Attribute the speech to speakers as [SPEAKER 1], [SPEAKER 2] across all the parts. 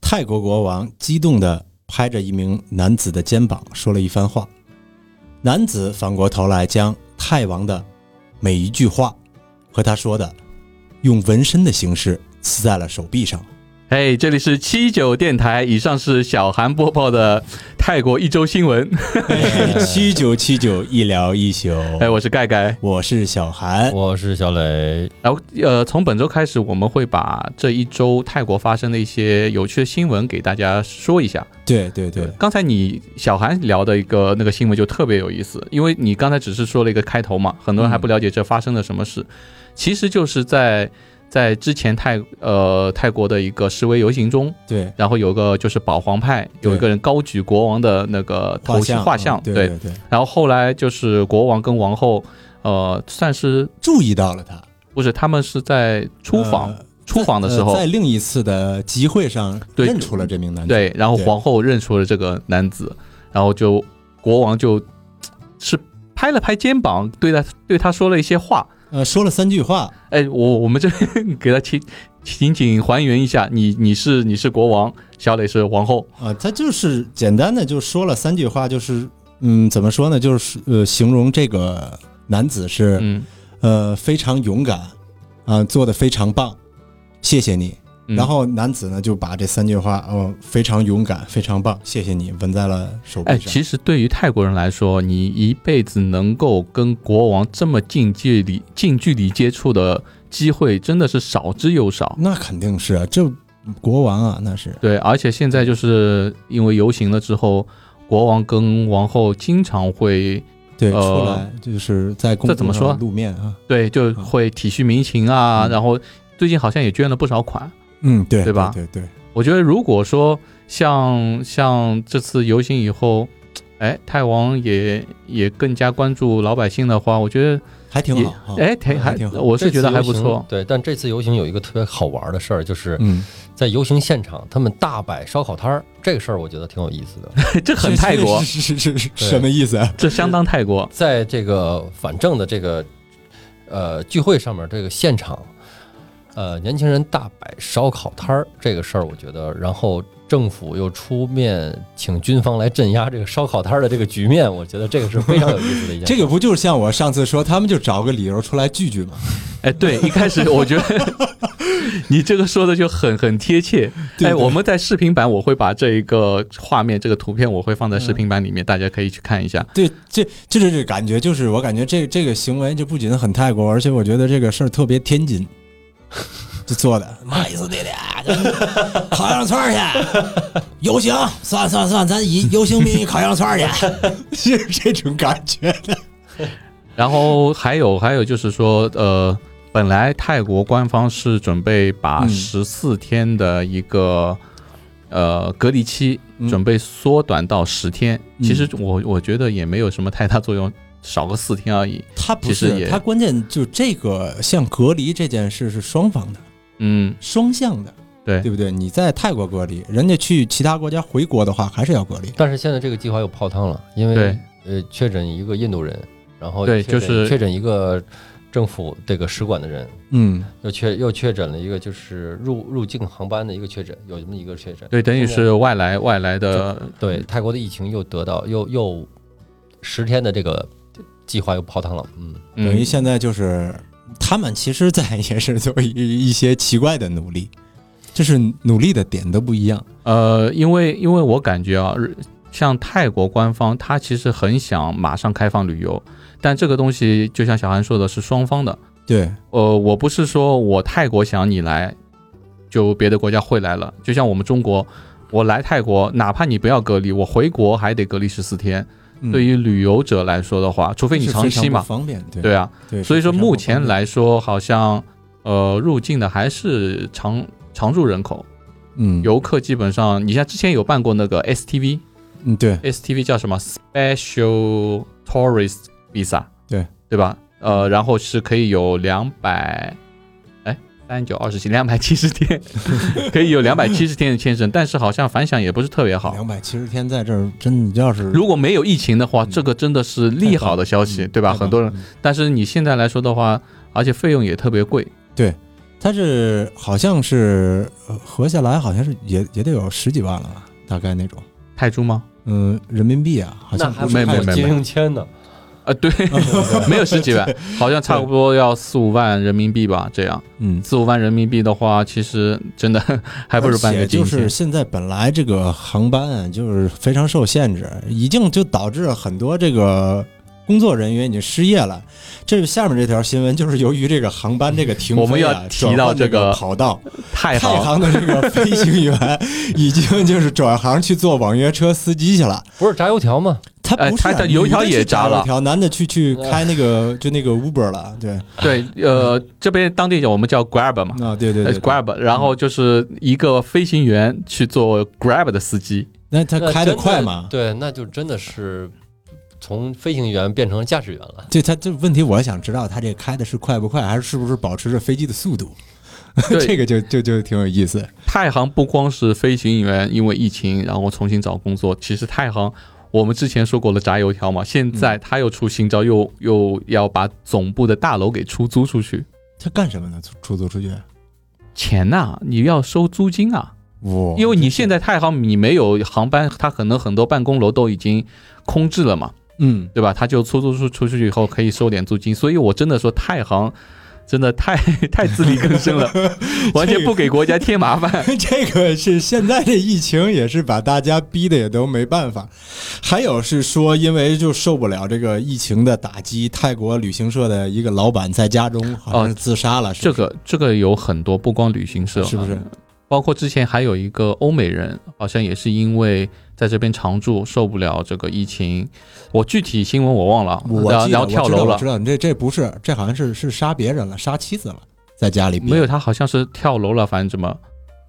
[SPEAKER 1] 泰国国王激动地拍着一名男子的肩膀，说了一番话。男子反过头来，将泰王的每一句话和他说的，用纹身的形式刺在了手臂 上。
[SPEAKER 2] 哎，这里是七九电台，以上是小韩播报的泰国一周新闻。
[SPEAKER 1] 哦七九七九一聊一宿，
[SPEAKER 2] 哎，我是盖盖。
[SPEAKER 1] 我是小
[SPEAKER 2] 哦
[SPEAKER 1] 韩。
[SPEAKER 3] 我是小磊，
[SPEAKER 2] 然后，呃，从本周开始，我们会把这一周泰国发生的一些有趣的新闻给大家说一下。
[SPEAKER 1] 对对对，
[SPEAKER 2] 刚才你小韩聊的一个那个新闻就特别有意思，因为你刚才只是说了一个开头嘛，很多人还不了解这发生了什么
[SPEAKER 1] 嗯
[SPEAKER 2] 事，其实就是在在之前泰呃泰国的一个示威游行中，
[SPEAKER 1] 对
[SPEAKER 2] 然后有个就是保皇派
[SPEAKER 1] 对
[SPEAKER 2] 有一个人高举国王的那个头像画像，
[SPEAKER 1] 嗯对对对，
[SPEAKER 2] 然后后来就是国王跟王后，呃，算是
[SPEAKER 1] 注意到了他
[SPEAKER 2] 不是他们是在出访、
[SPEAKER 1] 呃
[SPEAKER 2] 出访的时
[SPEAKER 1] 呃
[SPEAKER 2] 候
[SPEAKER 1] 在，另一次的集会上
[SPEAKER 2] 对
[SPEAKER 1] 认出了这名男子。
[SPEAKER 2] 对，然后皇后认出了这个男子，然后就国王就嘖嗯是拍了拍肩膀，对他对他说了一些话。
[SPEAKER 1] 呃，说了三句话，
[SPEAKER 2] 哎，我我们这给他情情景还原一下，你你是你是国王，小磊是王后，
[SPEAKER 1] 啊，他就是简单的就说了三句话，就是嗯，怎么说呢？就是呃，形容这个男子是、
[SPEAKER 2] 嗯，
[SPEAKER 1] 呃非常勇敢，啊、做的非常棒，谢谢你。
[SPEAKER 2] 嗯
[SPEAKER 1] 然后男子呢就把这三句话，哦，非常勇敢，非常棒，谢谢你，纹在了手臂
[SPEAKER 2] 哎，
[SPEAKER 1] 上。
[SPEAKER 2] 其实对于泰国人来说，你一辈子能够跟国王这么近距离近距离接触的机会，真的是少之又少。
[SPEAKER 1] 那肯定是啊，这国王啊，那是
[SPEAKER 2] 对，而且现在就是因为游行了之后，国王跟王后经常会
[SPEAKER 1] 对、
[SPEAKER 2] 呃
[SPEAKER 1] 出来就是在公
[SPEAKER 2] 这怎么
[SPEAKER 1] 众
[SPEAKER 2] 说
[SPEAKER 1] 上露面啊，
[SPEAKER 2] 对就会体恤民情啊，
[SPEAKER 1] 嗯
[SPEAKER 2] 然后最近好像也捐了不少款。
[SPEAKER 1] 嗯，对
[SPEAKER 2] 对吧
[SPEAKER 1] 对对对
[SPEAKER 2] 我觉得如果说像像这次游行以后，哎，泰王也也更加关注老百姓的话，我觉得
[SPEAKER 1] 还挺
[SPEAKER 2] 也
[SPEAKER 1] 好啊，
[SPEAKER 2] 哎挺还
[SPEAKER 1] 还挺好
[SPEAKER 2] 我是觉得还不
[SPEAKER 3] 这次游
[SPEAKER 2] 错
[SPEAKER 3] 行。对，但这次游行有一个特别好玩的事儿，就是
[SPEAKER 1] 嗯，
[SPEAKER 3] 在游行现场，他们大摆烧烤摊儿，这个事儿我觉得挺有意思的。
[SPEAKER 2] 这很泰国，
[SPEAKER 1] 是是是是
[SPEAKER 3] 对
[SPEAKER 1] 什么意思啊？
[SPEAKER 2] 这相当泰国。
[SPEAKER 3] 在这个反正的这个呃聚会上面，这个现场，呃，年轻人大摆烧烤摊儿这个事儿，我觉得，然后政府又出面请军方来镇压这个烧烤摊儿的这个局面，我觉得这个是非常有意思的 一件事。
[SPEAKER 1] 这个不就是像我上次说，他们就找个理由出来聚聚吗？
[SPEAKER 2] 哎，对，一开始我觉 得你这个说的就很很贴切。
[SPEAKER 1] 对
[SPEAKER 2] 哎，
[SPEAKER 1] 对
[SPEAKER 2] 我们在视频版我会把这一个画面、这个图片我会放在
[SPEAKER 1] 嗯
[SPEAKER 2] 视频版里面，大家可以去看一下。
[SPEAKER 1] 对，这这这这感觉就是，我感觉这这个行为就不仅很泰国，而且我觉得这个事儿特别天津，就做的。妈意思弟弟，烤羊串去，游行，算算算，咱以游行名义烤羊串 去，是这种感觉的。
[SPEAKER 2] 然后还有还有就是说，呃，本来泰国官方是准备把
[SPEAKER 1] 嗯
[SPEAKER 2] 十四天的一个、呃隔离期
[SPEAKER 1] 嗯
[SPEAKER 2] 准备缩短到十天，
[SPEAKER 1] 嗯
[SPEAKER 2] 其实我我觉得也没有什么太大作用，少个四天而已。
[SPEAKER 1] 他不
[SPEAKER 2] 其实
[SPEAKER 1] 是，
[SPEAKER 2] 也
[SPEAKER 1] 他关键就这个像隔离这件事是双方的，
[SPEAKER 2] 嗯，
[SPEAKER 1] 双向的，
[SPEAKER 2] 对
[SPEAKER 1] 对不对？你在泰国隔离，人家去其他国家回国的话还是要隔离。
[SPEAKER 3] 但是现在这个计划又泡汤了，因为
[SPEAKER 2] 对
[SPEAKER 3] 呃确诊一个印度人，然后
[SPEAKER 2] 对
[SPEAKER 3] 确诊
[SPEAKER 2] 就是
[SPEAKER 3] 确诊一个政府这个使馆的人，
[SPEAKER 1] 嗯，
[SPEAKER 3] 又确又确诊了一个就是入入境航班的一个确诊，有这么一个确诊。
[SPEAKER 2] 对，等于是外来外来的
[SPEAKER 3] 对泰国的疫情又得到又又十天的这个计划又泡汤了，嗯，
[SPEAKER 2] 嗯
[SPEAKER 1] 等于现在就是他们其实，在也是做一一些奇怪的努力，就是努力的点都不一样。
[SPEAKER 2] 呃，因为因为我感觉啊，日像泰国官方他其实很想马上开放旅游，但这个东西就像小韩说的是双方的。
[SPEAKER 1] 对，
[SPEAKER 2] 呃，我不是说我泰国想你来，就别的国家会来了。就像我们中国，我来泰国，哪怕你不要隔离，我回国还得隔离十四天。
[SPEAKER 1] 嗯
[SPEAKER 2] 对于旅游者来说的话，除非你
[SPEAKER 1] 是
[SPEAKER 2] 长
[SPEAKER 1] 非常
[SPEAKER 2] 期嘛
[SPEAKER 1] 不，方便。对
[SPEAKER 2] 对啊。
[SPEAKER 1] 对，
[SPEAKER 2] 所以说
[SPEAKER 1] 是非常
[SPEAKER 2] 目
[SPEAKER 1] 不方
[SPEAKER 2] 前
[SPEAKER 1] 便，
[SPEAKER 2] 来说，好像呃入境的还是常常住人口，
[SPEAKER 1] 嗯，
[SPEAKER 2] 游客基本上，你像之前有办过那个 STV，
[SPEAKER 1] 嗯，对
[SPEAKER 2] STV 叫什么 Special Tourist Visa，
[SPEAKER 1] 对
[SPEAKER 2] 对吧？呃，然后是可以有两百，哎，三九二十七，两百七十 天，可以有两百七十天的签证，但是好像反响也不是特别好。
[SPEAKER 1] 两百七十天在这儿，真的要是
[SPEAKER 2] 如果没有疫情的话，这个真的是利好的消息，
[SPEAKER 1] 嗯
[SPEAKER 2] 对吧？
[SPEAKER 1] 太棒
[SPEAKER 2] 很多人，
[SPEAKER 1] 嗯
[SPEAKER 2] 但是你现在来说的话，而且费用也特别贵，
[SPEAKER 1] 他是好像是呃合下来好像是也也得有十几万了吧，大概那种，
[SPEAKER 2] 泰铢吗？
[SPEAKER 1] 嗯，人民币啊，好
[SPEAKER 3] 那
[SPEAKER 1] 像
[SPEAKER 3] 还
[SPEAKER 1] 不
[SPEAKER 3] 不
[SPEAKER 1] 是
[SPEAKER 2] 没
[SPEAKER 3] 还
[SPEAKER 1] 太
[SPEAKER 2] 没
[SPEAKER 3] 有
[SPEAKER 2] 没
[SPEAKER 3] 金融签呢，
[SPEAKER 2] 啊， 对，没有十几万，好像差不多要四五万人民币吧，这样
[SPEAKER 1] 嗯，
[SPEAKER 2] 四五万人民币的话，其实真的还不如办
[SPEAKER 1] 而
[SPEAKER 2] 个
[SPEAKER 1] 且
[SPEAKER 2] 金
[SPEAKER 1] 就
[SPEAKER 2] 钱
[SPEAKER 1] 是。现在本来这个航班啊就是非常受限制，已经就导致很多这个工作人员已经失业了。这下面这条新闻就是由于这个航班这个停飞啊、
[SPEAKER 2] 我们要提
[SPEAKER 1] 转换
[SPEAKER 2] 到
[SPEAKER 1] 这
[SPEAKER 2] 这个
[SPEAKER 1] 跑道，
[SPEAKER 2] 太
[SPEAKER 1] 太
[SPEAKER 2] 好，
[SPEAKER 1] 行的这个飞行员已经就是转行去做网约车司机去了。
[SPEAKER 3] 不是炸油条吗？
[SPEAKER 1] 他
[SPEAKER 2] 哎
[SPEAKER 1] 不是、
[SPEAKER 2] 他
[SPEAKER 1] 啊，
[SPEAKER 2] 的油条也炸了
[SPEAKER 1] 条男的去去开那个就那个 Uber 了，对，
[SPEAKER 2] 对，呃，这边当地叫我们叫 Grab 嘛。
[SPEAKER 1] 啊，对对
[SPEAKER 2] 呃
[SPEAKER 1] 对对
[SPEAKER 2] Grab，然后就是一个飞行员去做 Grab 的司机，
[SPEAKER 1] 那他
[SPEAKER 3] 那
[SPEAKER 1] 开得
[SPEAKER 3] 真
[SPEAKER 1] 快嘛？
[SPEAKER 3] 对，那就真的是从飞行员变成驾驶员了。
[SPEAKER 1] 对他这问题，我想知道他这开的是快不快，还是是不是保持着飞机的速度？
[SPEAKER 2] 对
[SPEAKER 1] 这个就就就挺有意思。
[SPEAKER 2] 太行不光是飞行员因为疫情然后重新找工作，其实太行我们之前说过了炸油条嘛，现在
[SPEAKER 1] 嗯
[SPEAKER 2] 他又出新招，又又要把总部的大楼给出租出去。
[SPEAKER 1] 他干什么呢？出出租出去？
[SPEAKER 2] 钱呐、你要收租金啊，
[SPEAKER 1] 哇
[SPEAKER 2] 因为你现在太行你没有航班，它可能很多办公楼都已经空置了嘛，
[SPEAKER 1] 嗯，
[SPEAKER 2] 对吧？他就出租出出去以后可以收点租金，所以我真的说太行真的太 太自力更 生了， 完全不给国家添麻烦。
[SPEAKER 1] 这个是现在这疫情也是把大家逼的也都没办法。还有是说，因为就受不了这个疫情的打击，泰国旅行社的一个老板在家中好
[SPEAKER 2] 哦
[SPEAKER 1] 像是自杀了，是
[SPEAKER 2] 这个这个有很多，不光旅行社，啊
[SPEAKER 1] 是不是？
[SPEAKER 2] 包括之前还有一个欧美人，好像也是因为在这边常住受不了这个疫情，我具体新闻我忘了，
[SPEAKER 1] 我
[SPEAKER 2] 然后
[SPEAKER 1] 记
[SPEAKER 2] 然
[SPEAKER 1] 得，
[SPEAKER 2] 后
[SPEAKER 1] 我
[SPEAKER 2] 跳
[SPEAKER 1] 知道，
[SPEAKER 2] 楼
[SPEAKER 1] 我
[SPEAKER 2] 了
[SPEAKER 1] 知。道，你这这不是，这好像是是杀别人了，杀妻子了，在家里
[SPEAKER 2] 没有，他好像是跳楼了，反正怎么，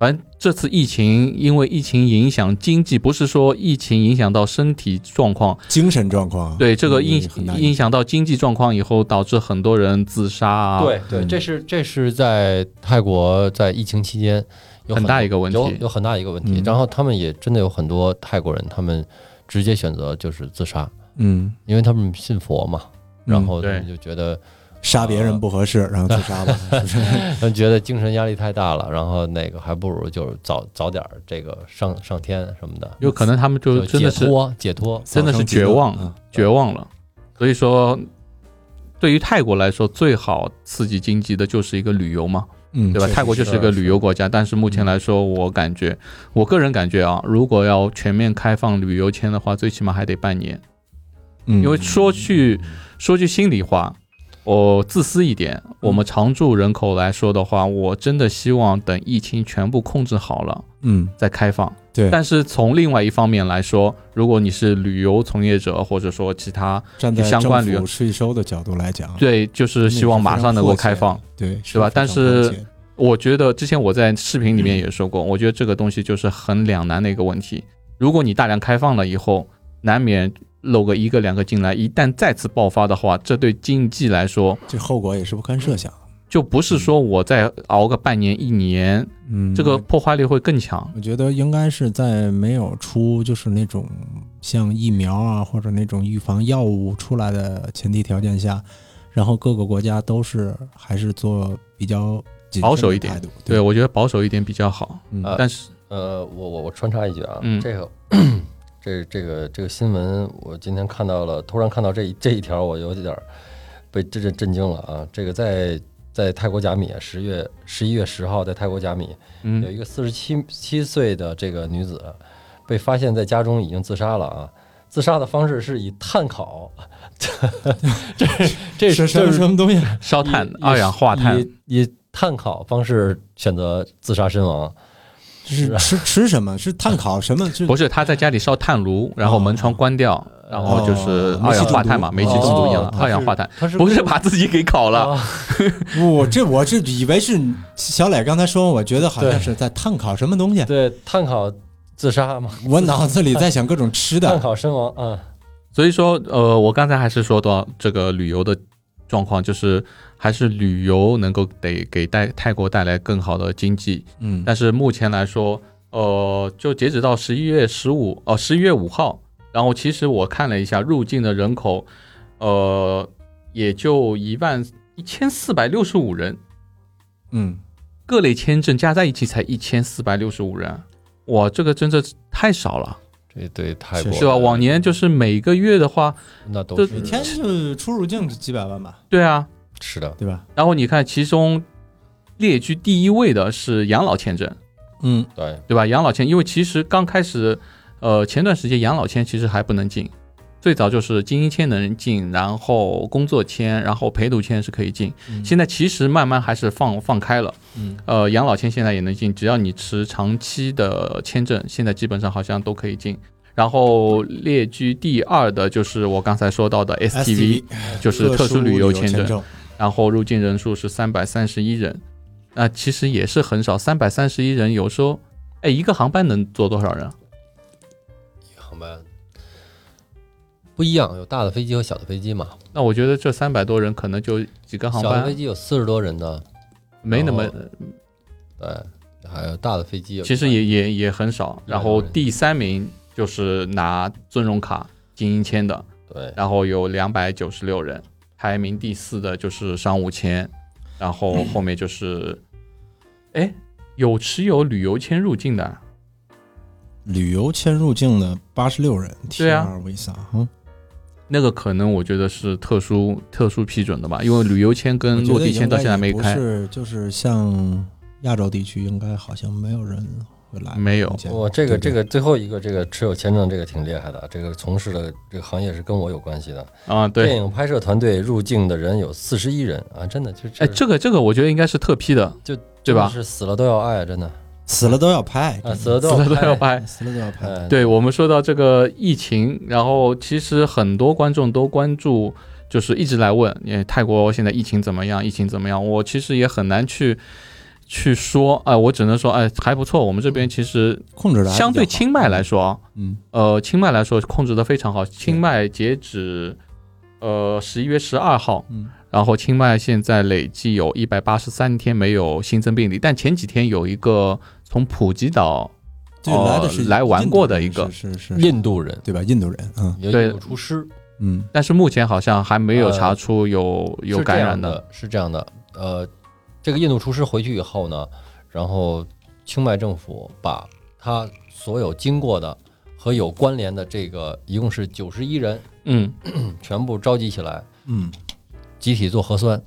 [SPEAKER 2] 反正这次疫情因为疫情影响经济，不是说疫情影响到身体状况，
[SPEAKER 1] 精神状况，
[SPEAKER 2] 对这个
[SPEAKER 1] 嗯
[SPEAKER 2] 影
[SPEAKER 1] 啊很大
[SPEAKER 2] 影
[SPEAKER 1] 影响。
[SPEAKER 2] 响到经济状况以后，导致很多人自杀啊。，
[SPEAKER 3] 对对，
[SPEAKER 1] 嗯
[SPEAKER 3] 这是这是在泰国在疫情期间有
[SPEAKER 2] 很
[SPEAKER 3] 多
[SPEAKER 2] 大一个问题
[SPEAKER 3] 有有很大一个问题。
[SPEAKER 1] 嗯
[SPEAKER 3] 然后他们也真的有很多泰国人，他们直接选择就是自杀，
[SPEAKER 1] 嗯，
[SPEAKER 3] 因为他们信佛嘛，然后他
[SPEAKER 2] 嗯对
[SPEAKER 3] 们就觉得
[SPEAKER 1] 杀别人不合适，
[SPEAKER 2] 呃
[SPEAKER 1] 然后自杀 吧，是不是？
[SPEAKER 3] 他们觉得精神压力太大了，然后那个还不如就是早早点儿这个上上天什么的，
[SPEAKER 2] 有可能他们就
[SPEAKER 3] 就
[SPEAKER 2] 真
[SPEAKER 3] 解
[SPEAKER 2] 的是
[SPEAKER 3] 脱解脱。
[SPEAKER 2] 真的是绝望
[SPEAKER 1] 嗯
[SPEAKER 2] 绝望了。所以说，对于泰国来说，最好刺激经济的就是一个旅游嘛，
[SPEAKER 1] 嗯，
[SPEAKER 2] 对吧？
[SPEAKER 1] 确实
[SPEAKER 2] 泰国就是一个旅游国家，但是目前来说，我感觉，我个人感觉啊，如果要全面开放旅游签的话，最起码还得半年。
[SPEAKER 1] 嗯
[SPEAKER 2] 因为说句说句心里话，我自私一点，
[SPEAKER 1] 嗯
[SPEAKER 2] 我们常住人口来说的话，我真的希望等疫情全部控制好了
[SPEAKER 1] 嗯，
[SPEAKER 2] 再开放。
[SPEAKER 1] 对
[SPEAKER 2] 但是从另外一方面来说，如果你是旅游从业者，或者说其他，
[SPEAKER 1] 站在
[SPEAKER 2] 相关旅游
[SPEAKER 1] 政府税收的角度来讲，
[SPEAKER 2] 对，就是希望马上能够开放。
[SPEAKER 1] 对，
[SPEAKER 2] 对吧但
[SPEAKER 1] 非常
[SPEAKER 2] 是
[SPEAKER 1] 迫切
[SPEAKER 2] 我觉得之前我在视频里面也说过，我觉得这个东西就是很两难的一个问题。如果你大量开放了以后，难免漏个一个两个进来，一旦再次爆发的话，这对经济来说
[SPEAKER 1] 这后果也是不堪设想。
[SPEAKER 2] 就不是说我再熬个半年一年，
[SPEAKER 1] 嗯，
[SPEAKER 2] 这个破坏力会更强。
[SPEAKER 1] 我觉得应该是在没有出就是那种像疫苗啊或者那种预防药物出来的前提条件下，然后各个国家都是还是做比较谨慎的
[SPEAKER 2] 保守一点
[SPEAKER 1] 态度，
[SPEAKER 2] 对，我觉得保守一点比较好。
[SPEAKER 1] 嗯
[SPEAKER 3] 呃
[SPEAKER 2] 但是
[SPEAKER 3] 呃，我我我穿插一句啊，
[SPEAKER 2] 嗯
[SPEAKER 3] 这个 这这个这个新闻，我今天看到了，突然看到这一这一条，我有点儿被这这震惊了啊！这个在在泰国甲米，啊十月十一月十号，在泰国甲米有
[SPEAKER 2] 嗯，
[SPEAKER 3] 一个四十七七岁的这个女子被发现在家中已经自杀了啊。自杀的方式是以炭烤， 这这
[SPEAKER 1] 是什
[SPEAKER 3] 这
[SPEAKER 1] 么什么东西？
[SPEAKER 2] 烧
[SPEAKER 3] 以
[SPEAKER 2] 炭
[SPEAKER 3] 以、
[SPEAKER 2] 二氧化碳，
[SPEAKER 3] 以以炭烤方式选择自杀身亡。
[SPEAKER 1] 是吃吃什么？是碳烤什么？是
[SPEAKER 2] 啊不是他在家里烧炭炉，然后门窗关掉，然后就是
[SPEAKER 1] 哦
[SPEAKER 2] 二氧化碳嘛，煤
[SPEAKER 1] 煤
[SPEAKER 2] 气
[SPEAKER 1] 气
[SPEAKER 2] 中
[SPEAKER 1] 中毒
[SPEAKER 2] 毒一样
[SPEAKER 3] 哦
[SPEAKER 2] 的
[SPEAKER 3] 它
[SPEAKER 2] 二氧
[SPEAKER 3] 是
[SPEAKER 2] 化碳，
[SPEAKER 3] 他是
[SPEAKER 2] 不是
[SPEAKER 3] 为
[SPEAKER 2] 把自己给烤了。
[SPEAKER 3] 啊
[SPEAKER 1] 我这我是以为是小磊刚才说，我觉得好像是在碳烤什么东西。
[SPEAKER 3] 对，碳烤自杀嘛，
[SPEAKER 1] 我脑子里在想各种吃
[SPEAKER 3] 碳
[SPEAKER 1] 的，
[SPEAKER 3] 烤身亡啊，
[SPEAKER 2] 所以说，呃，我刚才还是说到这个旅游的状况，就是还是旅游能够得给带泰国带来更好的经济，
[SPEAKER 1] 嗯，
[SPEAKER 2] 但是目前来说，呃，就截止到十一月十五，哦，十一月五号，然后其实我看了一下入境的人口，呃，也就一万一千四百六十五人，
[SPEAKER 1] 嗯，
[SPEAKER 2] 各类签证加在一起才一千四百六十五人，啊哇，这个真的太少了，
[SPEAKER 3] 这对泰
[SPEAKER 1] 是
[SPEAKER 3] 国
[SPEAKER 2] 是啊吧？往年就是每个月的话，
[SPEAKER 3] 那都
[SPEAKER 2] 这
[SPEAKER 3] 是
[SPEAKER 1] 每天就出入境几百万吧，
[SPEAKER 2] 对啊，
[SPEAKER 3] 是的，
[SPEAKER 1] 对吧？
[SPEAKER 2] 然后你看其中列居第一位的是养老签证，
[SPEAKER 1] 嗯，
[SPEAKER 3] 对，
[SPEAKER 2] 对吧？养老签，因为其实刚开始，呃，前段时间养老签其实还不能进，最早就是精英签能进，然后工作签，然后陪读签是可以进。现在其实慢慢还是放放开了，
[SPEAKER 1] 嗯
[SPEAKER 2] 呃，养老签现在也能进，只要你持长期的签证，现在基本上好像都可以进。然后列居第二的就是我刚才说到的 STV，
[SPEAKER 1] STV
[SPEAKER 2] 就是特殊
[SPEAKER 1] 殊
[SPEAKER 2] 旅游
[SPEAKER 1] 游
[SPEAKER 2] 签证
[SPEAKER 1] 证，，
[SPEAKER 2] 然后入境人数是三百三十一人，那其实也是很少，三百三十一人，有时候，哎，一个航班能坐多少人啊？
[SPEAKER 3] 航班不一样，有大的飞机和小的飞机嘛，
[SPEAKER 2] 那我觉得这三百多人可能就几个航
[SPEAKER 3] 小的
[SPEAKER 2] 班
[SPEAKER 3] 飞，机有四十多人的，
[SPEAKER 2] 没那么
[SPEAKER 3] 然，对，还有大的飞机有，
[SPEAKER 2] 其实也也也很少。
[SPEAKER 3] 对
[SPEAKER 2] 然后第三名就是拿尊荣卡精英签的，
[SPEAKER 3] 对，
[SPEAKER 2] 然后有两百九十六人，排名第四的就是商务签，然后后面就是，哎、有持有旅游签入境的啊，
[SPEAKER 1] 旅游签入境的八十六人，T
[SPEAKER 2] 对啊
[SPEAKER 1] 二 Visa，嗯，
[SPEAKER 2] 那个可能我觉得是特殊特殊批准的吧，因为旅游签
[SPEAKER 1] 我
[SPEAKER 2] 跟
[SPEAKER 1] 觉
[SPEAKER 2] 嗯落
[SPEAKER 1] 得
[SPEAKER 2] 地签
[SPEAKER 1] 应该
[SPEAKER 2] 到现在没
[SPEAKER 1] 也不
[SPEAKER 2] 开，
[SPEAKER 1] 是就是像亚洲地区，应该好像没有人会来，
[SPEAKER 2] 没有。
[SPEAKER 1] 见过
[SPEAKER 3] 我这个
[SPEAKER 1] 对
[SPEAKER 3] 这
[SPEAKER 1] 不对
[SPEAKER 3] 个最后一个这个持有签证这个挺厉害的，这个从事的这个行业是跟我有关系的。
[SPEAKER 2] 啊，
[SPEAKER 3] 电
[SPEAKER 2] 对，
[SPEAKER 3] 影拍摄团队入境的人有四十一人啊，真的就
[SPEAKER 2] 哎，这个这个我觉得应该是特批的，
[SPEAKER 3] 就
[SPEAKER 2] 对吧？
[SPEAKER 3] 是死了都要爱，真的
[SPEAKER 1] 死了都要拍，
[SPEAKER 3] 啊，死了
[SPEAKER 2] 死
[SPEAKER 3] 都要
[SPEAKER 2] 了都要
[SPEAKER 3] 拍。
[SPEAKER 2] 拍。
[SPEAKER 1] 死了都要拍，
[SPEAKER 3] 嗯，
[SPEAKER 2] 对我们说到这个疫情，然后其实很多观众都关注，就是一直来问，哎，泰国现在疫情怎么样？疫情怎么样？我其实也很难去去说，哎、我只能说，哎，还不错。我们这边其实
[SPEAKER 1] 控制的还比较
[SPEAKER 2] 相对
[SPEAKER 1] 好
[SPEAKER 2] 清迈来，说，啊，
[SPEAKER 1] 嗯，
[SPEAKER 2] 呃，清迈来说控制的非常好。清迈截止呃十一月十二号，
[SPEAKER 1] 嗯，
[SPEAKER 2] 然后清迈现在累计有一百八十三天没有新增病例，但前几天有一个从普吉岛
[SPEAKER 1] 对，来的是
[SPEAKER 2] 哦来玩
[SPEAKER 1] 印度
[SPEAKER 2] 过的
[SPEAKER 1] 人
[SPEAKER 2] 一个
[SPEAKER 1] 是是是，
[SPEAKER 3] 印度人
[SPEAKER 1] 对吧？印度人，嗯
[SPEAKER 3] 有
[SPEAKER 2] 对
[SPEAKER 3] 有厨师
[SPEAKER 1] 嗯，
[SPEAKER 2] 但是目前好像还没有查出有、有
[SPEAKER 3] 呃是这
[SPEAKER 2] 感
[SPEAKER 3] 样
[SPEAKER 2] 染
[SPEAKER 3] 的，是这样的。呃，这个印度厨师回去以后呢，然后清迈政府把他所有经过的和有关联的这个，一共是九十一人，
[SPEAKER 2] 嗯，
[SPEAKER 3] 全部召集起来，
[SPEAKER 1] 嗯
[SPEAKER 3] 集体做核酸，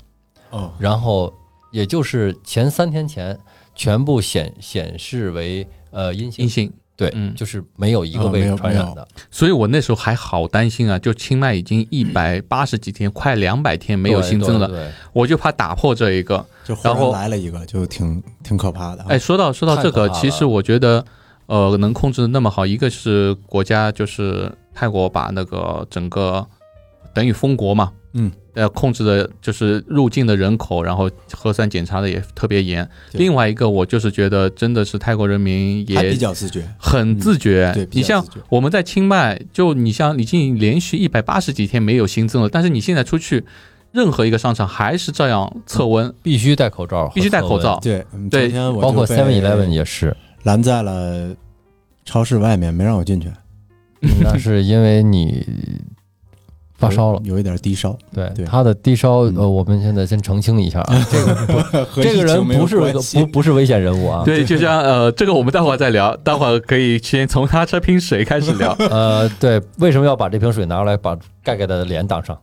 [SPEAKER 1] 哦，
[SPEAKER 3] 然后也就是前三天前全部显显示为呃阴性
[SPEAKER 2] 阴，性。
[SPEAKER 3] 对，
[SPEAKER 2] 嗯
[SPEAKER 3] 就是没有一个
[SPEAKER 1] 啊没
[SPEAKER 3] 被
[SPEAKER 1] 有
[SPEAKER 3] 传
[SPEAKER 1] 没
[SPEAKER 3] 染
[SPEAKER 1] 有
[SPEAKER 3] 的，
[SPEAKER 2] 所以我那时候还好担心啊，就清迈已经一百八十几天，快两百天没有
[SPEAKER 3] 对
[SPEAKER 2] 新增了，
[SPEAKER 3] 对对
[SPEAKER 2] 我就怕打破这一个。
[SPEAKER 1] 就忽
[SPEAKER 2] 然后
[SPEAKER 1] 来了一个，就挺挺可怕的啊，
[SPEAKER 2] 哎，说到说到
[SPEAKER 3] 太
[SPEAKER 2] 这
[SPEAKER 3] 可
[SPEAKER 2] 个，
[SPEAKER 3] 怕
[SPEAKER 2] 其
[SPEAKER 3] 了
[SPEAKER 2] 实我觉得，呃，能控制的那么好，一个是国家就是泰国把那个整个等于封国嘛，
[SPEAKER 1] 嗯，
[SPEAKER 2] 呃，控制的就是入境的人口，然后核酸检查的也特别严。
[SPEAKER 1] 对
[SPEAKER 2] 另外一个，我就是觉得真的是泰国人民
[SPEAKER 1] 还比
[SPEAKER 2] 也
[SPEAKER 1] 较自觉，
[SPEAKER 2] 很自觉。
[SPEAKER 1] 对，比
[SPEAKER 2] 你
[SPEAKER 1] 较
[SPEAKER 2] 像
[SPEAKER 1] 自觉，
[SPEAKER 2] 我们在清迈，就你像已经连续一百八十几天没有新增了，但是你现在出去。任何一个商场还是照样测
[SPEAKER 1] 哦
[SPEAKER 2] 温，
[SPEAKER 3] 必须戴口罩，
[SPEAKER 2] 必须戴口，罩。
[SPEAKER 1] 对，嗯
[SPEAKER 2] 对
[SPEAKER 1] 昨天我
[SPEAKER 3] 包括
[SPEAKER 1] 就
[SPEAKER 3] Seven
[SPEAKER 1] 被
[SPEAKER 3] Eleven 也是，
[SPEAKER 1] 拦在了超市外面，没让我进去，
[SPEAKER 3] 那是因为你发烧了。
[SPEAKER 1] 有，有一点低 烧，
[SPEAKER 3] 对
[SPEAKER 1] 对
[SPEAKER 3] 他的低烧，
[SPEAKER 1] 嗯
[SPEAKER 3] 呃，我们现在先澄清一下啊，这个
[SPEAKER 1] 和
[SPEAKER 3] 这个
[SPEAKER 1] 疫情
[SPEAKER 3] 人
[SPEAKER 1] 没有
[SPEAKER 3] 不是
[SPEAKER 1] 关
[SPEAKER 3] 个
[SPEAKER 1] 系
[SPEAKER 3] 不不是危险人物啊，
[SPEAKER 2] 对，就像呃，这个我们待会儿再聊，待会儿可以先从他这瓶水开始 聊。
[SPEAKER 3] 呃，对，为什么要把这瓶水拿出来把盖盖的脸挡上？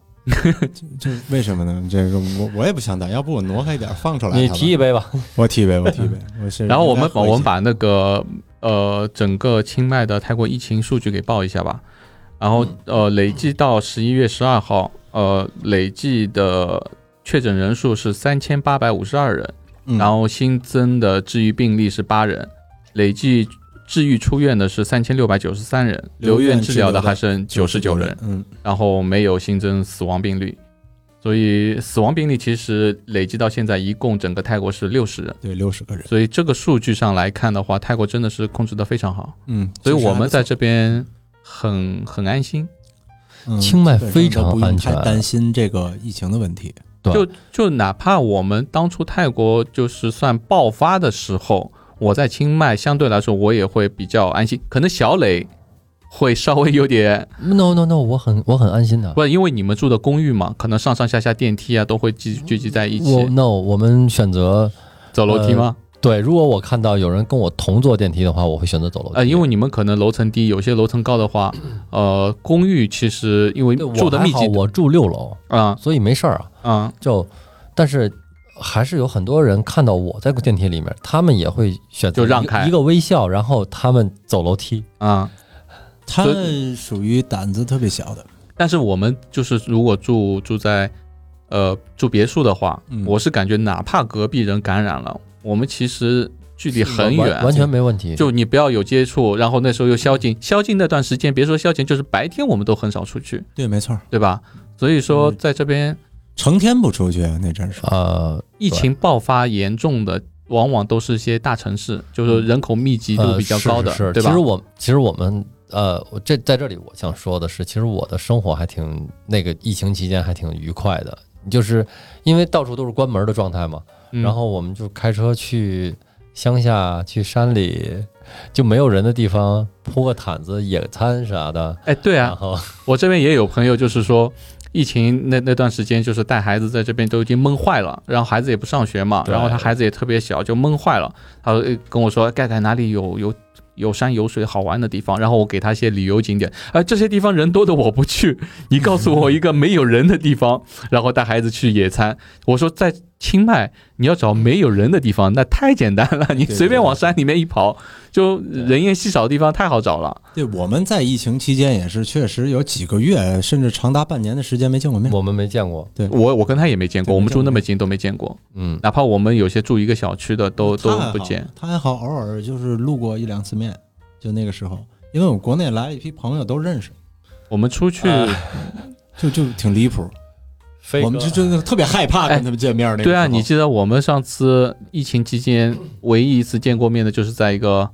[SPEAKER 1] 这为什么呢？这个我我也不想打，要不我挪开一点放出来。
[SPEAKER 3] 你
[SPEAKER 1] 好吧
[SPEAKER 3] 提一，杯吧，
[SPEAKER 1] 我提一杯，我提一杯。我是
[SPEAKER 2] 然后我
[SPEAKER 1] 应
[SPEAKER 2] 们
[SPEAKER 1] 该
[SPEAKER 2] 把
[SPEAKER 1] 喝一
[SPEAKER 2] 我们
[SPEAKER 1] 些
[SPEAKER 2] 把那个呃整个清迈的泰国疫情数据给报一下吧。然后呃，累计到十一月十二号，呃，累计的确诊人数是三千八百五十二人，
[SPEAKER 1] 嗯
[SPEAKER 2] 然后新增的治愈病例是八人，累计治愈出院的是三千六百九十三人，留
[SPEAKER 1] 留院
[SPEAKER 2] 院
[SPEAKER 1] 治
[SPEAKER 2] 治疗
[SPEAKER 1] 疗
[SPEAKER 2] 的
[SPEAKER 1] 的
[SPEAKER 2] 还剩九十九人。，
[SPEAKER 1] 嗯，
[SPEAKER 2] 然后没有新增死亡病例，所以死亡病例其实累计到现在一共整个泰国是六十人，
[SPEAKER 1] 对，六十个人，
[SPEAKER 2] 所以这个数据上来看的话，泰国真的是控制的非常好，
[SPEAKER 1] 嗯，
[SPEAKER 2] 所以
[SPEAKER 1] 其实
[SPEAKER 2] 我
[SPEAKER 1] 还
[SPEAKER 2] 们
[SPEAKER 1] 不错
[SPEAKER 2] 在这边很很安心。
[SPEAKER 1] 嗯
[SPEAKER 3] 清迈
[SPEAKER 1] 基本上
[SPEAKER 3] 非
[SPEAKER 1] 都
[SPEAKER 3] 常
[SPEAKER 1] 不用
[SPEAKER 3] 安全
[SPEAKER 1] 太担心这个疫情的问题。
[SPEAKER 2] 就
[SPEAKER 1] 嗯
[SPEAKER 2] 就哪怕我们当初泰国就是算爆发的时候，我在清迈相对来说我也会比较安心，可能小磊会稍微 有点
[SPEAKER 3] ，no no no，我很我很安心的，
[SPEAKER 2] 不，因为你们住的公寓嘛，可能上上下下电梯啊都会聚聚集在一
[SPEAKER 3] 我
[SPEAKER 2] 起，
[SPEAKER 3] no，我们选择
[SPEAKER 2] 走楼梯吗？
[SPEAKER 3] 对，如果我看到有人跟我同坐电梯的话，我会选择走楼梯。
[SPEAKER 2] 呃，因为你们可能楼层低，有些楼层高的 话，呃，公寓其实因为
[SPEAKER 3] 对我
[SPEAKER 2] 住的
[SPEAKER 3] 还
[SPEAKER 2] 密
[SPEAKER 3] 好
[SPEAKER 2] 集，
[SPEAKER 3] 我住六楼，
[SPEAKER 2] 啊
[SPEAKER 3] 所以没事儿啊。
[SPEAKER 2] 啊
[SPEAKER 3] 就，但是还是有很多人看到我在电梯里面，他们也会选择
[SPEAKER 2] 就让
[SPEAKER 3] 一个
[SPEAKER 2] 开
[SPEAKER 3] 一个微笑，然后他们走楼梯。
[SPEAKER 2] 啊！
[SPEAKER 1] 他们属于胆子特别小的，
[SPEAKER 2] 但是我们就是如果住住在呃住别墅的话，
[SPEAKER 1] 嗯
[SPEAKER 2] 我是感觉哪怕隔壁人感染了，我们其实距离很
[SPEAKER 3] 完完
[SPEAKER 2] 远。
[SPEAKER 3] 全嗯没问题。
[SPEAKER 2] 就你不要有接触，然后那时候又宵禁，宵禁那段时间，别说宵禁，就是白天我们都很少出去，
[SPEAKER 1] 对，没错，
[SPEAKER 2] 对吧？所以
[SPEAKER 3] 嗯
[SPEAKER 2] 说，在这边
[SPEAKER 1] 成天不出去那真是。
[SPEAKER 3] 呃
[SPEAKER 2] 疫情爆发严重的，往往都是一些大城市，就是人口密集度
[SPEAKER 3] 呃
[SPEAKER 2] 比较高的，
[SPEAKER 3] 是是是
[SPEAKER 2] 对吧？
[SPEAKER 3] 其实我其实我们呃，我这在这里我想说的是，其实我的生活还挺那个疫情期间还挺愉快的，就是因为到处都是关门的状态嘛，
[SPEAKER 2] 嗯
[SPEAKER 3] 然后我们就开车去乡下、去山里，就没有人的地方铺个毯子野餐啥的，
[SPEAKER 2] 哎，对
[SPEAKER 3] 然
[SPEAKER 2] 啊，
[SPEAKER 3] 后
[SPEAKER 2] 我这边也有朋友，就是说疫情那那段时间，就是带孩子在这边都已经闷坏了，然后孩子也不上学嘛，
[SPEAKER 3] 对
[SPEAKER 2] 然后他孩子也特别小，就闷坏了。他呃跟我说盖盖哪里有有有山有水好玩的地方，然后我给他一些旅游景点，啊、这些地方人多的我不去，你告诉我一个没有人的地方，然后带孩子去野餐。我说在清迈你要找没有人的地方，那太简单了，你
[SPEAKER 1] 对
[SPEAKER 2] 随便
[SPEAKER 1] 对
[SPEAKER 2] 往山里面一跑，就人烟稀少的地方太好找了。
[SPEAKER 1] 对，我们在疫情期间也是确实有几个月，甚至长达半年的时间没见过 面。
[SPEAKER 3] 我们没见过，
[SPEAKER 2] 我我跟他也没见过，
[SPEAKER 1] 对
[SPEAKER 2] 我们
[SPEAKER 1] 没见过
[SPEAKER 2] 住那么近都没见过。
[SPEAKER 3] 嗯，
[SPEAKER 2] 哪怕我们有些住一个小区的都
[SPEAKER 1] 他
[SPEAKER 2] 都
[SPEAKER 1] 还好
[SPEAKER 2] 不见。
[SPEAKER 1] 他还好，偶尔就是路过一两次面，就那个时候，因为我国内来了一批朋友都认识，
[SPEAKER 2] 我们出去，
[SPEAKER 1] 就就挺离谱。
[SPEAKER 3] 飞
[SPEAKER 1] 我们就就特别害怕
[SPEAKER 2] 哎
[SPEAKER 1] 跟他们见面那个时候。
[SPEAKER 2] 对啊，你记得我们上次疫情期间唯一一次见过面的，就是在一个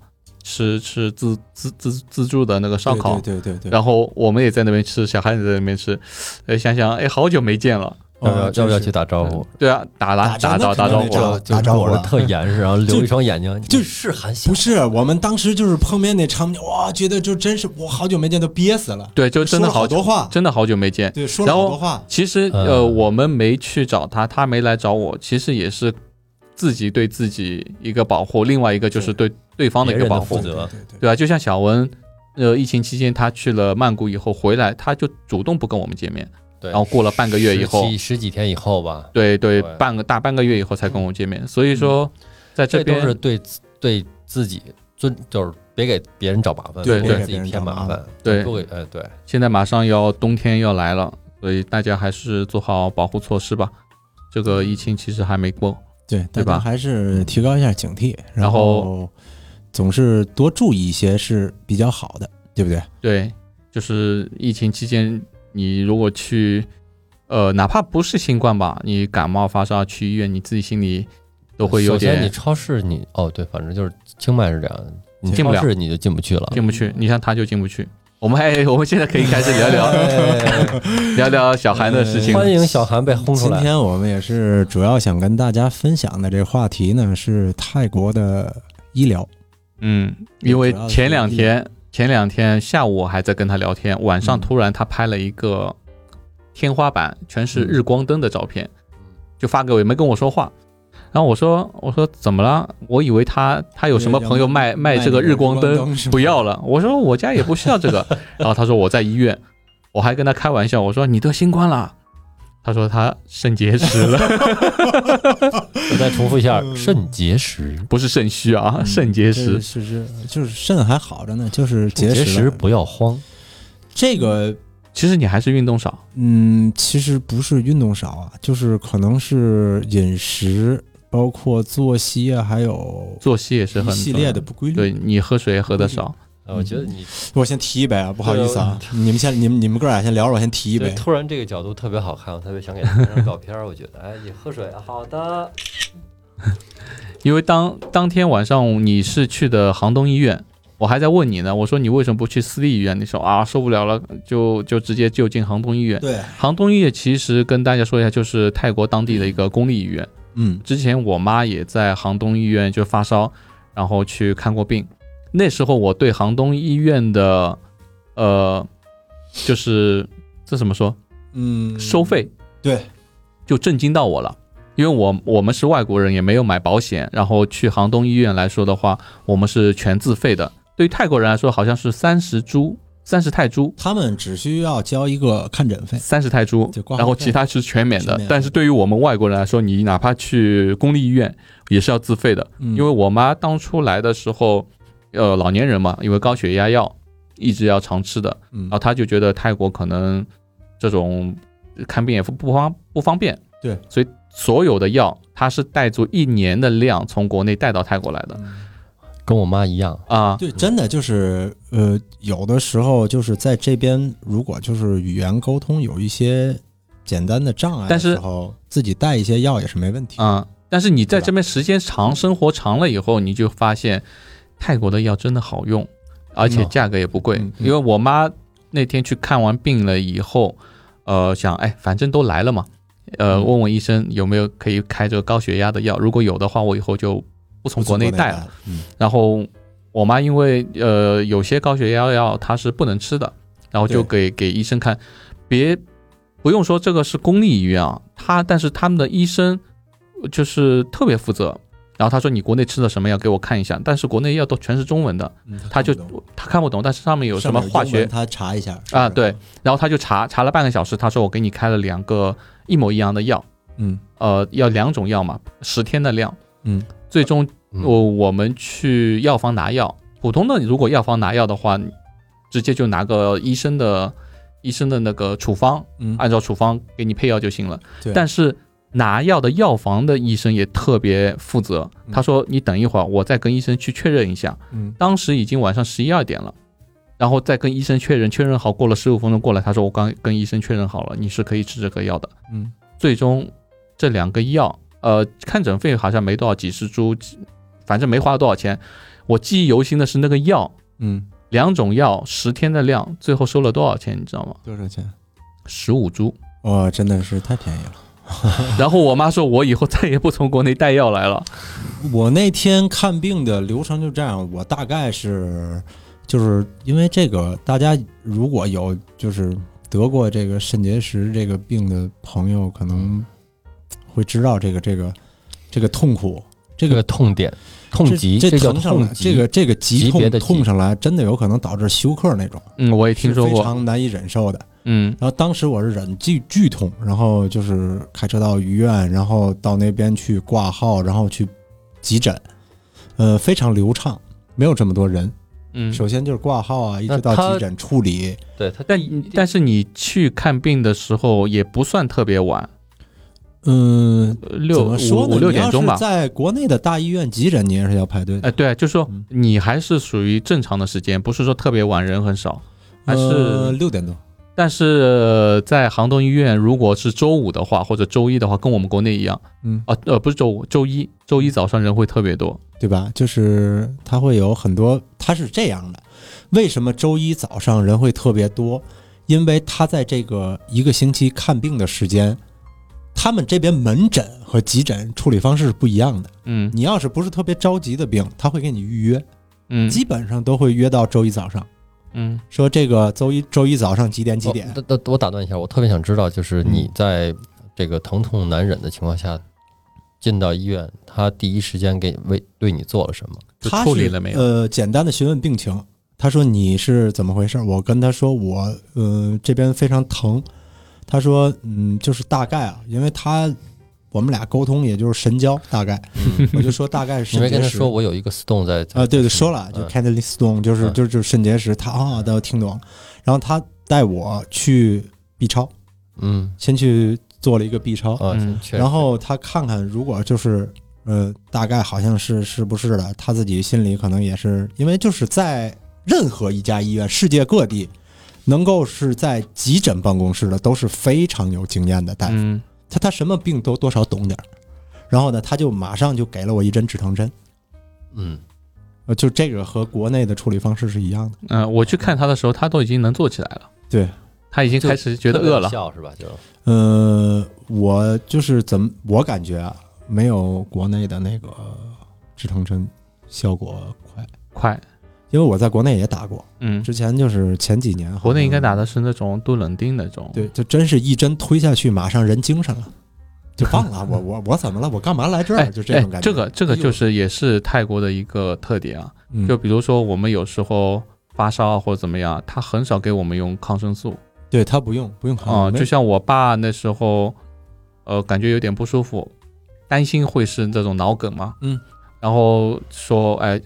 [SPEAKER 2] 吃吃自自自自助的那个烧
[SPEAKER 1] 对
[SPEAKER 2] 烤，
[SPEAKER 1] 对对对对。
[SPEAKER 2] 然后我们也在那边吃，小孩子在那边吃，哎，想想哎，好久没见了。
[SPEAKER 3] 呃要不要
[SPEAKER 1] 哦真
[SPEAKER 3] 要不要
[SPEAKER 1] 是
[SPEAKER 3] 去打招呼？
[SPEAKER 2] 对啊，打打
[SPEAKER 1] 打
[SPEAKER 2] 打
[SPEAKER 1] 招
[SPEAKER 2] 招
[SPEAKER 1] 呼
[SPEAKER 2] 打招
[SPEAKER 1] 肯定得
[SPEAKER 2] 呼，
[SPEAKER 1] 招打招呼
[SPEAKER 3] 我
[SPEAKER 1] 了
[SPEAKER 3] 是特严实，然后留一双眼睛，
[SPEAKER 1] 就
[SPEAKER 3] 就是韩信
[SPEAKER 1] 不，是，我们当时就是碰面那场景，哇，觉得就真是我好久没见，都憋死了。
[SPEAKER 2] 对，就真
[SPEAKER 1] 说
[SPEAKER 2] 的
[SPEAKER 1] 了好
[SPEAKER 2] 好久
[SPEAKER 1] 多话，
[SPEAKER 2] 真的好久没见。
[SPEAKER 1] 对，说了
[SPEAKER 2] 然
[SPEAKER 1] 好
[SPEAKER 2] 后
[SPEAKER 1] 多话。
[SPEAKER 2] 其实
[SPEAKER 3] 嗯
[SPEAKER 2] 呃，我们没去找他，他没来找我，其实也是自己对自己一个保护，另外一个就是对对方的一
[SPEAKER 3] 别
[SPEAKER 2] 个
[SPEAKER 3] 人的
[SPEAKER 2] 保
[SPEAKER 3] 负
[SPEAKER 2] 护
[SPEAKER 3] 责，
[SPEAKER 1] 对对对，
[SPEAKER 2] 对啊，就像小文，呃，疫情期间他去了曼谷以后回来，他就主动不跟我们见面，
[SPEAKER 3] 对
[SPEAKER 2] 然后过了半个月以后
[SPEAKER 3] 十几十几天以后吧，
[SPEAKER 2] 对对，
[SPEAKER 3] 对嗯
[SPEAKER 2] 半个大半个月以后才跟我见面，所以说在这
[SPEAKER 3] 这都
[SPEAKER 2] 边
[SPEAKER 3] 是对自对自己尊，就是别给别人找麻烦，
[SPEAKER 2] 对
[SPEAKER 3] 别给
[SPEAKER 2] 对
[SPEAKER 3] 自己添麻烦，
[SPEAKER 2] 对
[SPEAKER 3] 不给哎对，
[SPEAKER 2] 现在马上要冬天要来了，所以大家还是做好保护措施吧。这个
[SPEAKER 3] 嗯
[SPEAKER 2] 疫情其实还没过，
[SPEAKER 1] 对，
[SPEAKER 2] 对
[SPEAKER 1] 大
[SPEAKER 2] 吧
[SPEAKER 1] 家还是提高一下警惕，
[SPEAKER 2] 然
[SPEAKER 1] 然后总是多注意一些是比较好的，对不对？
[SPEAKER 2] 对，就是疫情期间，你如果去，呃，哪怕不是新冠吧，你感冒发烧去医院，你自己心里都会有
[SPEAKER 3] 首先你
[SPEAKER 2] 点
[SPEAKER 3] 超市你哦对，反正就是清迈是这样的，你
[SPEAKER 2] 进不了
[SPEAKER 3] 超市你就进不去了。
[SPEAKER 2] 进不去。你像他就进不去。我们还， 我们现在可以开始聊 聊
[SPEAKER 3] 哎
[SPEAKER 2] 聊聊小韩的事情。
[SPEAKER 3] 欢迎小韩被轰出
[SPEAKER 1] 今
[SPEAKER 3] 来。
[SPEAKER 1] 天我们也是主要想跟大家分享的这个话题呢，是泰国的医疗。
[SPEAKER 2] 嗯，因为前两天前两天下午我还在跟他聊天，晚上
[SPEAKER 1] 嗯
[SPEAKER 2] 突然他拍了一个天花板全是日光灯的照片，
[SPEAKER 1] 嗯
[SPEAKER 2] 就发给我，也没跟我说话。然后我说我说怎么了？我以为他他有什么 朋友卖卖这个日光
[SPEAKER 1] 卖日
[SPEAKER 2] 灯
[SPEAKER 1] 光灯是吧
[SPEAKER 2] 不要了，我说我家也不需要 这个。然后他说我在医院，我还跟他开玩笑，我说你得新冠了。他说他肾结石 了，
[SPEAKER 3] 我再重复一下，
[SPEAKER 2] 嗯
[SPEAKER 3] 肾结石，
[SPEAKER 2] 不是肾虚啊，
[SPEAKER 1] 嗯
[SPEAKER 2] 肾结
[SPEAKER 1] 是。
[SPEAKER 2] 石
[SPEAKER 1] 是是，就是肾还好着呢，就是结
[SPEAKER 3] 结
[SPEAKER 1] 石
[SPEAKER 3] 石
[SPEAKER 1] 了。嗯
[SPEAKER 3] 不要慌。
[SPEAKER 1] 这个
[SPEAKER 2] 其实你还是运动少，
[SPEAKER 1] 嗯，其实不是运动少啊，就是可能是饮食，包括作息啊，还有
[SPEAKER 2] 作息也是
[SPEAKER 1] 一
[SPEAKER 2] 很呃
[SPEAKER 1] 系
[SPEAKER 2] 重要
[SPEAKER 1] 列的不规律。
[SPEAKER 2] 对你喝水也喝得少，
[SPEAKER 3] 哎我觉得你
[SPEAKER 1] 我先提一杯啊，不好意思啊，你们先，你们你们哥俩先聊着，我先提一
[SPEAKER 3] 就
[SPEAKER 1] 杯。
[SPEAKER 3] 突然这个角度特别好看，我特别想给他拍张照片儿。我觉得， 哎，你喝水啊，好的。
[SPEAKER 2] 因为当当天晚上你是去的杭东医院，我还在问你呢，我说你为什么不去私立医院？你说啊受不了了，就就直接就近杭东医院。
[SPEAKER 1] 对，
[SPEAKER 2] 杭东医院其实跟大家说一下，就是泰国当地的一个公立医院。
[SPEAKER 1] 嗯，
[SPEAKER 2] 之前我妈也在杭东医院就发烧，然后去看过病。那时候我对杭东医院的，呃，就是这怎么说，
[SPEAKER 1] 嗯，
[SPEAKER 2] 收费
[SPEAKER 1] 对
[SPEAKER 2] 就震惊到我了。因为我我们是外国人，也没有买保险，然后去杭东医院来说的话，我们是全自费的。对于泰国人来说，好像是三十铢，三十泰铢，
[SPEAKER 1] 他们只需要交一个看诊费，
[SPEAKER 2] 三十泰铢
[SPEAKER 1] 就挂，号
[SPEAKER 2] 然后
[SPEAKER 1] 费
[SPEAKER 2] 其他是全免
[SPEAKER 1] 全
[SPEAKER 2] 的
[SPEAKER 1] 免。
[SPEAKER 2] 但是对于我们外国人来说，你哪怕去公立医院也是要自费的，
[SPEAKER 1] 嗯
[SPEAKER 2] 因为我妈当初来的时候，呃，老年人嘛，因为高血压药一直要常吃的，
[SPEAKER 1] 嗯
[SPEAKER 2] 然后，他就觉得泰国可能这种看病也不不方不方便，
[SPEAKER 1] 对，
[SPEAKER 2] 所以所有的药他是带足一年的量从国内带到泰国来的
[SPEAKER 3] 跟我妈一样，
[SPEAKER 2] 啊，
[SPEAKER 1] 对，真的就是呃，有的时候就是在这边，如果就是语言沟通有一些简单的障碍的
[SPEAKER 2] 但是
[SPEAKER 1] 时候，自己带一些药也是没问题。
[SPEAKER 2] 嗯，但是你在
[SPEAKER 1] 对吧
[SPEAKER 2] 这边时间长，生活长了以后，你就发现泰国的药真的好用，而且
[SPEAKER 3] 嗯
[SPEAKER 2] 价格也不贵
[SPEAKER 1] 嗯。嗯
[SPEAKER 2] 因为我妈那天去看完病了以后，呃，想哎，反正都来了嘛，呃，
[SPEAKER 1] 嗯
[SPEAKER 2] 问问医生有没有可以开这个高血压的药，如果有的话，我以后就不从国内带了。
[SPEAKER 1] 了，嗯，
[SPEAKER 2] 然后我妈因为呃有些高血压药它是不能吃的，然后就给给医生看，别不用说这个是公立医院啊，他但是他们的医生呃就是特别负责。然后他说你国内吃的什么药给我看一下，但是国内药都全是中文的，
[SPEAKER 1] 嗯
[SPEAKER 2] 他就他看不懂，但是上面有什么化学，
[SPEAKER 1] 他查一下
[SPEAKER 2] 啊对，然后他就查查了半个小时，他说我给你开了两个一模一样的药，
[SPEAKER 1] 嗯
[SPEAKER 2] 呃，要两种药嘛，十天的量，
[SPEAKER 1] 嗯，
[SPEAKER 2] 最终
[SPEAKER 3] 嗯
[SPEAKER 2] 我我们去药房拿药，普通的如果药房拿药的话，直接就拿个医生的医生的那个处方，
[SPEAKER 1] 嗯，
[SPEAKER 2] 按照处方给你配药就行了。
[SPEAKER 1] 对
[SPEAKER 2] 啊但是拿药的药房的医生也特别负责，
[SPEAKER 1] 嗯
[SPEAKER 2] 他说你等一会儿，我再跟医生去确认一下。
[SPEAKER 1] 嗯
[SPEAKER 2] 当时已经晚上十一二点了。然后再跟医生确认，确认好过了十五分钟过来，他说我刚跟医生确认好了，你是可以吃这个药的。
[SPEAKER 1] 嗯
[SPEAKER 2] 最终这两个药，呃，看诊费好像没多少，几十株，几反正没花多少钱。我记忆犹新的是那个药，
[SPEAKER 1] 嗯，
[SPEAKER 2] 两种药十天的量，最后收了多少钱，你知道吗？
[SPEAKER 1] 多少钱？
[SPEAKER 2] 十五株。
[SPEAKER 1] 哇，真的是太便宜了。
[SPEAKER 2] 然后我妈说，我以后再也不从国内带药来 了。
[SPEAKER 1] 我那天看病的流程就这样，我大概是就是因为这个，大家如果有就是得过这个肾结石这个病的朋友，可能会知道这个这个这个痛苦，这
[SPEAKER 3] 这个
[SPEAKER 1] 个
[SPEAKER 3] 痛点、痛疾，
[SPEAKER 1] 这
[SPEAKER 3] 叫
[SPEAKER 1] 疼上
[SPEAKER 3] 痛
[SPEAKER 1] 来，
[SPEAKER 3] 疾。
[SPEAKER 1] 这个这个急
[SPEAKER 3] 级别
[SPEAKER 1] 痛
[SPEAKER 3] 的急
[SPEAKER 1] 痛上来，真的有可能导致休克那种，
[SPEAKER 2] 嗯，我也听说
[SPEAKER 1] 是非
[SPEAKER 2] 过。
[SPEAKER 1] 常难以忍受的。
[SPEAKER 2] 嗯
[SPEAKER 1] 然后当时我是忍剧剧痛，然后就是开车到医院，然后到那边去挂号，然后去急诊，呃，非常流畅，没有这么多人。
[SPEAKER 2] 嗯，
[SPEAKER 1] 首先就是挂号啊，一直到
[SPEAKER 3] 那他
[SPEAKER 1] 急诊处理，
[SPEAKER 3] 对他，
[SPEAKER 2] 但但是你去看病的时候也不算特别晚，
[SPEAKER 1] 嗯，
[SPEAKER 2] 呃
[SPEAKER 1] 怎
[SPEAKER 2] 六
[SPEAKER 1] 么说
[SPEAKER 2] 五
[SPEAKER 1] 呢？
[SPEAKER 2] 五六点钟
[SPEAKER 1] 你要
[SPEAKER 2] 吧
[SPEAKER 1] 是。在国内的大医院急诊，你也是要排队的。
[SPEAKER 2] 哎，对，就是说
[SPEAKER 1] 嗯
[SPEAKER 2] 你还是属于正常的时间，不是说特别晚，人很少。还是
[SPEAKER 1] 呃六点多，
[SPEAKER 2] 但是呃在杭东医院，如果是周五的话，或者周一的话，跟我们国内一样
[SPEAKER 1] 嗯，
[SPEAKER 2] 啊，呃，不是周五，周一，周一早上人会特别多。
[SPEAKER 1] 对吧？就是它会有很多，它是这样的。为什么周一早上人会特别多？因为他在这个一个星期看病的时间，他们这边门诊和急诊处理方式是不一样的。
[SPEAKER 2] 嗯
[SPEAKER 1] 你要是不是特别着急的病，他会给你预约，
[SPEAKER 2] 嗯
[SPEAKER 1] 基本上都会约到周一早上，
[SPEAKER 2] 嗯
[SPEAKER 1] 说这个周一周一早上几点几点
[SPEAKER 3] 我？我我我打断一下，我特别想知道，就是你嗯在这个疼痛难忍的情况下进到医院，他第一时间给为对你做了什么？
[SPEAKER 2] 就
[SPEAKER 1] 他
[SPEAKER 2] 处理
[SPEAKER 1] 是
[SPEAKER 2] 了没有
[SPEAKER 1] 呃，简单的询问病情。他说你是怎么回事？我跟他说我呃这边非常疼。他说嗯，就是大概啊，因为他我们俩沟通也就是神交，大概、我就说大概是
[SPEAKER 3] 你没
[SPEAKER 1] 肾
[SPEAKER 3] 跟
[SPEAKER 1] 结
[SPEAKER 3] 他
[SPEAKER 1] 石。
[SPEAKER 3] 说我有一个 stone 在
[SPEAKER 1] 啊，对对，说了就 c a n d l e Stone 就是
[SPEAKER 3] 嗯
[SPEAKER 1] 就是就是肾结石，他啊都听懂了。然后他带我去 B 超，
[SPEAKER 3] 嗯
[SPEAKER 1] 先去做了一个 B 超，
[SPEAKER 3] 啊
[SPEAKER 2] 嗯，
[SPEAKER 3] 确实
[SPEAKER 1] 然后他看看，如果就是呃，大概好像是是不是的，他自己心里可能也是，因为就是在任何一家医院，世界各地，能够是在急诊办公室的都是非常有经验的大夫，
[SPEAKER 2] 嗯，
[SPEAKER 1] 他他什么病都多少懂点儿。然后呢，他就马上就给了我一针止疼针，
[SPEAKER 3] 嗯
[SPEAKER 1] 呃，就这个和国内的处理方式是一样的。
[SPEAKER 2] 嗯，我去看他的时候，他都已经能坐起来了，
[SPEAKER 1] 对，
[SPEAKER 2] 他已经开始觉得饿了。
[SPEAKER 3] 笑是吧？就
[SPEAKER 1] 呃，我就是怎么，我感觉啊，没有国内的那个止疼针效果快，
[SPEAKER 2] 快，
[SPEAKER 1] 因为我在国内也打过，
[SPEAKER 2] 嗯，
[SPEAKER 1] 之前就是前几年，
[SPEAKER 2] 国内应该打的是那种杜冷丁那种，
[SPEAKER 1] 对，就真是一针推下去，马上人精神了。就忘 了我我我怎么了？我干嘛来这儿？就这种感觉。
[SPEAKER 2] 哎
[SPEAKER 1] 哎
[SPEAKER 2] 这个这个就是也是泰国的一个特点啊，
[SPEAKER 1] 嗯
[SPEAKER 2] 就比如说我们有时候发烧啊或者怎么样，他很少给我们用抗生素
[SPEAKER 1] 对他不用不用看
[SPEAKER 2] 啊、
[SPEAKER 1] 嗯没
[SPEAKER 2] 就像我爸那时候，呃，感觉有点不舒服，担心会是这种脑梗嘛，
[SPEAKER 1] 嗯，
[SPEAKER 2] 然后说，哎，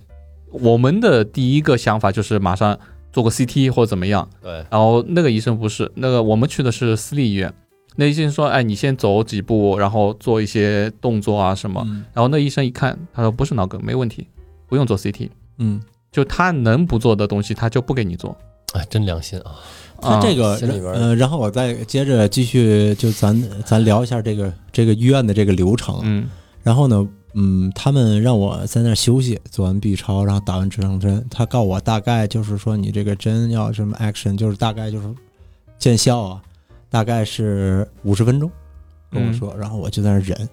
[SPEAKER 2] 我们的第一个想法就是马上做个 CT 或者怎么样，
[SPEAKER 3] 对，
[SPEAKER 2] 然后那个医生不是，那个我们去的是私立医院，那医生说，哎，你先走几步，然后做一些动作啊什么。
[SPEAKER 1] 嗯
[SPEAKER 2] 然后那医生一看，他说不是脑梗，没问题，不用做 CT。
[SPEAKER 1] 嗯，
[SPEAKER 2] 就他能不做的东西，他就不给你做。
[SPEAKER 3] 哎，真良心啊！
[SPEAKER 1] 他这个
[SPEAKER 3] 心里边儿
[SPEAKER 1] 呃，然后我再接着继续，就咱咱聊一下这个这个医院的这个流程
[SPEAKER 2] 啊，。嗯
[SPEAKER 1] 然后呢，嗯，他们让我在那儿休息，做完 B 超，然后打完支撑针。他告我大概就是说，你这个针要什么 action，就是大概就是见效啊，大概是五十分钟跟
[SPEAKER 2] 嗯
[SPEAKER 1] 我说。然后我就在那儿忍，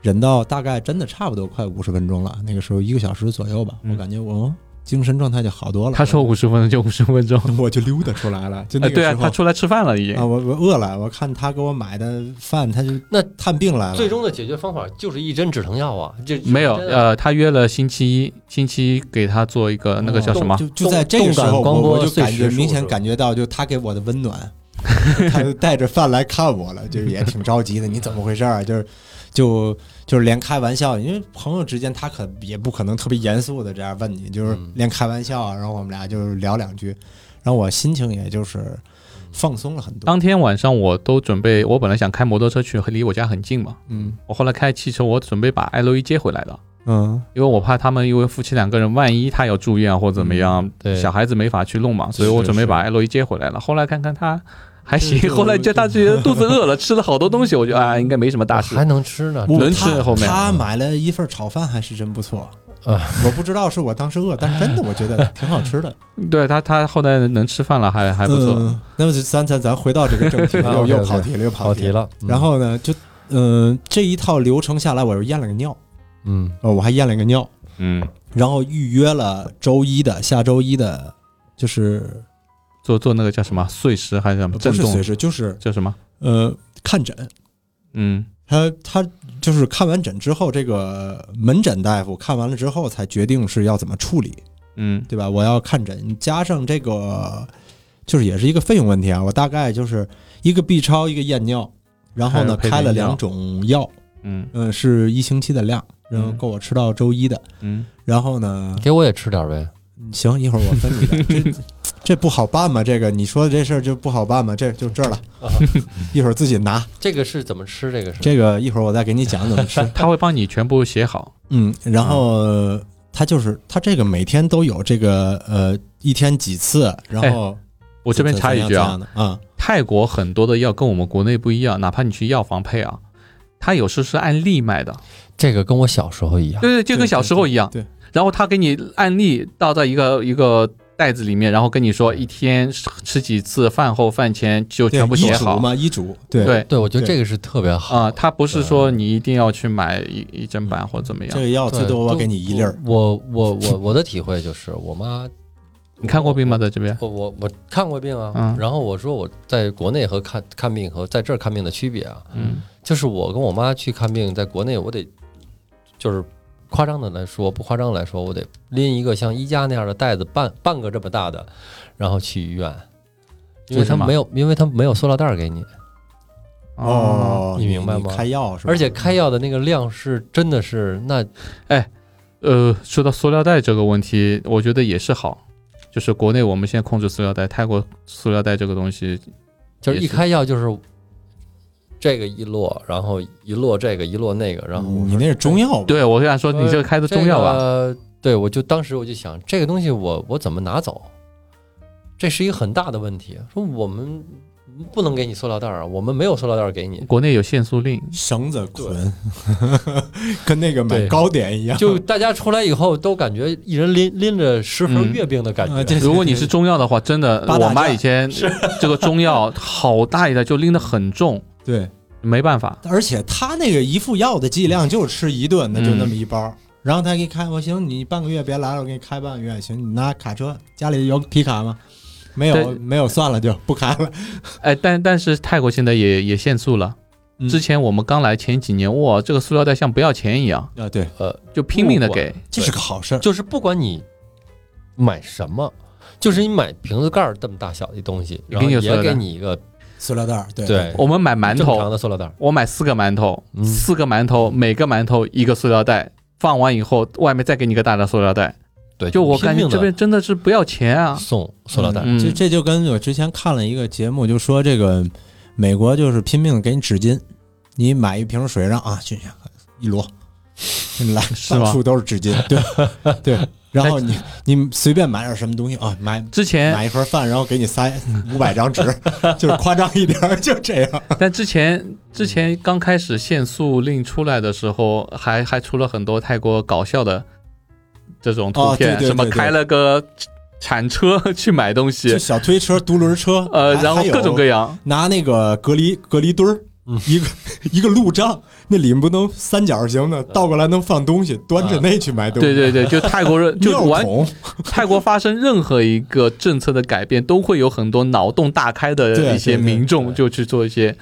[SPEAKER 1] 忍到大概真的差不多快五十分钟了，那个时候一个小时左右吧，
[SPEAKER 2] 嗯
[SPEAKER 1] 我感觉我精神状态就好多了。
[SPEAKER 2] 他说五十分钟就五十分钟。
[SPEAKER 1] 我就溜达出来了，就那
[SPEAKER 2] 哎，
[SPEAKER 1] 个
[SPEAKER 2] 对啊，
[SPEAKER 1] 时候。
[SPEAKER 2] 他出来吃饭了已经。
[SPEAKER 1] 啊，我我饿了，我看他给我买的饭，他就
[SPEAKER 3] 那
[SPEAKER 1] 探病来了。
[SPEAKER 3] 最终的解决方法就是一针止疼药啊，这
[SPEAKER 2] 没有，
[SPEAKER 3] 呃，
[SPEAKER 2] 呃，他约了星期一，星期一给他做一个呃那个叫什么？
[SPEAKER 1] 就就在这个时候，我
[SPEAKER 3] 哦动感光波
[SPEAKER 1] 我就
[SPEAKER 3] 碎
[SPEAKER 1] 感
[SPEAKER 3] 石
[SPEAKER 1] 觉
[SPEAKER 3] 术
[SPEAKER 1] 明显
[SPEAKER 3] 是吧
[SPEAKER 1] 感觉到，就他给我的温暖， 他就带着饭来看我了，就是也挺着急的，你怎么回事儿？就是就就是连开玩笑，因为朋友之间他可也不可能特别严肃的这样问你，就是
[SPEAKER 3] 嗯
[SPEAKER 1] 连开玩笑啊，然后我们俩就是聊两句，然后我心情也就是放松了很多。
[SPEAKER 2] 当天晚上我都准备，我本来想开摩托车去，离我家很近嘛。
[SPEAKER 1] 嗯
[SPEAKER 2] 我后来开汽车，我准备把艾洛伊接回来的，
[SPEAKER 1] 嗯
[SPEAKER 2] 因为我怕他们因为夫妻两个人，万一他要住院啊或者怎么样，
[SPEAKER 3] 对
[SPEAKER 2] 小孩子没法去弄嘛，所以我准备把艾洛伊接回来了。后来看看他还
[SPEAKER 1] 对
[SPEAKER 2] 行，
[SPEAKER 1] 就
[SPEAKER 2] 后来就他觉得肚子饿了，吃了好多东西，我觉 得啊应该没什么大事
[SPEAKER 3] 还。能吃呢，
[SPEAKER 2] 轮
[SPEAKER 1] 他
[SPEAKER 2] 吃后面嗯
[SPEAKER 1] 他买了一份炒饭，还是真不错。
[SPEAKER 3] 啊
[SPEAKER 1] 我不知道是我当时饿，但是真的我觉得挺好吃的。
[SPEAKER 2] 对他，他后来能吃饭了，还还不错。
[SPEAKER 1] 嗯、那么就咱咱咱回到这个正 题，
[SPEAKER 3] 啊
[SPEAKER 1] 又
[SPEAKER 3] OK，
[SPEAKER 1] 又
[SPEAKER 3] OK，
[SPEAKER 1] 跑题了，又
[SPEAKER 3] 跑
[SPEAKER 1] 跑
[SPEAKER 3] 题。了。嗯
[SPEAKER 1] 然，后呢，就嗯、呃这一套流程下来，我又验了个尿，
[SPEAKER 3] 嗯，
[SPEAKER 1] 呃，我还验了个尿，
[SPEAKER 2] 嗯，
[SPEAKER 1] 然后预约了周一的下周一的，就是呃
[SPEAKER 2] 做做那个叫什么碎石还是什么
[SPEAKER 1] 不
[SPEAKER 2] 震
[SPEAKER 1] 是
[SPEAKER 2] 动
[SPEAKER 1] 随？时就是
[SPEAKER 2] 叫什么？
[SPEAKER 1] 呃看诊，
[SPEAKER 2] 嗯
[SPEAKER 1] 他他就是看完诊之后，这个门诊大夫看完了之后才决定是要怎么处理，
[SPEAKER 2] 嗯
[SPEAKER 1] 对吧？我要看诊，加上这个就是也是一个费用问题啊。我大概就是一个 B 超，一个验尿，然后呢
[SPEAKER 2] 还有配
[SPEAKER 1] 开了
[SPEAKER 2] 点药
[SPEAKER 1] 两种药，
[SPEAKER 2] 嗯
[SPEAKER 1] 嗯、是一星期的量，然后
[SPEAKER 2] 嗯
[SPEAKER 1] 够我吃到周一的。
[SPEAKER 2] 嗯，
[SPEAKER 1] 然后呢，
[SPEAKER 3] 给我也吃点儿呗。
[SPEAKER 1] 行，一会儿我分你的。这这不好办嘛？这个你说的这事儿就不好办嘛？这就这儿 了，一会儿自己拿。
[SPEAKER 3] 这个是怎么吃？这个是
[SPEAKER 1] 这个一会儿我再给你讲怎么 吃。
[SPEAKER 2] 他会帮你全部写好。
[SPEAKER 1] 嗯，然后他就是他这个每天都有这个呃一天几次，然后
[SPEAKER 2] 哎我这边插一句啊，
[SPEAKER 1] 啊，嗯
[SPEAKER 2] 泰国很多的药跟我们国内不一样，哪怕你去药房配啊，它有时是按粒卖的，
[SPEAKER 3] 这个跟我小时候一样，
[SPEAKER 2] 对对，就跟小时候一样。
[SPEAKER 1] 对对
[SPEAKER 2] 然后他给你按粒倒在一个一个袋子里面，然后跟你说一天吃吃几次，饭后饭前就
[SPEAKER 1] 对
[SPEAKER 2] 全部
[SPEAKER 1] 医
[SPEAKER 2] 写
[SPEAKER 1] 嘱
[SPEAKER 2] 好。
[SPEAKER 1] 嘛，医嘱
[SPEAKER 2] 对
[SPEAKER 3] 对我觉得这个是特别好
[SPEAKER 2] 啊、他不是说你一定要去买一一整版或怎么
[SPEAKER 1] 这
[SPEAKER 2] 样。
[SPEAKER 1] 个药
[SPEAKER 3] 对
[SPEAKER 1] 最多我
[SPEAKER 3] 都
[SPEAKER 1] 给你一粒儿。
[SPEAKER 3] 我我我我的体会就是，我妈
[SPEAKER 2] 你看过病吗？在这边？
[SPEAKER 3] 我我我看过病啊，
[SPEAKER 2] 嗯
[SPEAKER 3] 然后我说我在国内和看看病和在这儿看病的区别啊，
[SPEAKER 2] 嗯
[SPEAKER 3] 就是我跟我妈去看病，在国内我得就是夸张的来说，不夸张地来说，我得拎一个像衣架那样的袋子，半半个这么大的，然后去医院，因为
[SPEAKER 2] 为什
[SPEAKER 3] 他
[SPEAKER 2] 么
[SPEAKER 3] 没有，因为他没有塑料袋儿给你，
[SPEAKER 1] 你
[SPEAKER 2] 哦
[SPEAKER 3] 哦你明白
[SPEAKER 1] 哦你
[SPEAKER 3] 吗
[SPEAKER 1] 开药是吧？嗯
[SPEAKER 3] 而且开药的那个量是真的是那
[SPEAKER 2] 呃，说到塑料袋这个问题，我觉得也是好，就是国内我们现在控制塑料袋，泰国塑料袋这个东西，
[SPEAKER 3] 就是
[SPEAKER 2] 也
[SPEAKER 3] 一
[SPEAKER 2] 是
[SPEAKER 3] 开药就是这个一落，然后一落这个一落那个，然
[SPEAKER 2] 嗯
[SPEAKER 3] 后我
[SPEAKER 1] 你
[SPEAKER 3] 说
[SPEAKER 1] 那是中药吧？
[SPEAKER 2] 对我想说你这个开的中药
[SPEAKER 1] 呃
[SPEAKER 2] 吧，，
[SPEAKER 3] 这个对，我就当时我就想，这个东西我我怎么拿走？这是一个很大的问题。说我们不能给你塑料袋儿啊，我们没有塑料袋儿给你
[SPEAKER 2] 国内有限塑 令，
[SPEAKER 1] 绳子捆， 跟那个买糕点一样。
[SPEAKER 3] 就大家出来以后都感觉一人拎拎着十盒月饼的感觉。
[SPEAKER 1] 嗯啊这
[SPEAKER 2] 如果你是中药的话，真的，
[SPEAKER 1] 八大
[SPEAKER 2] 我妈
[SPEAKER 1] 件
[SPEAKER 2] 以前这个中 药好大一袋，就拎得很重，
[SPEAKER 1] 对，
[SPEAKER 2] 没办法。
[SPEAKER 1] 而且他那个一副药的剂量就吃一顿，那就
[SPEAKER 2] 嗯
[SPEAKER 1] 那么一包。然后他给你开，我行，你半个月别来了，我给你开半个月。行，你拿卡车，家里有皮卡吗？没有，
[SPEAKER 2] 对
[SPEAKER 1] 没有，算了，就不开了。
[SPEAKER 2] 哎，但但是泰国现在也也限速了，
[SPEAKER 1] 嗯
[SPEAKER 2] 之前我们刚来前几年，哇，这个塑料袋像不要钱一样，
[SPEAKER 1] 啊，对，
[SPEAKER 3] 呃，
[SPEAKER 2] 就拼命的
[SPEAKER 3] 不
[SPEAKER 2] 给
[SPEAKER 3] 管。
[SPEAKER 1] 这是个好事儿。
[SPEAKER 3] 就是不管你买什么，就是你买瓶子盖儿这么大小的东西，
[SPEAKER 2] 也
[SPEAKER 3] 然
[SPEAKER 2] 给
[SPEAKER 3] 后
[SPEAKER 2] 你个塑料
[SPEAKER 3] 也给
[SPEAKER 2] 袋
[SPEAKER 3] 你一个
[SPEAKER 1] 塑料袋儿，对
[SPEAKER 3] 对
[SPEAKER 2] 我们买馒
[SPEAKER 3] 正常
[SPEAKER 2] 头，
[SPEAKER 3] 的塑料袋儿。
[SPEAKER 2] 我买四个馒头，
[SPEAKER 3] 嗯
[SPEAKER 2] 四个馒头，每个馒头一个塑料袋，放完以后，外面再给你一个大的塑料袋。
[SPEAKER 1] 哎
[SPEAKER 3] 对，
[SPEAKER 2] 就我
[SPEAKER 3] 拼
[SPEAKER 2] 感觉
[SPEAKER 3] 命
[SPEAKER 2] 这
[SPEAKER 3] 地
[SPEAKER 2] 边真的是不要钱啊！
[SPEAKER 3] 送塑料袋儿，
[SPEAKER 2] 嗯
[SPEAKER 1] 这这就跟我之前看了一个节目，就说这个美国就是拼命给你纸巾，你买一瓶水让啊，去一摞，来
[SPEAKER 2] 是吗哎
[SPEAKER 1] 到处都是纸巾，对 对。然后你你随便买点什么东西啊，买
[SPEAKER 2] 之前，
[SPEAKER 1] 买一盒饭，然后给你塞五百张纸，就是夸张一点儿，就这样。
[SPEAKER 2] 但之前之前刚开始限塑令出来的时候，还还出了很多泰国搞笑的这种图
[SPEAKER 1] 哦对
[SPEAKER 2] 片，
[SPEAKER 1] 对
[SPEAKER 2] 什么
[SPEAKER 1] 对对
[SPEAKER 2] 开了个铲车去买东西
[SPEAKER 1] 就，小推车、独轮车，
[SPEAKER 2] 呃，
[SPEAKER 1] 还
[SPEAKER 2] 然后
[SPEAKER 1] 还有
[SPEAKER 2] 各种嗯各样，
[SPEAKER 1] 拿那个隔离隔离墩儿，一个一个路障，那里面不能三角形的，倒过来能放东西，端着那去买东西。
[SPEAKER 2] 啊对对对，就泰 国人就
[SPEAKER 1] 尿
[SPEAKER 2] 完
[SPEAKER 1] 桶，
[SPEAKER 2] 泰国发生任何一个政策的改变，都会有很多脑洞大开的
[SPEAKER 1] 对
[SPEAKER 2] 一些
[SPEAKER 1] 对对
[SPEAKER 2] 民众就去做一些，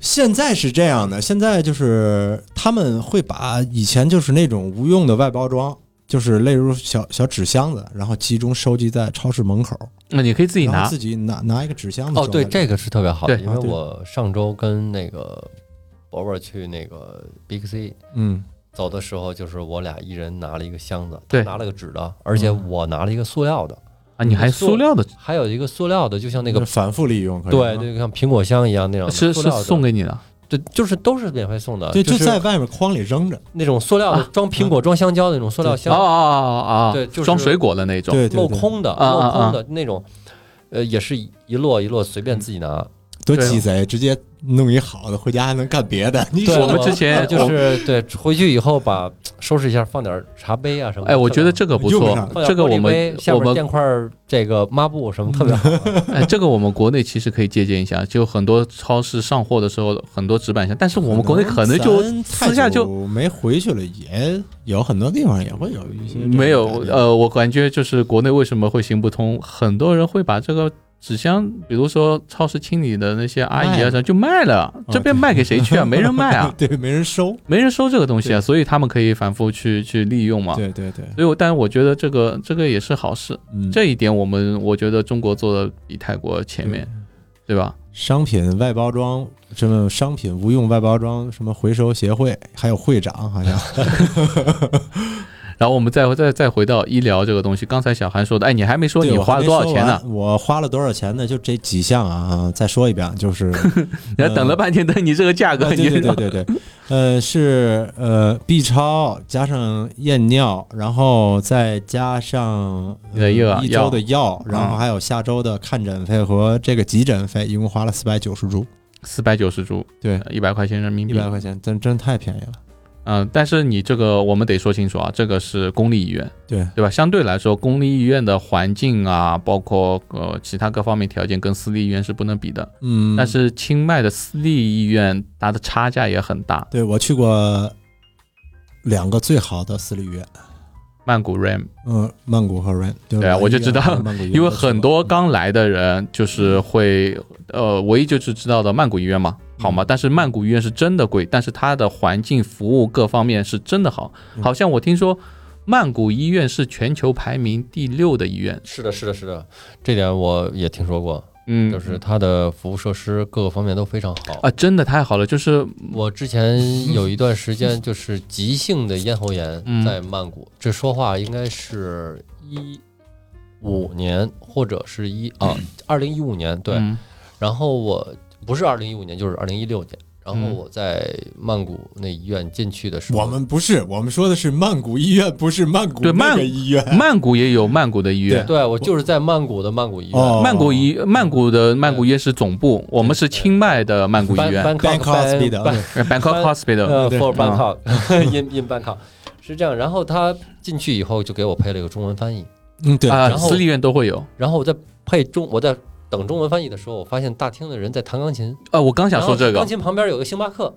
[SPEAKER 1] 现在是这样的，现在就是他们会把以前就是那种无用的外包装，就是例如小小纸箱子，然后集中收集在超市门口，
[SPEAKER 2] 那你可以自己
[SPEAKER 1] 然
[SPEAKER 2] 拿
[SPEAKER 1] 后自，己拿拿一个纸箱子装
[SPEAKER 3] 哦，
[SPEAKER 1] 在
[SPEAKER 3] 对，
[SPEAKER 1] 里。
[SPEAKER 3] 这个是特别好的，
[SPEAKER 2] 对
[SPEAKER 3] 因为
[SPEAKER 1] 对
[SPEAKER 3] 我上周跟那个伯伯去那个 Big C
[SPEAKER 1] 嗯，
[SPEAKER 3] 走的时候，就是我俩一人拿了一个箱子，
[SPEAKER 2] 对
[SPEAKER 3] 他拿了个纸的，而且
[SPEAKER 1] 嗯
[SPEAKER 3] 我拿了一个塑料的，
[SPEAKER 2] 啊，你还塑料的，
[SPEAKER 3] 还有一个塑料的，就像那
[SPEAKER 1] 那
[SPEAKER 3] 个
[SPEAKER 1] 反复利用可以
[SPEAKER 3] 对
[SPEAKER 1] 吗
[SPEAKER 3] 对，像苹果箱一样那种的
[SPEAKER 2] 是
[SPEAKER 3] 塑
[SPEAKER 2] 是
[SPEAKER 3] 料的
[SPEAKER 2] 送给你的，
[SPEAKER 3] 对，就是都是免费送的，
[SPEAKER 1] 对，
[SPEAKER 3] 就
[SPEAKER 1] 就是在啊外面筐里扔着，
[SPEAKER 3] 那种塑料的装苹果、装香蕉的那种塑料
[SPEAKER 2] 哦哦
[SPEAKER 3] 箱，
[SPEAKER 2] 哦哦
[SPEAKER 3] 对
[SPEAKER 2] 哦
[SPEAKER 3] 就，是
[SPEAKER 2] 装水果的那种，
[SPEAKER 1] 啊对对
[SPEAKER 3] 镂
[SPEAKER 1] 对，
[SPEAKER 3] 空的、
[SPEAKER 2] 啊啊
[SPEAKER 3] 镂
[SPEAKER 2] 啊
[SPEAKER 3] 空的那种，呃，也是一摞一摞随便自己拿。
[SPEAKER 1] 多鸡贼，直接弄一好的，回家还能干别的。啊你
[SPEAKER 3] 对
[SPEAKER 2] 我
[SPEAKER 1] 说
[SPEAKER 2] 们之前
[SPEAKER 3] 就是对，回去以后把收拾一下，放点茶杯啊什么的。
[SPEAKER 2] 哎，我觉得
[SPEAKER 3] 特
[SPEAKER 2] 这个不
[SPEAKER 1] 用
[SPEAKER 2] 错
[SPEAKER 1] 上，
[SPEAKER 3] 别好
[SPEAKER 2] 这个我
[SPEAKER 3] 放点玻璃
[SPEAKER 2] 们
[SPEAKER 3] 杯下
[SPEAKER 2] 我
[SPEAKER 3] 面
[SPEAKER 2] 们
[SPEAKER 3] 垫块儿这个抹布什么特别好啊。
[SPEAKER 2] 哎，这个我们国内其实可以借鉴一下，就很多超市上货的时候很多纸板箱，但是我们国内可能就
[SPEAKER 1] 咱
[SPEAKER 2] 私下就
[SPEAKER 1] 太久没回去了，也有很多地方也会有一些这种
[SPEAKER 2] 嗯没有
[SPEAKER 1] 感，觉，
[SPEAKER 2] 呃，我感觉就是国内为什么会行不通，很多人会把这个纸箱，比如说超市清理的那些阿姨
[SPEAKER 1] 卖
[SPEAKER 2] 啊
[SPEAKER 1] 了，
[SPEAKER 2] 什么，就卖了，这边卖给谁去啊？没人卖 啊
[SPEAKER 1] 对，没人收，
[SPEAKER 2] 没人收这个东西啊，所以他们可以反复去去利用嘛。
[SPEAKER 1] 对对对，
[SPEAKER 2] 所以我，但是我觉得这个这个也是好事，
[SPEAKER 1] 嗯，
[SPEAKER 2] 这一点我们我觉得中国做的比泰国前面，对吧？
[SPEAKER 1] 商品外包装，什么商品无用外包装，什么回收协会，还有会长，好像
[SPEAKER 2] 然后我们再再再回到医疗这个东西，刚才小韩说的，哎，你还没 说
[SPEAKER 1] 对
[SPEAKER 2] 你
[SPEAKER 1] 我
[SPEAKER 2] 花
[SPEAKER 1] 还没
[SPEAKER 2] 了多少
[SPEAKER 1] 说
[SPEAKER 2] 钱呢
[SPEAKER 1] 完？我花了多少钱呢？就这几项啊，啊再说一遍啊，就是
[SPEAKER 2] 你还等了半天，等你这个价
[SPEAKER 1] 啊
[SPEAKER 2] 格，
[SPEAKER 1] 对
[SPEAKER 2] 你
[SPEAKER 1] 对对对对，呃，是呃 B 超加上验尿，然后再加上、
[SPEAKER 2] 你的
[SPEAKER 1] 呃、
[SPEAKER 2] 药
[SPEAKER 1] 一周的药，
[SPEAKER 2] 药
[SPEAKER 1] 然后还有下周的看诊费和这个急诊费，一共花了四百九十株，
[SPEAKER 2] 四百九十株，
[SPEAKER 1] 对，
[SPEAKER 2] 一百块钱人民
[SPEAKER 1] 一
[SPEAKER 2] 币，
[SPEAKER 1] 百块钱，真真太便宜了。
[SPEAKER 2] 嗯，但是你这个我们得说清楚啊，这个是公立医院，
[SPEAKER 1] 对，
[SPEAKER 2] 对吧？相对来说，公立医院的环境啊，包括呃其他各方面条件跟私立医院是不能比的。
[SPEAKER 1] 嗯，
[SPEAKER 2] 但是清迈的私立医院它的差价也很大，
[SPEAKER 1] 对我去过两个最好的私立医院，
[SPEAKER 2] 曼谷 RAM，
[SPEAKER 1] 嗯，曼谷和 Rain，
[SPEAKER 2] 对啊我就知道
[SPEAKER 1] 曼谷医院
[SPEAKER 2] 因为
[SPEAKER 1] 都去过
[SPEAKER 2] 很多刚来的人就是会呃，唯一就是知道的曼谷医院嘛，好
[SPEAKER 1] 嗯
[SPEAKER 2] 嘛。但是曼谷医院是真的贵，但是它的环境、服务各方面是真的好，
[SPEAKER 1] 嗯
[SPEAKER 2] 好像我听说曼谷医院是全球排名第六的医院，
[SPEAKER 3] 是的，是的，是的，这点我也听说过，
[SPEAKER 2] 嗯，
[SPEAKER 3] 就是它的服务设施各个方面都非常好。
[SPEAKER 2] 啊，真的太好了，就是
[SPEAKER 3] 我之前有一段时间就是急性的咽喉炎
[SPEAKER 2] 嗯，
[SPEAKER 3] 在曼谷，这说话应该是一五年或者是一啊二零一五年对，
[SPEAKER 2] 嗯
[SPEAKER 3] 然后我不是二零一五年就是二零一六年，然后我在曼谷那医院进去的时候，
[SPEAKER 1] 我们不是，我们说的是曼谷医院，不是曼谷
[SPEAKER 2] 对
[SPEAKER 1] 那
[SPEAKER 2] 曼
[SPEAKER 1] 个医 院。
[SPEAKER 2] 曼谷也有曼谷的医院，
[SPEAKER 3] 对我就是在曼谷的曼谷医院。
[SPEAKER 1] 哦
[SPEAKER 2] 曼谷医曼谷的曼谷医院是总部，我们是清迈的曼谷医
[SPEAKER 3] 班
[SPEAKER 2] 院
[SPEAKER 3] 班
[SPEAKER 1] Bangkok Hospital，对
[SPEAKER 2] （Bangkok
[SPEAKER 3] 呃
[SPEAKER 2] Hospital）。
[SPEAKER 3] ，for
[SPEAKER 2] 嗯
[SPEAKER 3] Bangkok in in Bangkok 是这样。然后他进去以后就给我配了一个中文翻译，
[SPEAKER 1] 嗯，对，
[SPEAKER 2] 啊，
[SPEAKER 3] 然后
[SPEAKER 2] 私立医院都会有。
[SPEAKER 3] 然后我在配中，我在等中文翻译的时候，我发现大厅的人在弹钢琴，
[SPEAKER 2] 呃，我刚想
[SPEAKER 3] 然后
[SPEAKER 2] 说这
[SPEAKER 3] 钢
[SPEAKER 2] 个，
[SPEAKER 3] 琴旁边有个星巴克，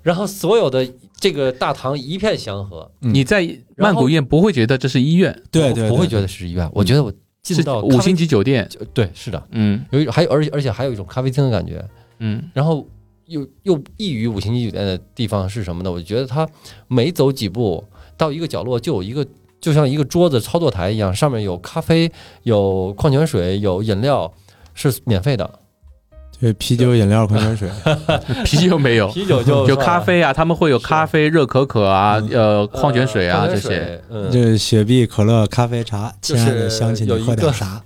[SPEAKER 3] 然后所有的这个大堂一片祥和，
[SPEAKER 1] 嗯
[SPEAKER 2] 你在曼谷医院不会觉得这是医院，
[SPEAKER 1] 对
[SPEAKER 3] 我
[SPEAKER 1] 对，
[SPEAKER 3] 不会觉
[SPEAKER 1] 得
[SPEAKER 3] 得是医院，我觉得我进
[SPEAKER 2] 是
[SPEAKER 3] 到
[SPEAKER 2] 五星
[SPEAKER 3] 级，
[SPEAKER 2] 级酒店。
[SPEAKER 3] 就对，是的，
[SPEAKER 2] 嗯
[SPEAKER 3] 有一还有而且而且还有一种咖啡厅的感觉。
[SPEAKER 2] 嗯，
[SPEAKER 3] 然后又又异于五星级酒店的地方是什么呢？我觉得它每走几步到一个角落就有一个，就像一个桌子操作台一样，上面有咖啡、有矿泉水、有饮料，是免费的。
[SPEAKER 1] 这啤酒、饮料、矿泉水，
[SPEAKER 2] 啤酒没有，
[SPEAKER 3] 啤酒就
[SPEAKER 2] 有咖啡啊，他们会有咖啡、热可可啊，呃，矿泉水啊
[SPEAKER 3] 嗯矿
[SPEAKER 2] 这
[SPEAKER 3] 泉水
[SPEAKER 2] 些。，
[SPEAKER 3] 嗯，
[SPEAKER 1] 这雪碧、可乐、咖啡、茶，
[SPEAKER 3] 就
[SPEAKER 1] 亲爱的
[SPEAKER 3] 是
[SPEAKER 1] 乡亲，
[SPEAKER 3] 有
[SPEAKER 1] 你
[SPEAKER 3] 一
[SPEAKER 1] 喝点
[SPEAKER 3] 个
[SPEAKER 1] 啥？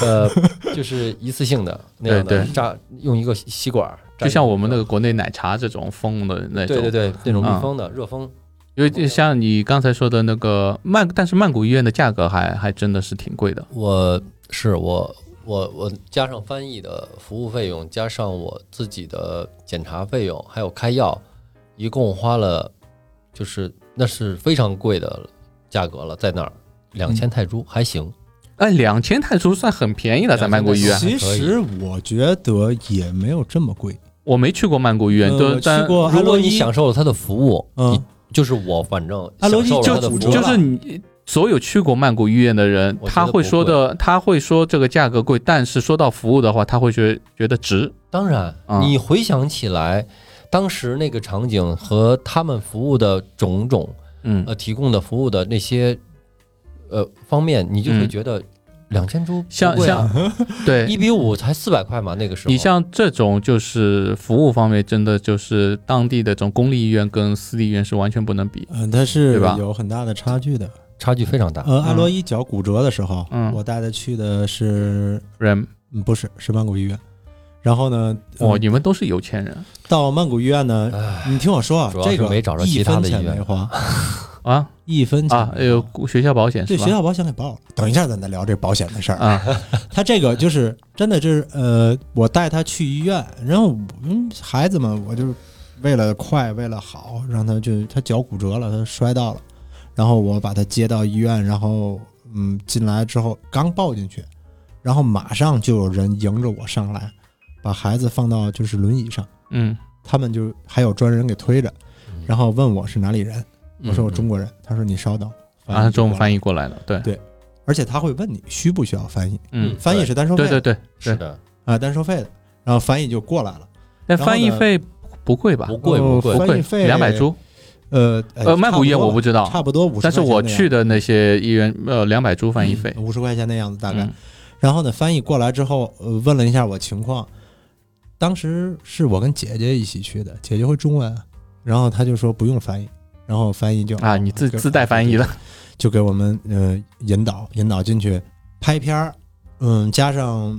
[SPEAKER 3] 呃，就是一次性的那样
[SPEAKER 2] 对
[SPEAKER 3] 的
[SPEAKER 2] 对
[SPEAKER 3] 扎，用一个吸管儿，
[SPEAKER 2] 就像我们那
[SPEAKER 3] 个
[SPEAKER 2] 个国内奶茶这种风的那种，
[SPEAKER 3] 对对对那种密
[SPEAKER 2] 嗯
[SPEAKER 3] 封的热风，
[SPEAKER 2] 因为就像你刚才说的那个曼，但是曼谷医院的价格还还真的是挺贵的。
[SPEAKER 3] 我是我我我加上翻译的服务费用，加上我自己的检查费用，还有开药，一共花了，就是那是非常贵的价格了，在那儿两
[SPEAKER 1] 嗯
[SPEAKER 3] 千泰铢还行，
[SPEAKER 2] 哎，两千泰铢算很便宜了，在曼谷医院
[SPEAKER 3] 还。可
[SPEAKER 1] 其
[SPEAKER 3] 以
[SPEAKER 1] 实我觉得也没有这么贵。
[SPEAKER 2] 我没去过曼谷医院，
[SPEAKER 1] 嗯
[SPEAKER 2] 都
[SPEAKER 1] 我
[SPEAKER 2] 但
[SPEAKER 1] 去过
[SPEAKER 3] 如
[SPEAKER 1] 安
[SPEAKER 3] 果
[SPEAKER 1] 洛
[SPEAKER 3] 你
[SPEAKER 1] 伊，
[SPEAKER 3] 享受了他的服务，
[SPEAKER 1] 嗯
[SPEAKER 3] 你就是我反正
[SPEAKER 1] 啊
[SPEAKER 3] 享
[SPEAKER 1] 罗辑
[SPEAKER 3] 受了
[SPEAKER 1] 就
[SPEAKER 3] 他的服务，
[SPEAKER 1] 主张
[SPEAKER 2] 就
[SPEAKER 1] 了
[SPEAKER 2] 是你所有去过曼谷医院的人，
[SPEAKER 3] 我觉得
[SPEAKER 2] 他会说的，他会说这个价格贵，但是说到服务的话，他会觉觉得值。
[SPEAKER 3] 当然，
[SPEAKER 1] 啊
[SPEAKER 2] 嗯
[SPEAKER 3] 你回想起来，当时那个场景和他们服务的种种，
[SPEAKER 2] 嗯，
[SPEAKER 3] 呃，提供的服务的那些呃方面，你就会
[SPEAKER 2] 嗯
[SPEAKER 3] 觉得两千株
[SPEAKER 2] 像像
[SPEAKER 3] 啊 一
[SPEAKER 2] 对，
[SPEAKER 3] 比五才四百块嘛，那个时候
[SPEAKER 2] 你像这种就是服务方面，真的就是当地的这种公立医院跟私立医院是完全不能比。
[SPEAKER 1] 嗯，它是
[SPEAKER 2] 对吧
[SPEAKER 1] 有很大的差距的。
[SPEAKER 3] 差距非常大。
[SPEAKER 1] 呃，安罗伊脚骨折的时候，
[SPEAKER 2] 嗯
[SPEAKER 1] 我带他去的是，
[SPEAKER 2] 人
[SPEAKER 1] 嗯不是是曼谷医院。然后呢，嗯
[SPEAKER 2] 哦，你们都是有钱人
[SPEAKER 1] 到曼谷医院呢，
[SPEAKER 3] 唉
[SPEAKER 1] 你听我说啊
[SPEAKER 3] 主，要
[SPEAKER 1] 这
[SPEAKER 3] 是
[SPEAKER 1] 个
[SPEAKER 3] 没找着
[SPEAKER 1] 一
[SPEAKER 3] 其他
[SPEAKER 1] 分
[SPEAKER 3] 的医
[SPEAKER 1] 钱
[SPEAKER 3] 院哎
[SPEAKER 1] 没花，
[SPEAKER 2] 啊
[SPEAKER 1] 一分钱
[SPEAKER 2] 啊！
[SPEAKER 1] 没
[SPEAKER 2] 有
[SPEAKER 1] 花
[SPEAKER 2] 学校保险
[SPEAKER 1] 对
[SPEAKER 2] 是
[SPEAKER 1] 学
[SPEAKER 2] 吧？
[SPEAKER 1] 校保险给报了。等一下，咱再聊这保险的事儿。
[SPEAKER 2] 啊，
[SPEAKER 1] 他这个就是真的，就是呃，我带他去医院，然后嗯，孩子嘛，我就是为了快，为了好，让他就他脚骨折了，他摔到了，然后我把他接到医院，然后嗯，进来之后刚抱进去，然后马上就有人迎着我上来，把孩子放到就是轮椅上，
[SPEAKER 2] 嗯，
[SPEAKER 1] 他们就还有专人给推着，然后问我是哪里人，我说我中
[SPEAKER 3] 国
[SPEAKER 1] 国人，他说你稍等，
[SPEAKER 2] 嗯啊，中文翻
[SPEAKER 1] 译，
[SPEAKER 2] 译过来了，对，
[SPEAKER 1] 而且他会问你需不需要翻译，
[SPEAKER 2] 嗯
[SPEAKER 3] 嗯，
[SPEAKER 1] 翻译是单收费
[SPEAKER 2] 对
[SPEAKER 1] 的。
[SPEAKER 2] 对对
[SPEAKER 3] 是
[SPEAKER 2] 对，
[SPEAKER 3] 的，
[SPEAKER 1] 啊，单收费的，然后翻译就过来了。
[SPEAKER 2] 但
[SPEAKER 1] 然后
[SPEAKER 2] 翻译
[SPEAKER 1] 呢
[SPEAKER 2] 费不贵吧？
[SPEAKER 3] 不贵
[SPEAKER 1] 哦
[SPEAKER 3] 不贵
[SPEAKER 2] 不
[SPEAKER 1] 翻译
[SPEAKER 2] 贵，
[SPEAKER 1] 费
[SPEAKER 2] 两百铢。
[SPEAKER 1] 呃
[SPEAKER 2] 呃，曼谷医院我不知道，
[SPEAKER 1] 差不多五十，
[SPEAKER 2] 但是我去的那些医院，呃，两百铢翻译费，
[SPEAKER 1] 嗯五十块钱那样子大概。
[SPEAKER 2] 嗯
[SPEAKER 1] 然后呢，翻译过来之后，呃，问了一下我情况，当时是我跟姐姐一起去的，姐姐会中文，啊然后她就说不用翻译，然后翻译就
[SPEAKER 2] 啊，你自
[SPEAKER 1] 给
[SPEAKER 2] 自带翻译了，
[SPEAKER 1] 就给我们呃引导引导进去拍片儿，嗯，加上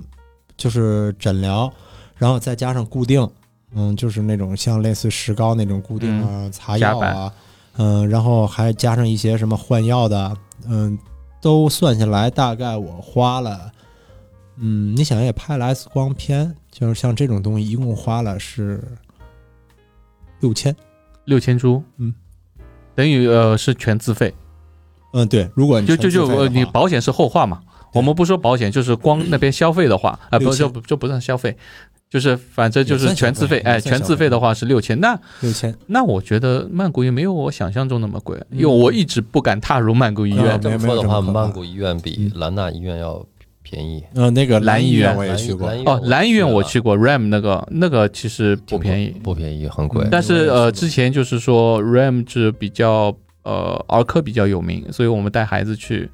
[SPEAKER 1] 就是诊疗，然后再加上固定，嗯，就是那种像类似石膏那种固定啊、擦药
[SPEAKER 2] 夹
[SPEAKER 1] 啊，嗯，然后还加上一些什么换药的，嗯，都算下来大概我花了。嗯，你想也拍了 X 光片，就是像这种东西，一共花了是六千。
[SPEAKER 2] 六千铢，
[SPEAKER 1] 嗯，
[SPEAKER 2] 等于呃是全自费，
[SPEAKER 1] 嗯，对，如果你
[SPEAKER 2] 就
[SPEAKER 1] 全
[SPEAKER 2] 就
[SPEAKER 1] 自
[SPEAKER 2] 就
[SPEAKER 1] 费的
[SPEAKER 2] 呃你
[SPEAKER 1] 话
[SPEAKER 2] 保险是后话嘛，我们不说保险，就是光那边消费的话，啊，不
[SPEAKER 1] 6000
[SPEAKER 2] 就不就不算消费，就是反正就
[SPEAKER 1] 也
[SPEAKER 2] 是
[SPEAKER 1] 算消
[SPEAKER 2] 全自费，
[SPEAKER 1] 费
[SPEAKER 2] 哎，
[SPEAKER 1] 也算
[SPEAKER 2] 全
[SPEAKER 1] 消
[SPEAKER 2] 自费
[SPEAKER 1] 费
[SPEAKER 2] 的话是六千，那
[SPEAKER 1] 六千，
[SPEAKER 2] 那我觉得曼谷也没有我想象中那么贵，因为
[SPEAKER 1] 嗯
[SPEAKER 2] 我一直不敢踏入曼谷医
[SPEAKER 1] 嗯
[SPEAKER 2] 院，
[SPEAKER 3] 这么
[SPEAKER 1] 没
[SPEAKER 3] 说
[SPEAKER 1] 有这
[SPEAKER 3] 的
[SPEAKER 1] 么
[SPEAKER 3] 话，
[SPEAKER 1] 可怕
[SPEAKER 3] 曼谷医院比
[SPEAKER 1] 嗯
[SPEAKER 3] 兰纳医院要便宜。
[SPEAKER 1] 呃，那个
[SPEAKER 2] 蓝
[SPEAKER 1] 蓝
[SPEAKER 2] 医院
[SPEAKER 1] 我也
[SPEAKER 3] 蓝
[SPEAKER 1] 去过，
[SPEAKER 3] 蓝医
[SPEAKER 2] 哦，蓝医院我
[SPEAKER 3] 了
[SPEAKER 2] 去过，RAM 那个那个其实不
[SPEAKER 3] 挺
[SPEAKER 2] 便宜，
[SPEAKER 3] 不便宜，很贵
[SPEAKER 1] 嗯。
[SPEAKER 2] 但是
[SPEAKER 1] 我也
[SPEAKER 2] 呃，
[SPEAKER 1] 是
[SPEAKER 2] 之前就是说 RAM 是比较呃儿科比较有名，所以我们带孩子去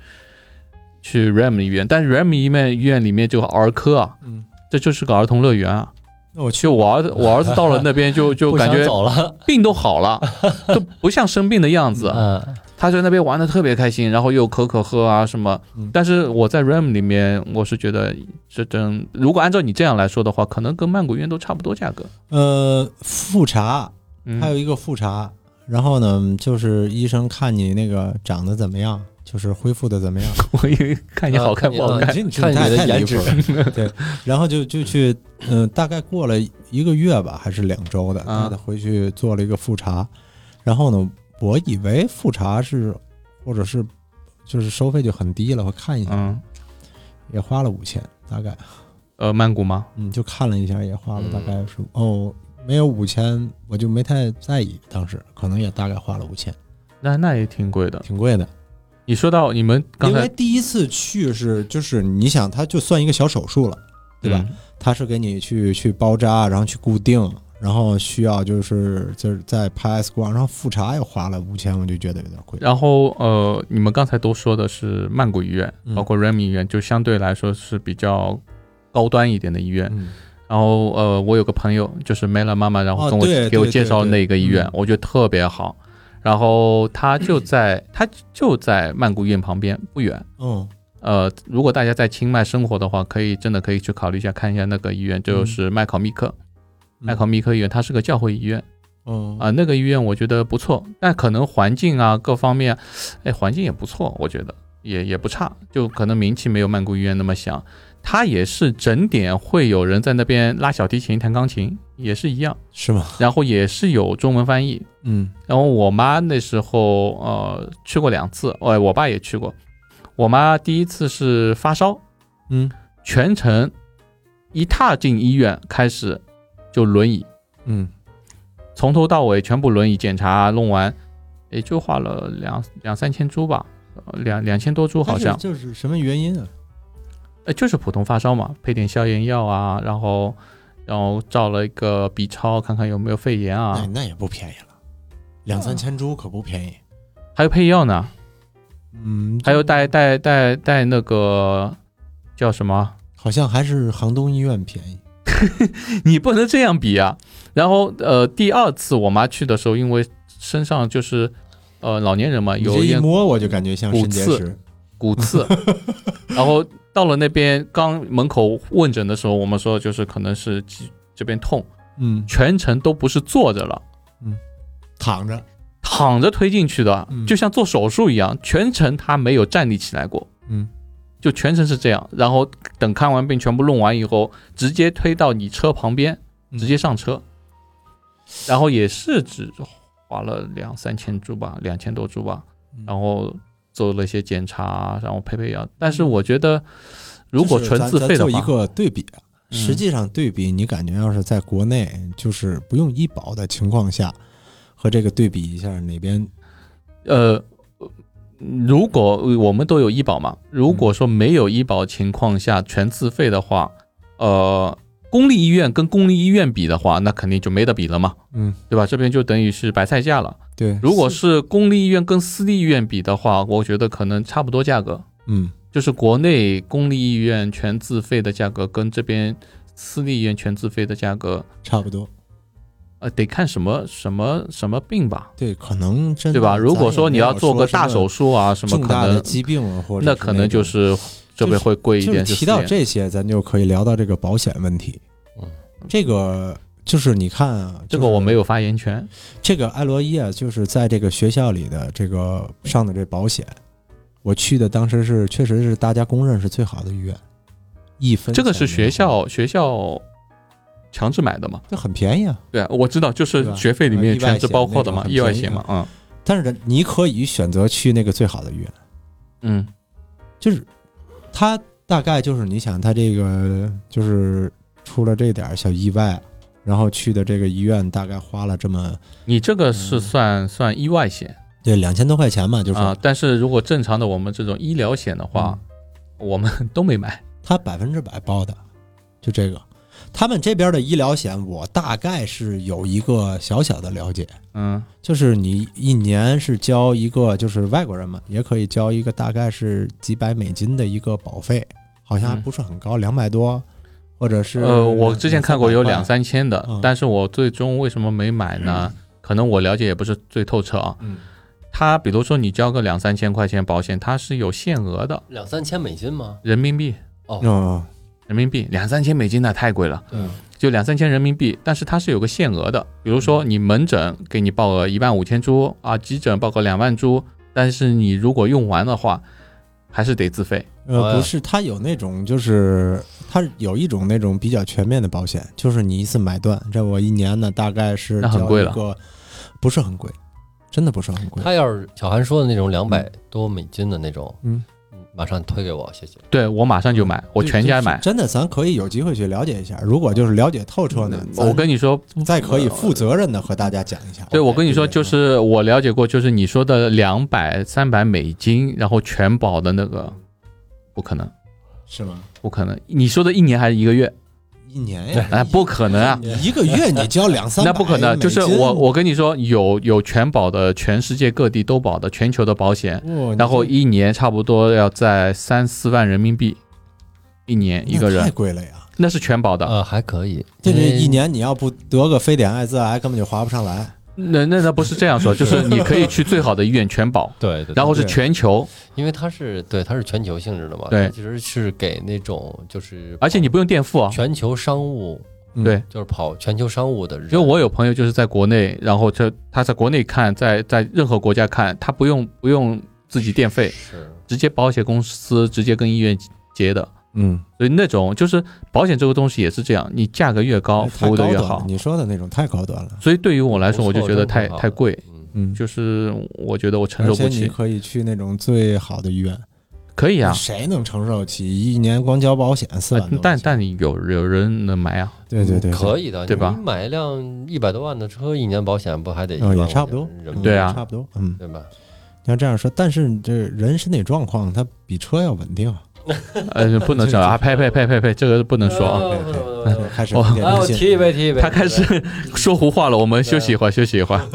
[SPEAKER 2] 去 RAM 医院，但是 RAM 医院医院里面就儿科啊，
[SPEAKER 1] 嗯，
[SPEAKER 2] 这就是个儿童乐园啊。
[SPEAKER 1] 那我去
[SPEAKER 2] 就我儿子，我儿子到了那边就就
[SPEAKER 3] 不
[SPEAKER 2] 感
[SPEAKER 3] 想
[SPEAKER 2] 觉
[SPEAKER 3] 走了，
[SPEAKER 2] 病都好了， 都不像生病的样子。
[SPEAKER 3] 嗯，
[SPEAKER 2] 他在那边玩的特别开心，然后又有可可喝啊什么
[SPEAKER 1] 嗯。
[SPEAKER 2] 但是我在 RAM 里面，我是觉得这真，如果按照你这样来说的话，可能跟曼谷医院都差不多价格。
[SPEAKER 1] 呃复查，
[SPEAKER 2] 嗯，
[SPEAKER 1] 还有一个复查，然后呢就是医生看你那个长得怎么样，就是恢复的怎么样，
[SPEAKER 2] 我以为看你好看不好
[SPEAKER 3] 啊
[SPEAKER 2] 看
[SPEAKER 1] 你。这你这
[SPEAKER 3] 看你
[SPEAKER 1] 太
[SPEAKER 3] 的
[SPEAKER 1] 太
[SPEAKER 3] 颜
[SPEAKER 1] 离谱了，对，然后就就去，嗯、大概过了一个月吧，还是两周的，
[SPEAKER 2] 啊
[SPEAKER 1] 带他回去做了一个复查，然后呢，我以为复查是或者是就是收费就很低了，我看一
[SPEAKER 3] 啊
[SPEAKER 1] 下、
[SPEAKER 2] 嗯，
[SPEAKER 1] 也花了五千，大概。
[SPEAKER 2] 呃，曼谷吗？
[SPEAKER 1] 嗯，就看了一下，也花
[SPEAKER 2] 嗯
[SPEAKER 1] 了大概是、哦，没有五千，我就没太在意，当时可能也大概花了五千，
[SPEAKER 2] 那那也挺贵的。
[SPEAKER 1] 挺贵的。
[SPEAKER 2] 你说到你们刚
[SPEAKER 1] 因
[SPEAKER 2] 才
[SPEAKER 1] 为第一次去是就是你
[SPEAKER 2] 嗯
[SPEAKER 1] 想，它就算一个小手术了，对吧？？它是给你去去包扎，然后去固定，然后需要就是就是在拍 S 广上复查又花了五千，我就觉得有点亏。
[SPEAKER 2] 然后呃，你们刚才都说的是曼谷医院，
[SPEAKER 1] 嗯
[SPEAKER 2] 包括 Remy 医院，就相对来说是比较高端一点的医院。
[SPEAKER 1] 嗯，
[SPEAKER 2] 然后呃，我有个朋友就是 Mela 妈妈，然后
[SPEAKER 1] 哦
[SPEAKER 2] 跟我、
[SPEAKER 1] 对
[SPEAKER 2] 给我
[SPEAKER 1] 对
[SPEAKER 2] 介
[SPEAKER 1] 对
[SPEAKER 2] 绍
[SPEAKER 1] 对
[SPEAKER 2] 那个医院，
[SPEAKER 1] 嗯
[SPEAKER 2] 我觉得特别好。然后他就 在他就在曼谷医院旁边不远。
[SPEAKER 1] 嗯，
[SPEAKER 2] 呃，如果大家在清迈生活的话，可以真的可以去考虑一下，看一下那个医院，就是
[SPEAKER 1] 嗯
[SPEAKER 2] 麦考密克，麦考密克医院，它是个教会医院
[SPEAKER 1] 嗯
[SPEAKER 2] 啊、那个医院我觉得不错，但可能环境啊各方面，哎，环境也不错，我觉得也也不差，就可能名气没有曼谷医院那么响。它也是整点会有人在那边拉小提琴、弹钢琴，也是一样，
[SPEAKER 1] 是吗？
[SPEAKER 2] 然后也是有中文翻译，
[SPEAKER 1] 嗯
[SPEAKER 2] 然后我妈那时候呃去过两次，哎，我爸也去过。我妈第一次是发烧，
[SPEAKER 1] 嗯
[SPEAKER 2] 全程一踏进医院开始就轮椅，
[SPEAKER 1] 嗯，
[SPEAKER 2] 从头到尾全部轮椅检查弄完，也就花了两两三千株吧，呃两两千多株好像，
[SPEAKER 1] 就是什么原因啊？
[SPEAKER 2] 呃，就是普通发烧嘛，配点消炎药啊，然后然后照了一个 B 超，看看有没有肺炎啊，嗯
[SPEAKER 1] 那那也不便宜了，两三千株可不便宜。
[SPEAKER 2] 还有配药呢，
[SPEAKER 1] 嗯，
[SPEAKER 2] 还有带带带带那个叫什么？
[SPEAKER 1] 好像还是杭东医院便宜。
[SPEAKER 2] 你不能这样比啊。然后呃，第二次我妈去的时候，因为身上就是呃老年人嘛，
[SPEAKER 1] 你
[SPEAKER 2] 有
[SPEAKER 1] 这
[SPEAKER 2] 一
[SPEAKER 1] 一
[SPEAKER 2] 点
[SPEAKER 1] 摸我就感觉像
[SPEAKER 2] 骨
[SPEAKER 1] 肾结
[SPEAKER 2] 刺
[SPEAKER 1] 石。
[SPEAKER 2] 骨刺，然后到了那边刚门口问诊的时候，我们说就是可能是脊这边痛，
[SPEAKER 1] 嗯，
[SPEAKER 2] 全程都不是坐着了。
[SPEAKER 1] 躺着。
[SPEAKER 2] 躺着推进去的
[SPEAKER 1] 嗯，
[SPEAKER 2] 就像做手术一样，全程他没有站立起来过，
[SPEAKER 1] 嗯，
[SPEAKER 2] 就全程是这样。然后等看完病全部弄完以后，直接推到你车旁边，
[SPEAKER 1] 嗯
[SPEAKER 2] 直接上车，然后也是只花了两三千株吧，两千多株吧，
[SPEAKER 1] 嗯
[SPEAKER 2] 然后做了一些检查，然后配配药。但
[SPEAKER 1] 嗯
[SPEAKER 2] 是我觉得，如果
[SPEAKER 1] 就是
[SPEAKER 2] 纯
[SPEAKER 1] 咱
[SPEAKER 2] 自费的
[SPEAKER 1] 咱做一
[SPEAKER 2] 话，
[SPEAKER 1] 个对比啊，
[SPEAKER 2] 嗯
[SPEAKER 1] 实际上对比，你感觉要是在国内，就是不用医保的情况下，和这个对比一下，哪边
[SPEAKER 2] 呃。如果我们都有医保嘛，如果说没有医保情况下全自费的话，呃，公立医院跟公立医院比的话，那肯定就没得比了嘛，
[SPEAKER 1] 嗯，
[SPEAKER 2] 对吧？这边就等于是白菜价了。
[SPEAKER 1] 对，
[SPEAKER 2] 如果是公立医院跟私立医院比的话，我觉得可能差不多价格，
[SPEAKER 1] 嗯
[SPEAKER 2] 就是国内公立医院全自费的价格跟这边私立医院全自费的价格，
[SPEAKER 1] 差不多，
[SPEAKER 2] 呃，得看什么什么什么病吧，
[SPEAKER 1] 对，可能真的
[SPEAKER 2] 对吧？如果
[SPEAKER 1] 说
[SPEAKER 2] 说你要做个大手
[SPEAKER 1] 术，
[SPEAKER 2] 术啊什么，
[SPEAKER 1] 重
[SPEAKER 2] 可
[SPEAKER 1] 大的
[SPEAKER 2] 能
[SPEAKER 1] 疾病啊，或者
[SPEAKER 2] 那可能就
[SPEAKER 1] 种
[SPEAKER 2] 是这边会贵一
[SPEAKER 1] 就是
[SPEAKER 2] 点。
[SPEAKER 1] 提
[SPEAKER 2] 私
[SPEAKER 1] 到
[SPEAKER 2] 立
[SPEAKER 1] 这些，咱就可以聊到这个保险问题。
[SPEAKER 3] 嗯，
[SPEAKER 1] 这个就是你看啊，
[SPEAKER 2] 这个我没
[SPEAKER 1] 有。
[SPEAKER 2] 有发言权，
[SPEAKER 1] 这个艾罗伊啊，就是在这个学校里的这个上的这保险，我去的当时是确实是大家公认是最好的医院，一分
[SPEAKER 2] 这个是
[SPEAKER 1] 钱没有
[SPEAKER 2] 学，校学校强制买的嘛？
[SPEAKER 1] 这很便宜啊。
[SPEAKER 2] 对啊，我知道，就
[SPEAKER 1] 对
[SPEAKER 2] 是
[SPEAKER 1] 吧
[SPEAKER 2] 学费里
[SPEAKER 1] 呃
[SPEAKER 2] 面
[SPEAKER 1] 意外
[SPEAKER 2] 全是
[SPEAKER 1] 险
[SPEAKER 2] 包括的
[SPEAKER 1] 那
[SPEAKER 2] 嘛，
[SPEAKER 1] 种
[SPEAKER 2] 意外
[SPEAKER 1] 很便宜
[SPEAKER 2] 险嘛，嗯
[SPEAKER 1] 但是你可以选择去那个最好的医院，
[SPEAKER 2] 嗯。
[SPEAKER 1] 就是他大概就是你想他这个就是出了这点儿小意外，然后去的这个医院大概花了这么
[SPEAKER 2] 你这个是
[SPEAKER 1] 嗯
[SPEAKER 2] 算、算意外险
[SPEAKER 1] 对两千多块钱吧，就
[SPEAKER 2] 啊、
[SPEAKER 1] 是
[SPEAKER 2] 但是如果正常的我们这种医疗险的话，
[SPEAKER 1] 嗯
[SPEAKER 2] 我们都没买。
[SPEAKER 1] 他百分之百包的，就这个。他们这边的医疗险，我大概是有一个小小的了解，
[SPEAKER 2] 嗯，
[SPEAKER 1] 就是你一年是交一个，就是外国人嘛，也可以交一个大概是几百美金的一个保费，好像还
[SPEAKER 2] 嗯
[SPEAKER 1] 不是很高，两百多，或者是
[SPEAKER 2] 呃，我之前看过有两
[SPEAKER 1] 三
[SPEAKER 2] 三千的，
[SPEAKER 1] 嗯
[SPEAKER 2] 但是我最终为什么没买呢？可能我了解也不是最透彻啊。
[SPEAKER 1] 百块，嗯，
[SPEAKER 2] 它比如说你交个两三千块钱保险，它是有限额的，
[SPEAKER 3] 两三千美金吗？
[SPEAKER 2] 人民币，
[SPEAKER 1] 哦，
[SPEAKER 2] 人民币两三千美金那太贵了，
[SPEAKER 3] 嗯，
[SPEAKER 2] 就两三千人民币，但是它是有个限额的，比如说你门诊给你报个一万五千株啊，急诊报个两万株，但是你如果用完的话，还是得自费。
[SPEAKER 1] 呃，
[SPEAKER 3] 哎
[SPEAKER 1] 不是，它有那种就是它有一种那种比较全面的保险，就是你一次买断，这我一年呢大概是
[SPEAKER 2] 那很
[SPEAKER 1] 交
[SPEAKER 2] 贵
[SPEAKER 1] 一
[SPEAKER 2] 了
[SPEAKER 1] 个，不是很贵，真的不是很贵。
[SPEAKER 3] 他要是小韩说的那种两
[SPEAKER 2] 嗯
[SPEAKER 3] 百多美金的那种，
[SPEAKER 1] 嗯，
[SPEAKER 3] 马上推给我，谢谢。
[SPEAKER 2] 对我马上就买，我全家买。
[SPEAKER 1] 真的，咱可以有机会去了解一下。如果就是了解透彻呢，
[SPEAKER 2] 嗯我跟你说，
[SPEAKER 1] 咱再可以负责任的和大家讲一下。
[SPEAKER 2] 对我跟你说，
[SPEAKER 1] 嗯对
[SPEAKER 2] 就是我了解过，就是你说的两百、三百美金，然后全保的那个，不可能，
[SPEAKER 1] 是吗？
[SPEAKER 2] 不可能。你说的一年还是一个月？
[SPEAKER 1] 一年呀，
[SPEAKER 2] 哎，不可能啊！
[SPEAKER 1] 一个月你交两三百，
[SPEAKER 2] 那不可能，啊
[SPEAKER 1] 美
[SPEAKER 2] 就是
[SPEAKER 1] 金
[SPEAKER 2] 我，我跟你说，有有全保的，全世界各地都保的，全球的保险，
[SPEAKER 1] 哇
[SPEAKER 2] 然后一年差不多要在三四万人民币，一年
[SPEAKER 1] 你
[SPEAKER 2] 一
[SPEAKER 1] 这
[SPEAKER 2] 个
[SPEAKER 1] 那太
[SPEAKER 2] 人，
[SPEAKER 1] 贵了呀。
[SPEAKER 2] 那是全保的。
[SPEAKER 3] 呃，还可以，
[SPEAKER 1] 这这
[SPEAKER 3] 因为
[SPEAKER 1] 一年你要不得个非典艾滋癌，根本就划不上来。
[SPEAKER 2] 那那那不是这样说，就是你可以去最好的医院全保，
[SPEAKER 3] 对，对
[SPEAKER 2] 然后是
[SPEAKER 1] 对
[SPEAKER 2] 全球，
[SPEAKER 3] 因为它是对它是全球性质的嘛，
[SPEAKER 2] 对
[SPEAKER 3] 它其实是给那种就是
[SPEAKER 2] 而且你不用垫付啊。
[SPEAKER 3] 全球商务
[SPEAKER 1] 嗯
[SPEAKER 2] 对，
[SPEAKER 3] 就是跑全球商务的人，
[SPEAKER 2] 因为我有朋友就是在国内，然后他他在国内看，在在任何国家看，他不用不用自己垫费，
[SPEAKER 3] 是
[SPEAKER 2] 直接保险公司直接跟医院结的。
[SPEAKER 1] 嗯，
[SPEAKER 2] 所以那种就是保险这个东西也是这样，你价格越高，
[SPEAKER 1] 哎太
[SPEAKER 2] 服
[SPEAKER 1] 高
[SPEAKER 2] 务的
[SPEAKER 1] 端
[SPEAKER 2] 越
[SPEAKER 1] 了
[SPEAKER 2] 好。
[SPEAKER 1] 你说的那种太高端了。
[SPEAKER 2] 所以对于我来说，
[SPEAKER 3] 不
[SPEAKER 2] 我就
[SPEAKER 3] 错
[SPEAKER 2] 觉得
[SPEAKER 3] 真
[SPEAKER 2] 太
[SPEAKER 3] 挺好
[SPEAKER 2] 太贵，
[SPEAKER 3] 嗯，
[SPEAKER 1] 嗯，
[SPEAKER 2] 就是我觉得我承
[SPEAKER 1] 而
[SPEAKER 2] 受
[SPEAKER 1] 且
[SPEAKER 2] 不
[SPEAKER 1] 你
[SPEAKER 2] 起。
[SPEAKER 1] 可以去那种最好的医院。
[SPEAKER 2] 可以啊，
[SPEAKER 1] 谁能承受起一年光交保险四
[SPEAKER 2] 啊
[SPEAKER 1] 万多？
[SPEAKER 2] 但但你有有人能买啊，
[SPEAKER 1] 对对对，
[SPEAKER 3] 可
[SPEAKER 1] 以，
[SPEAKER 3] 以的，
[SPEAKER 2] 对吧
[SPEAKER 3] 你买一辆一百多万的车，一年保险不还得一万
[SPEAKER 1] 嗯，
[SPEAKER 3] 块
[SPEAKER 1] 也
[SPEAKER 3] 钱
[SPEAKER 1] 差不多
[SPEAKER 3] 人民，币
[SPEAKER 2] 对啊
[SPEAKER 1] 差不多，嗯。
[SPEAKER 3] 对吧？
[SPEAKER 1] 要这样说，但是这人身体状况它比车要稳定。
[SPEAKER 2] 呃，不能 讲啊，呸呸呸呸呸，这个不能说
[SPEAKER 3] 呃
[SPEAKER 2] 啊。
[SPEAKER 1] 对对
[SPEAKER 3] 不能不能
[SPEAKER 1] 开始
[SPEAKER 2] 哦
[SPEAKER 1] 有点
[SPEAKER 3] 哎，我
[SPEAKER 1] 迷信
[SPEAKER 3] 提一杯，提一杯。
[SPEAKER 2] 他开始说胡话了，我们休息一会儿，休息一会儿。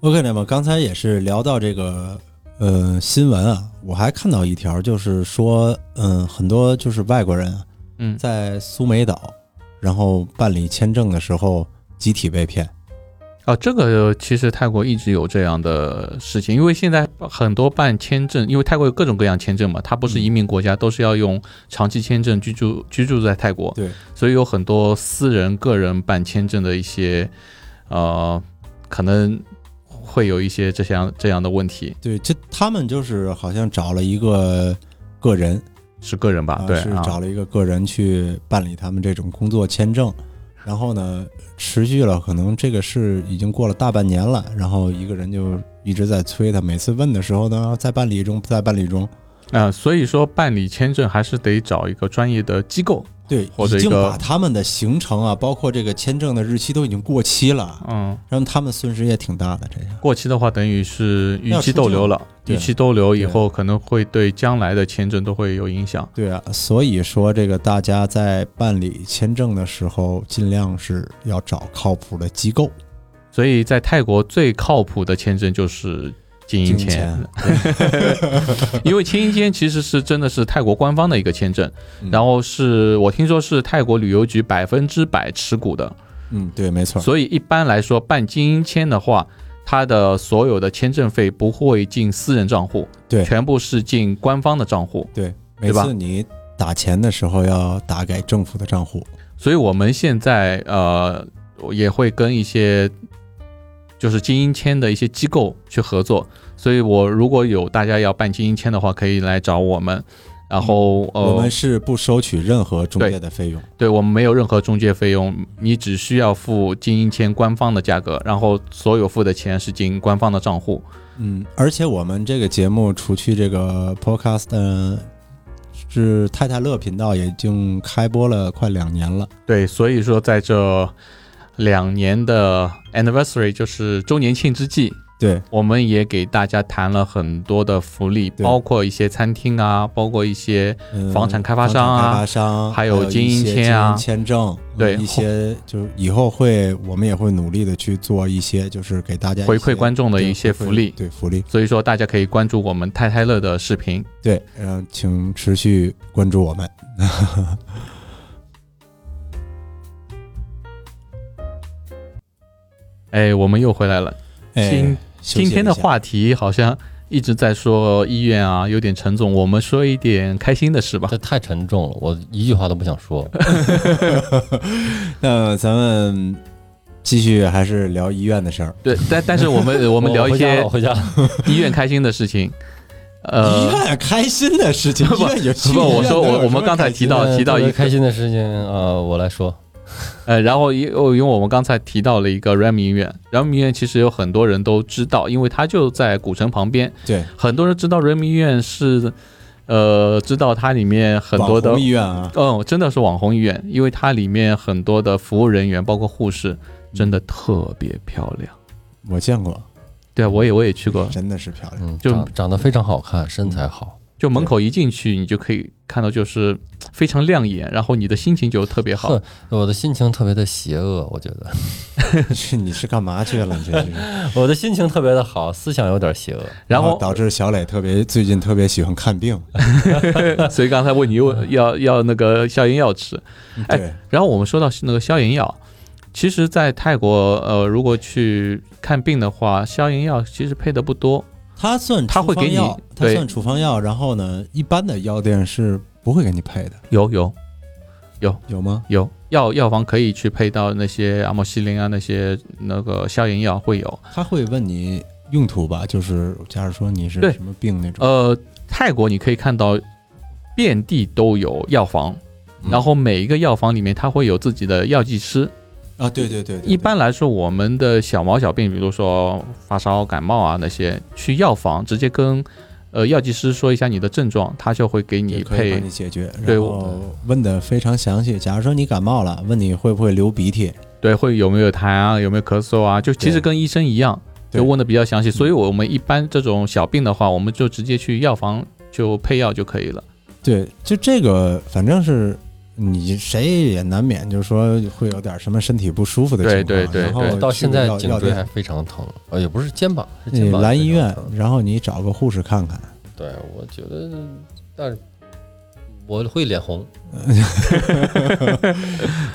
[SPEAKER 1] OK，那么刚才也是聊到这个呃新闻啊，我还看到一条，就是说，嗯，很多就是外国人啊
[SPEAKER 2] 嗯，
[SPEAKER 1] 在苏梅岛，然后办理签证的时候集体被骗。
[SPEAKER 2] 啊，这个其实泰国一直有这样的事情，因为现在很多办签证，因为泰国有各种各样签证嘛，它不是移民国家，都是要用长期签证居住居住在泰国，
[SPEAKER 1] 对，
[SPEAKER 2] 所以有很多私人个人办签证的一些，呃，可能会有一些这样这样的问题，
[SPEAKER 1] 对，这他们就是好像找了一个个人
[SPEAKER 2] 是个人吧？对
[SPEAKER 1] 是
[SPEAKER 2] 啊
[SPEAKER 1] 找，了一个个人去办理他们这种工作签证，然后呢，持续了可能这个事已经过了大半年了，然后一个人就一直在催他，每次问的时候呢，在办理中，在办理中，
[SPEAKER 2] 啊、所以说办理签证还是得找一个专业的机构，
[SPEAKER 1] 对，
[SPEAKER 2] 或者
[SPEAKER 1] 已
[SPEAKER 2] 一
[SPEAKER 1] 经
[SPEAKER 2] 个
[SPEAKER 1] 把他们的行程啊，包括这个签证的日期都已经过期了，
[SPEAKER 2] 嗯，
[SPEAKER 1] 让他们损失也挺大的，这样。
[SPEAKER 2] 过期的话，等于是逾
[SPEAKER 1] 要
[SPEAKER 2] 期
[SPEAKER 1] 出
[SPEAKER 2] 逗
[SPEAKER 1] 境
[SPEAKER 2] 留了。
[SPEAKER 1] 对
[SPEAKER 2] 逾期逗留以
[SPEAKER 1] 对
[SPEAKER 2] 后，可能会对将来的签证都会有影响。
[SPEAKER 1] 对啊，所以说这个大家在办理签证的时候，尽量是要找靠谱的机构。
[SPEAKER 2] 所以在泰国最靠谱的签证就是金银
[SPEAKER 1] 金银
[SPEAKER 2] 签，因为金银签其实是真的是泰国官方的一个签证，
[SPEAKER 1] 嗯
[SPEAKER 2] 然后是我听说是泰国旅游局百分之百持股的，
[SPEAKER 1] 嗯，对，没错。
[SPEAKER 2] 所以一般来说办金银签的话。它的所有的签证费不会进私人账户，
[SPEAKER 1] 对
[SPEAKER 2] 全部是进官方的账户。
[SPEAKER 1] 对，
[SPEAKER 2] 对
[SPEAKER 1] 每
[SPEAKER 2] 吧
[SPEAKER 1] 次你打钱的时候要打给政府的账户。
[SPEAKER 2] 所以我们现在呃也会跟一些就是精英签的一些机构去合作。所以我如果有大家要办精英签的话，可以来找我们。然后
[SPEAKER 1] 我
[SPEAKER 2] 呃
[SPEAKER 1] 们，是不收取任何中介的费用。
[SPEAKER 2] 对我们没有任何中介费用，你只需要付精英签官方的价格，然后所有付的钱是进官方的账户。
[SPEAKER 1] 嗯，而且我们这个节目除去这个 Podcast，嗯、是太太乐频道已经开播了快两年了。
[SPEAKER 2] 对，所以说在这两年的 anniversary 就是周年庆之际，
[SPEAKER 1] 对，
[SPEAKER 2] 我们也给大家谈了很多的福利，
[SPEAKER 1] 对
[SPEAKER 2] 包括一些餐厅啊，包括一些
[SPEAKER 1] 嗯、
[SPEAKER 2] 房产开发商
[SPEAKER 1] 房
[SPEAKER 2] 啊
[SPEAKER 1] 产开发商
[SPEAKER 2] 还
[SPEAKER 1] 有
[SPEAKER 2] 有经营
[SPEAKER 1] 一些
[SPEAKER 2] 签
[SPEAKER 1] 经
[SPEAKER 2] 啊
[SPEAKER 1] 营签证，
[SPEAKER 2] 对
[SPEAKER 1] 嗯一些就是以后会，我们也会努力的去做一些，就是给大家一
[SPEAKER 2] 回
[SPEAKER 1] 些
[SPEAKER 2] 馈观众的
[SPEAKER 1] 对
[SPEAKER 2] 一些
[SPEAKER 1] 回馈
[SPEAKER 2] 福利。
[SPEAKER 1] 对福利。
[SPEAKER 2] 所以说，大家可以关注我们太太乐的视频。
[SPEAKER 1] 对，嗯、请持续关注我们。
[SPEAKER 2] 哎，我们又回来了。
[SPEAKER 1] 哎
[SPEAKER 2] 今
[SPEAKER 1] 休息
[SPEAKER 2] 今天的
[SPEAKER 1] 一下
[SPEAKER 2] 话题好像一直在说医院啊，有点沉重。我们说一点开心的事吧。
[SPEAKER 3] 这太沉重了，我一句话都不想说。
[SPEAKER 1] 那咱们继续还是聊医院的事儿。
[SPEAKER 2] 对，但但是我们我
[SPEAKER 3] 我
[SPEAKER 2] 们聊一
[SPEAKER 3] 回家了
[SPEAKER 2] 些
[SPEAKER 3] 我回家了。
[SPEAKER 2] 医院开心的事情。
[SPEAKER 1] 医
[SPEAKER 2] 呃，
[SPEAKER 1] 院开心的事情，
[SPEAKER 2] 不
[SPEAKER 1] 医院有去
[SPEAKER 2] 不
[SPEAKER 1] 医院
[SPEAKER 2] 我说
[SPEAKER 1] 哪有什
[SPEAKER 2] 我
[SPEAKER 1] 么
[SPEAKER 2] 我们刚才
[SPEAKER 1] 开心
[SPEAKER 2] 提到
[SPEAKER 1] 的
[SPEAKER 3] 嗯
[SPEAKER 2] 提到
[SPEAKER 3] 特别
[SPEAKER 2] 一个
[SPEAKER 3] 开心的事情，呃，我来说，
[SPEAKER 2] 呃，然后因哦因为我们刚才提到了一个 RAM 医院，RAM 医院其实有很多人都知道，因为它就在古城旁边，
[SPEAKER 1] 对
[SPEAKER 2] 很多人知道 RAM 医院是，呃，知道它里面很多的
[SPEAKER 1] 网红医，院啊，
[SPEAKER 2] 嗯，真的是网红医院，因为它里面很多的服务人员，包括护
[SPEAKER 1] 嗯
[SPEAKER 2] 士，真的特别漂亮。
[SPEAKER 1] 我见过，
[SPEAKER 2] 对啊，我也我也去过，
[SPEAKER 1] 真的是漂亮。
[SPEAKER 3] 嗯，
[SPEAKER 2] 就
[SPEAKER 3] 长长得非常好看，身材好，
[SPEAKER 2] 就门口一进去，你就可以看到就是非常亮眼，然后你的心情就特别好
[SPEAKER 3] 哼。我的心情特别的邪恶，我觉得
[SPEAKER 1] 是你是干嘛去了？你这是，
[SPEAKER 3] 我的心情特别的好，思想有点 邪恶。
[SPEAKER 2] 然后
[SPEAKER 1] 导致小磊特别最近特别喜欢看病。
[SPEAKER 2] 所以刚才问你问
[SPEAKER 1] 嗯
[SPEAKER 2] 要要那个消炎药吃，哎
[SPEAKER 1] 对，
[SPEAKER 2] 然后我们说到那个消炎药，其实，在泰国呃，如果去看病的话，消炎药其实配的不多，
[SPEAKER 1] 他算
[SPEAKER 2] 他会给你
[SPEAKER 1] 处方药他
[SPEAKER 2] 对
[SPEAKER 1] 算处方药，然后呢，一般的药店是不会给你配的，
[SPEAKER 2] 有有
[SPEAKER 1] 有吗？
[SPEAKER 2] 有药药房可以去配到那些阿莫西林啊那些那个消炎药会有，
[SPEAKER 1] 他会问你用途吧，就是假如说你是
[SPEAKER 2] 对
[SPEAKER 1] 什么病那种，
[SPEAKER 2] 呃，泰国你可以看到遍地都有药房。
[SPEAKER 1] 嗯
[SPEAKER 2] 然后每一个药房里面，它会有自己的药剂师，
[SPEAKER 1] 啊，对对对对，
[SPEAKER 2] 呃一般来说，我们的小毛小病，比如说发烧、感冒啊那些，去药房直接跟呃药剂师说一下你的症状，他就会给
[SPEAKER 1] 对
[SPEAKER 2] 你
[SPEAKER 1] 可以
[SPEAKER 2] 配
[SPEAKER 1] 帮你解决，
[SPEAKER 2] 对
[SPEAKER 1] 然后问的非常详细。假如说你感冒了，问你会不会流鼻涕，
[SPEAKER 2] 对，会有没有痰啊，有没有咳嗽啊，就其实
[SPEAKER 1] 对
[SPEAKER 2] 跟医生一样，
[SPEAKER 1] 对嗯
[SPEAKER 2] 就问的比较详细。所以我们一般这种小病的话，我们就直接去药房就配药就可以了。
[SPEAKER 1] 对，就这个，反正是你谁也难免，就是说会有点什么身体不舒服的情
[SPEAKER 2] 对
[SPEAKER 1] 况。
[SPEAKER 2] 对对
[SPEAKER 1] 然后
[SPEAKER 2] 对
[SPEAKER 1] 去
[SPEAKER 3] 到现在
[SPEAKER 1] 药
[SPEAKER 3] 颈
[SPEAKER 1] 药
[SPEAKER 3] 椎还
[SPEAKER 1] 店，
[SPEAKER 3] 非常疼，呃，也不是肩膀，是
[SPEAKER 1] 你
[SPEAKER 3] 肩膀。
[SPEAKER 1] 来嗯医院，然后你找个护士看看。
[SPEAKER 3] 对，我觉得，但是我会脸红。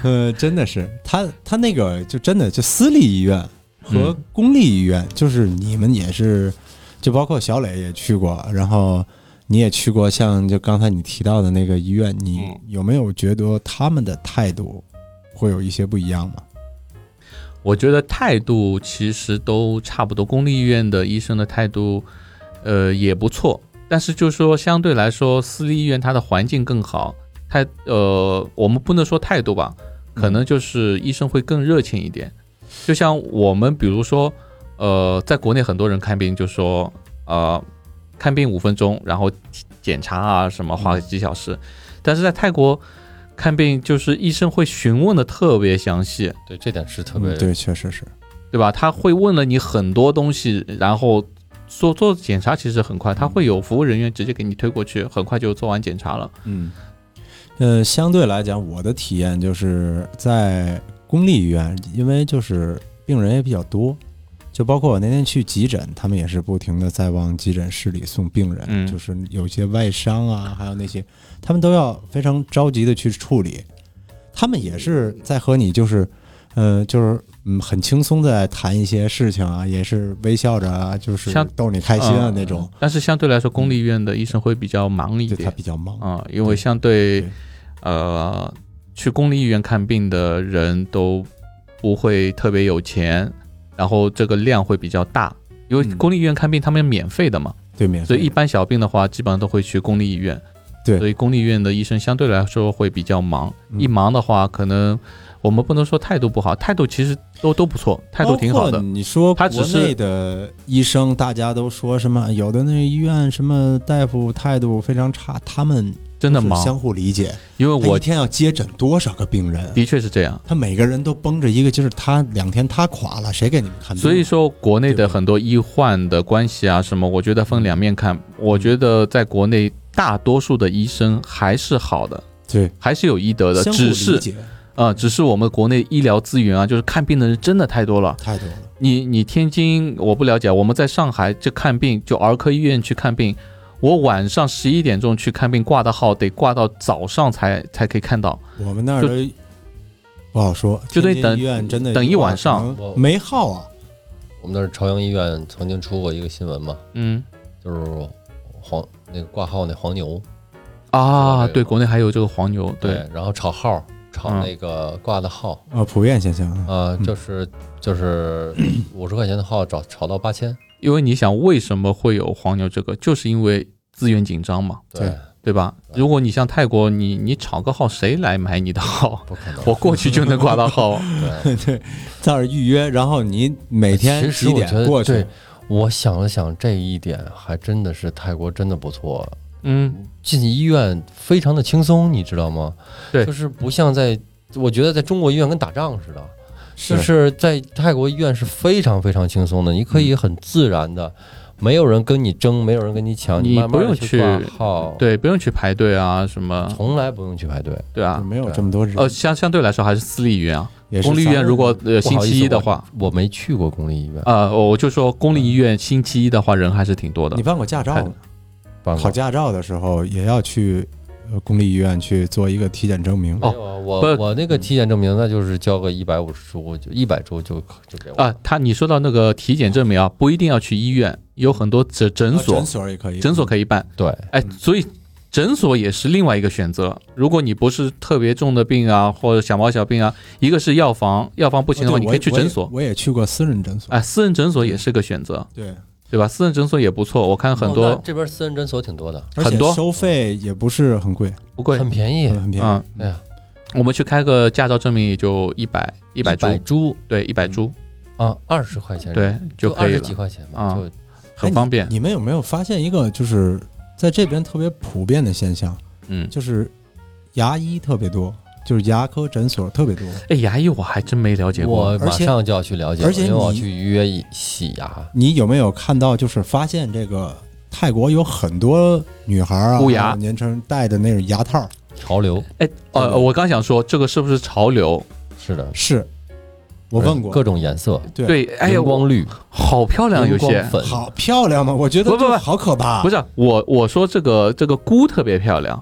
[SPEAKER 1] 呃，真的是他他那个就真的就私立医院和
[SPEAKER 2] 嗯
[SPEAKER 1] 公立医院，就是你们也是，就包括小磊也去过，然后你也去过，像就刚才你提到的那个医院，你
[SPEAKER 2] 嗯
[SPEAKER 1] 有没有觉得他们的态度会有一些不一样吗？
[SPEAKER 2] 我觉得态度其实都差不多，公立医院的医生的态度，呃，也不错。但是就是说，相对来说，私立医院它的环境更好，态呃，我们不能说态度吧，可
[SPEAKER 1] 嗯
[SPEAKER 2] 能就是医生会更热情一点。就像我们比如说，呃，在国内很多人看病就说，呃，看病五分钟，然后检查啊什么花几小时，但是在泰国看病就是医生会询问的特别详细，
[SPEAKER 3] 对，这点是特
[SPEAKER 1] 嗯
[SPEAKER 3] 别、
[SPEAKER 1] 对，确实是。
[SPEAKER 2] 对吧？他会问了你很多东西，然后做做检查其实很快，他会有服务人员直接给你推过去，很快就做完检查了。
[SPEAKER 1] 嗯，呃，相对来讲，我的体验就是在公立医院，因为就是病人也比较多，就包括我那天去急诊，他们也是不停的在往急诊室里送病人，
[SPEAKER 2] 嗯
[SPEAKER 1] 就是有些外伤啊，还有那些，他们都要非常着急的去处理，他们也是在和你就是，呃，就是。嗯，很轻松地在谈一些事情啊，也是微笑着啊，就是
[SPEAKER 2] 像
[SPEAKER 1] 逗你开心啊
[SPEAKER 2] 嗯
[SPEAKER 1] 那种。嗯
[SPEAKER 2] 但是相对来说，公立医院的医生会比较忙一
[SPEAKER 1] 对他
[SPEAKER 2] 点
[SPEAKER 1] 比较忙，
[SPEAKER 2] 啊、因为相对
[SPEAKER 1] 对
[SPEAKER 2] 呃去公立医院看病的人都不会特别有钱，然后这个量会比较大，因为
[SPEAKER 1] 嗯
[SPEAKER 2] 公立医院看病他们免费的嘛，
[SPEAKER 1] 对免
[SPEAKER 2] 所以
[SPEAKER 1] 费
[SPEAKER 2] 一般小病的话，基本上都会去公立医院。
[SPEAKER 1] 对
[SPEAKER 2] 所以公立医院的医生相对来说会比较忙。
[SPEAKER 1] 嗯
[SPEAKER 2] 一忙的话，可能我们不能说态度不好，态度其实都都不错，态度挺好
[SPEAKER 1] 包
[SPEAKER 2] 的
[SPEAKER 1] 括。你说
[SPEAKER 2] 他只
[SPEAKER 1] 国
[SPEAKER 2] 是
[SPEAKER 1] 内的医生，大家都说什么？有的那医院什么大夫态度非常差，他们
[SPEAKER 2] 真的
[SPEAKER 1] 是
[SPEAKER 2] 忙，
[SPEAKER 1] 相互理解。
[SPEAKER 2] 因为
[SPEAKER 1] 他一
[SPEAKER 2] 我嗯
[SPEAKER 1] 天要接诊多少个病人？
[SPEAKER 2] 的确是这样。
[SPEAKER 1] 他每个人都绷着一个劲儿，他两天他垮了，谁给你们看病？啊
[SPEAKER 2] 所以说，国内
[SPEAKER 1] 对
[SPEAKER 2] 的
[SPEAKER 1] 吧
[SPEAKER 2] 很多医患的关系啊什么，我觉得分两面看。我觉得在国内，大多数的医生还是好的，
[SPEAKER 1] 对，
[SPEAKER 2] 还是有医德的，
[SPEAKER 1] 相互
[SPEAKER 2] 只
[SPEAKER 1] 理
[SPEAKER 2] 是
[SPEAKER 1] 解
[SPEAKER 2] 呃，只是我们国内医疗资源啊，就是看病的人真的太多了。
[SPEAKER 1] 太多了。
[SPEAKER 2] 你你天津我不了解，我们在上海这看病就儿科医院去看病，我晚上十一点钟去看病挂的号得挂到早上才才可以看到，
[SPEAKER 1] 我们那儿的不好说，
[SPEAKER 2] 就得
[SPEAKER 1] 天津
[SPEAKER 2] 等
[SPEAKER 1] 医院真的
[SPEAKER 2] 等一晚上
[SPEAKER 1] 可能没号啊。
[SPEAKER 3] 我们那儿朝阳医院曾经出过一个新闻嘛，
[SPEAKER 2] 嗯
[SPEAKER 3] 就是黄那个挂号那黄牛，
[SPEAKER 2] 啊，
[SPEAKER 3] 这个
[SPEAKER 2] 对，国内还有这个黄牛，对，
[SPEAKER 3] 然后炒号，炒
[SPEAKER 2] 嗯
[SPEAKER 3] 那个挂的号，
[SPEAKER 2] 哦
[SPEAKER 1] 啊，普遍现象啊，
[SPEAKER 3] 啊，就是就是五十块钱的号炒炒到八千，
[SPEAKER 2] 因为你想为什么会有黄牛这个，就是因为资源紧张嘛，
[SPEAKER 1] 对
[SPEAKER 3] 对，
[SPEAKER 2] 对吧？如果你像泰国，你你炒个号，谁来买你的号？
[SPEAKER 3] 不可能，
[SPEAKER 2] 我过去就能挂到号，
[SPEAKER 3] 对，
[SPEAKER 1] 在那儿预约，然后你每天
[SPEAKER 3] 哎其实
[SPEAKER 1] 几
[SPEAKER 3] 我
[SPEAKER 1] 点
[SPEAKER 3] 觉得
[SPEAKER 1] 过去
[SPEAKER 3] 对？我想了想，这一点还真的是泰国真的不错，
[SPEAKER 2] 嗯，
[SPEAKER 3] 进医院非常的轻松，你知道吗？
[SPEAKER 2] 对
[SPEAKER 3] 就是不像在，我觉得在中国医院跟打仗似的，
[SPEAKER 1] 嗯
[SPEAKER 3] 就是在泰国医院是非常非常轻松的，你可以很自然的。没有人跟你争，没有人跟你抢，
[SPEAKER 2] 你
[SPEAKER 3] 慢慢
[SPEAKER 2] 不用
[SPEAKER 3] 地去挂
[SPEAKER 2] 去
[SPEAKER 3] 号，，
[SPEAKER 2] 对，不用去排队啊，什么，
[SPEAKER 3] 从来不用去排队。
[SPEAKER 2] 对啊，
[SPEAKER 1] 没有这么多人。
[SPEAKER 2] 呃，相相对来说还是私立医院啊，
[SPEAKER 1] 嗯也是
[SPEAKER 2] 公立医院如果呃
[SPEAKER 3] 不
[SPEAKER 2] 星
[SPEAKER 3] 好意
[SPEAKER 2] 期
[SPEAKER 3] 思
[SPEAKER 2] 一的话，，
[SPEAKER 3] 我我没去过公立医院，
[SPEAKER 2] 呃，我我就说公立医院星期一的话人还是挺多的
[SPEAKER 1] 你，办过驾照吗？
[SPEAKER 3] 办过
[SPEAKER 1] 考驾照的时候也要去呃公立医院去做一个体检证明。
[SPEAKER 3] 没
[SPEAKER 2] 哦
[SPEAKER 3] 有啊，我
[SPEAKER 2] 不
[SPEAKER 3] 我那个体检证明那就是交个一百五十株，就一百株就就给我
[SPEAKER 2] 啊，他你说到那个体检证明啊，不一定要去医院，有很多诊诊
[SPEAKER 1] 啊
[SPEAKER 2] 所
[SPEAKER 1] 诊，所也可以，
[SPEAKER 2] 诊所可以办。
[SPEAKER 3] 对，
[SPEAKER 2] 哎，
[SPEAKER 1] 嗯
[SPEAKER 2] 所以诊所也是另外一个选择。如果你不是特别重的病啊，或者小毛小病啊，一个是药房，药房不
[SPEAKER 1] 不
[SPEAKER 2] 行的话，你可以去诊所。
[SPEAKER 1] 啊我也去过私人诊所。
[SPEAKER 2] 哎，私人诊所也是个选择，
[SPEAKER 1] 对，
[SPEAKER 2] 对吧？私人诊所也不错，我看很
[SPEAKER 3] 哦
[SPEAKER 2] 多
[SPEAKER 3] 那这边私人诊所挺多的，
[SPEAKER 1] 而
[SPEAKER 2] 很
[SPEAKER 1] 且
[SPEAKER 2] 多
[SPEAKER 1] 收费也不是很贵，
[SPEAKER 2] 不贵。
[SPEAKER 3] 很便宜。
[SPEAKER 1] 很便宜。
[SPEAKER 2] 嗯，
[SPEAKER 3] 哎呀，
[SPEAKER 2] 我们去开个驾照证明也就一百一
[SPEAKER 3] 一
[SPEAKER 2] 百株，
[SPEAKER 3] 株
[SPEAKER 2] 对，一百株，
[SPEAKER 3] 啊，二十块钱，，
[SPEAKER 2] 对
[SPEAKER 3] 就
[SPEAKER 2] 可
[SPEAKER 3] 二
[SPEAKER 2] 以
[SPEAKER 3] 十几
[SPEAKER 2] 了，
[SPEAKER 3] 块钱吧，
[SPEAKER 2] 啊
[SPEAKER 3] 就
[SPEAKER 2] 很方便。
[SPEAKER 1] 你们有没有发现一个就是在这边特别普遍的现象，
[SPEAKER 2] 嗯，
[SPEAKER 1] 就是牙医特别多，就是牙科诊所特别多。
[SPEAKER 2] 哎，牙医我还真没了解过。
[SPEAKER 3] 我马上就要去了解了，
[SPEAKER 1] 而且
[SPEAKER 3] 因为我要
[SPEAKER 1] 你
[SPEAKER 3] 去预约一洗牙。
[SPEAKER 1] 你有没有看到，就是发现这个泰国有很多女孩啊，
[SPEAKER 2] 箍牙
[SPEAKER 1] 还有年轻人戴的那种牙套，
[SPEAKER 3] 潮流
[SPEAKER 2] 哎，呃，我刚想说这个是不是潮流？
[SPEAKER 3] 是的，
[SPEAKER 1] 是我问过
[SPEAKER 3] 各，种颜色，
[SPEAKER 1] 对
[SPEAKER 2] 对，哎呀，
[SPEAKER 3] 荧
[SPEAKER 2] 我
[SPEAKER 3] 光绿、
[SPEAKER 2] 好漂亮，有
[SPEAKER 3] 荧光
[SPEAKER 2] 些
[SPEAKER 3] 粉，
[SPEAKER 1] 好漂亮吗？我觉得
[SPEAKER 2] 不不不
[SPEAKER 1] 这好可怕，
[SPEAKER 2] 不
[SPEAKER 1] 是
[SPEAKER 2] 是啊我，我说这个这个菇特别漂亮，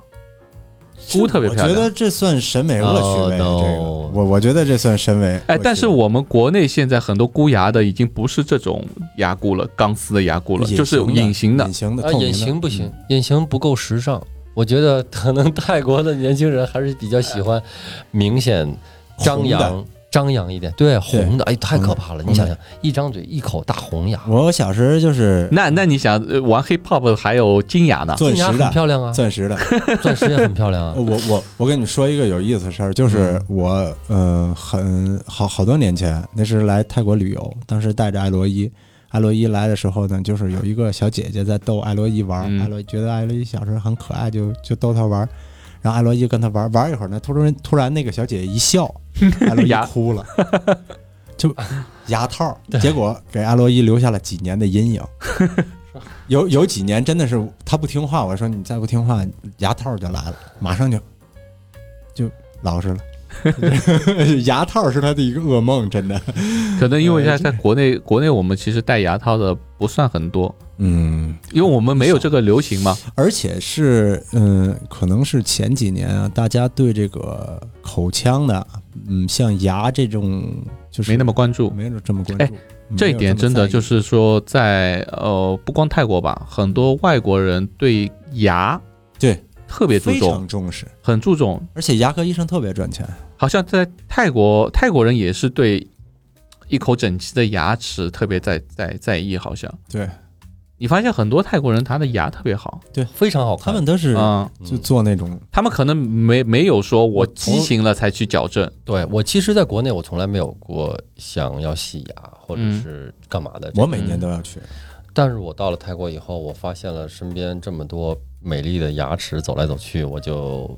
[SPEAKER 2] 菇特别漂
[SPEAKER 1] 我
[SPEAKER 2] 亮哦
[SPEAKER 1] 觉得这算审美恶趣味，
[SPEAKER 3] Oh, no
[SPEAKER 1] 这个我我觉得这算审美恶趣味。
[SPEAKER 2] 哎，但是我们国内现在很多箍牙的已经不是这种牙箍了，钢丝的牙箍了，
[SPEAKER 1] 隐
[SPEAKER 2] 就是
[SPEAKER 1] 形的
[SPEAKER 2] 隐形的
[SPEAKER 1] 隐。形的
[SPEAKER 3] 啊，
[SPEAKER 1] 透明的嗯
[SPEAKER 3] 隐形不行，隐形不够时尚。我觉得可能泰国的年轻人还是比较喜欢明显张
[SPEAKER 1] 红
[SPEAKER 3] 扬、张扬一点。对，红的，哎，太可怕
[SPEAKER 1] 红的
[SPEAKER 3] 了！
[SPEAKER 1] 嗯
[SPEAKER 3] 你想想，一张嘴一口大红牙，
[SPEAKER 1] 我小时候就是
[SPEAKER 2] 那那你想呃玩 hip hop 还有金牙 呢？
[SPEAKER 1] 钻
[SPEAKER 3] 金牙
[SPEAKER 1] 石
[SPEAKER 3] 很
[SPEAKER 1] 的，
[SPEAKER 3] 漂亮啊，
[SPEAKER 1] 钻石的。
[SPEAKER 3] 钻石也很漂亮啊。
[SPEAKER 1] 我我我跟你说一个有意思的事儿，
[SPEAKER 2] 嗯
[SPEAKER 1] 就是我呃很好好多年前，那是来泰国旅游，当时带着艾洛伊，艾洛伊来的时候呢，就是有一个小姐姐在逗艾洛伊玩儿，
[SPEAKER 2] 嗯
[SPEAKER 1] 艾洛伊觉得艾洛伊小时候很可爱，就就逗她玩儿，然后艾洛伊跟她玩儿玩儿一会儿呢，突然突然那个小姐姐一笑，艾洛伊
[SPEAKER 2] 牙
[SPEAKER 1] 哭 了，就牙套儿，结果给艾洛伊留下了几年的阴 影。有有几年真的是他不听话，我说你再不听话，牙套就来了，马上就就老实了。 牙套是他的一个噩梦，真的。
[SPEAKER 2] 可能因为在在 国内，国内我们其实戴牙套的不算很多，
[SPEAKER 1] 嗯，
[SPEAKER 2] 因为我们没有这个流行嘛。
[SPEAKER 1] 而且是嗯，可能是前几年啊，大家对这个口腔的，嗯，像牙这种就是
[SPEAKER 2] 没那么关注。
[SPEAKER 1] 没有这么关注
[SPEAKER 2] 哎。这一点真的就是说在，呃，不光泰国吧，很多外国人对牙
[SPEAKER 1] 对
[SPEAKER 2] 特
[SPEAKER 1] 特
[SPEAKER 2] 别注
[SPEAKER 1] 非
[SPEAKER 2] 重，
[SPEAKER 1] 常重视，
[SPEAKER 2] 很注重。
[SPEAKER 1] 而且牙科医生特别赚钱。
[SPEAKER 2] 好像在泰国，泰国人也是对一口整齐的牙齿特别在在在意，好像
[SPEAKER 1] 对
[SPEAKER 2] 你发现很多泰国人他的牙特别好，
[SPEAKER 3] 非常好
[SPEAKER 1] 他
[SPEAKER 3] 看。
[SPEAKER 1] 们都是
[SPEAKER 2] 嗯，
[SPEAKER 1] 就做那种
[SPEAKER 2] 他们可能没没有说我畸形了才去矫正，
[SPEAKER 3] 对我其实在国内我从来没有过想要洗牙或者
[SPEAKER 2] 嗯
[SPEAKER 3] 是干嘛的这个
[SPEAKER 1] 我每年都要去，
[SPEAKER 3] 但是我到了泰国以后，我发现了身边这么多美丽的牙齿走来走去，我就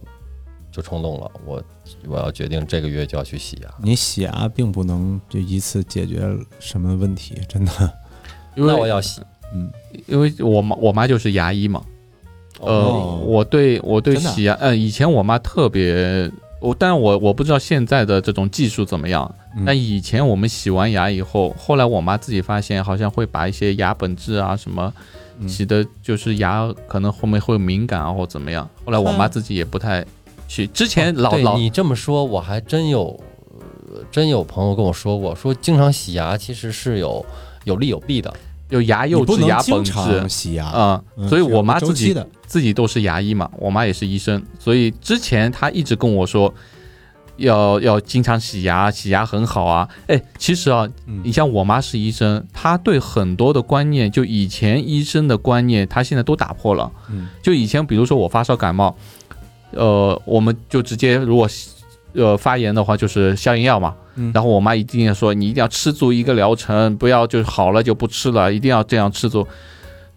[SPEAKER 3] 就冲动了，我我要决定这个月就要去洗牙。
[SPEAKER 1] 你洗牙并不能就一次解决什么问题，真的。
[SPEAKER 2] 因为
[SPEAKER 3] 那我要洗，
[SPEAKER 2] 因为我妈我妈就是牙医嘛，呃，
[SPEAKER 1] 哦
[SPEAKER 2] 我对我对
[SPEAKER 1] 真的啊
[SPEAKER 2] 洗牙，呃，以前我妈特别，我但我我不知道现在的这种技术怎么样，
[SPEAKER 1] 嗯
[SPEAKER 2] 但以前我们洗完牙以后，后来我妈自己发现好像会把一些牙本质啊什么
[SPEAKER 1] 嗯
[SPEAKER 2] 洗的，就是牙可能后面会敏感啊或怎么样，后来我妈
[SPEAKER 1] 嗯
[SPEAKER 2] 自己也不太去，
[SPEAKER 1] 哦
[SPEAKER 2] 之前老
[SPEAKER 3] 对
[SPEAKER 2] 老
[SPEAKER 3] 你这么说，我还真有呃真有朋友跟我说过，说经常洗牙其实是有有利有弊的。
[SPEAKER 2] 有牙
[SPEAKER 1] 你
[SPEAKER 2] 釉
[SPEAKER 1] 不
[SPEAKER 2] 质、
[SPEAKER 1] 能
[SPEAKER 2] 牙本
[SPEAKER 1] 经
[SPEAKER 2] 质，
[SPEAKER 1] 常洗牙，
[SPEAKER 2] 啊，
[SPEAKER 1] 嗯
[SPEAKER 2] 所以
[SPEAKER 1] 是有
[SPEAKER 2] 我妈
[SPEAKER 1] 周
[SPEAKER 2] 自己
[SPEAKER 1] 期的
[SPEAKER 2] 自己都是牙医嘛，我妈也是医生，所以之前她一直跟我说，要要经常洗牙，洗牙很好啊。哎，其实啊，
[SPEAKER 1] 嗯
[SPEAKER 2] 你像我妈是医生，她对很多的观念，就以前医生的观念，她现在都打破了。
[SPEAKER 1] 嗯
[SPEAKER 2] 就以前比如说我发烧感冒，呃，我们就直接如果是呃发炎的话，就是消炎药嘛。
[SPEAKER 1] 嗯
[SPEAKER 2] 然后我妈一定要说，你一定要吃足一个疗程，不要就是好了就不吃了，一定要这样吃足。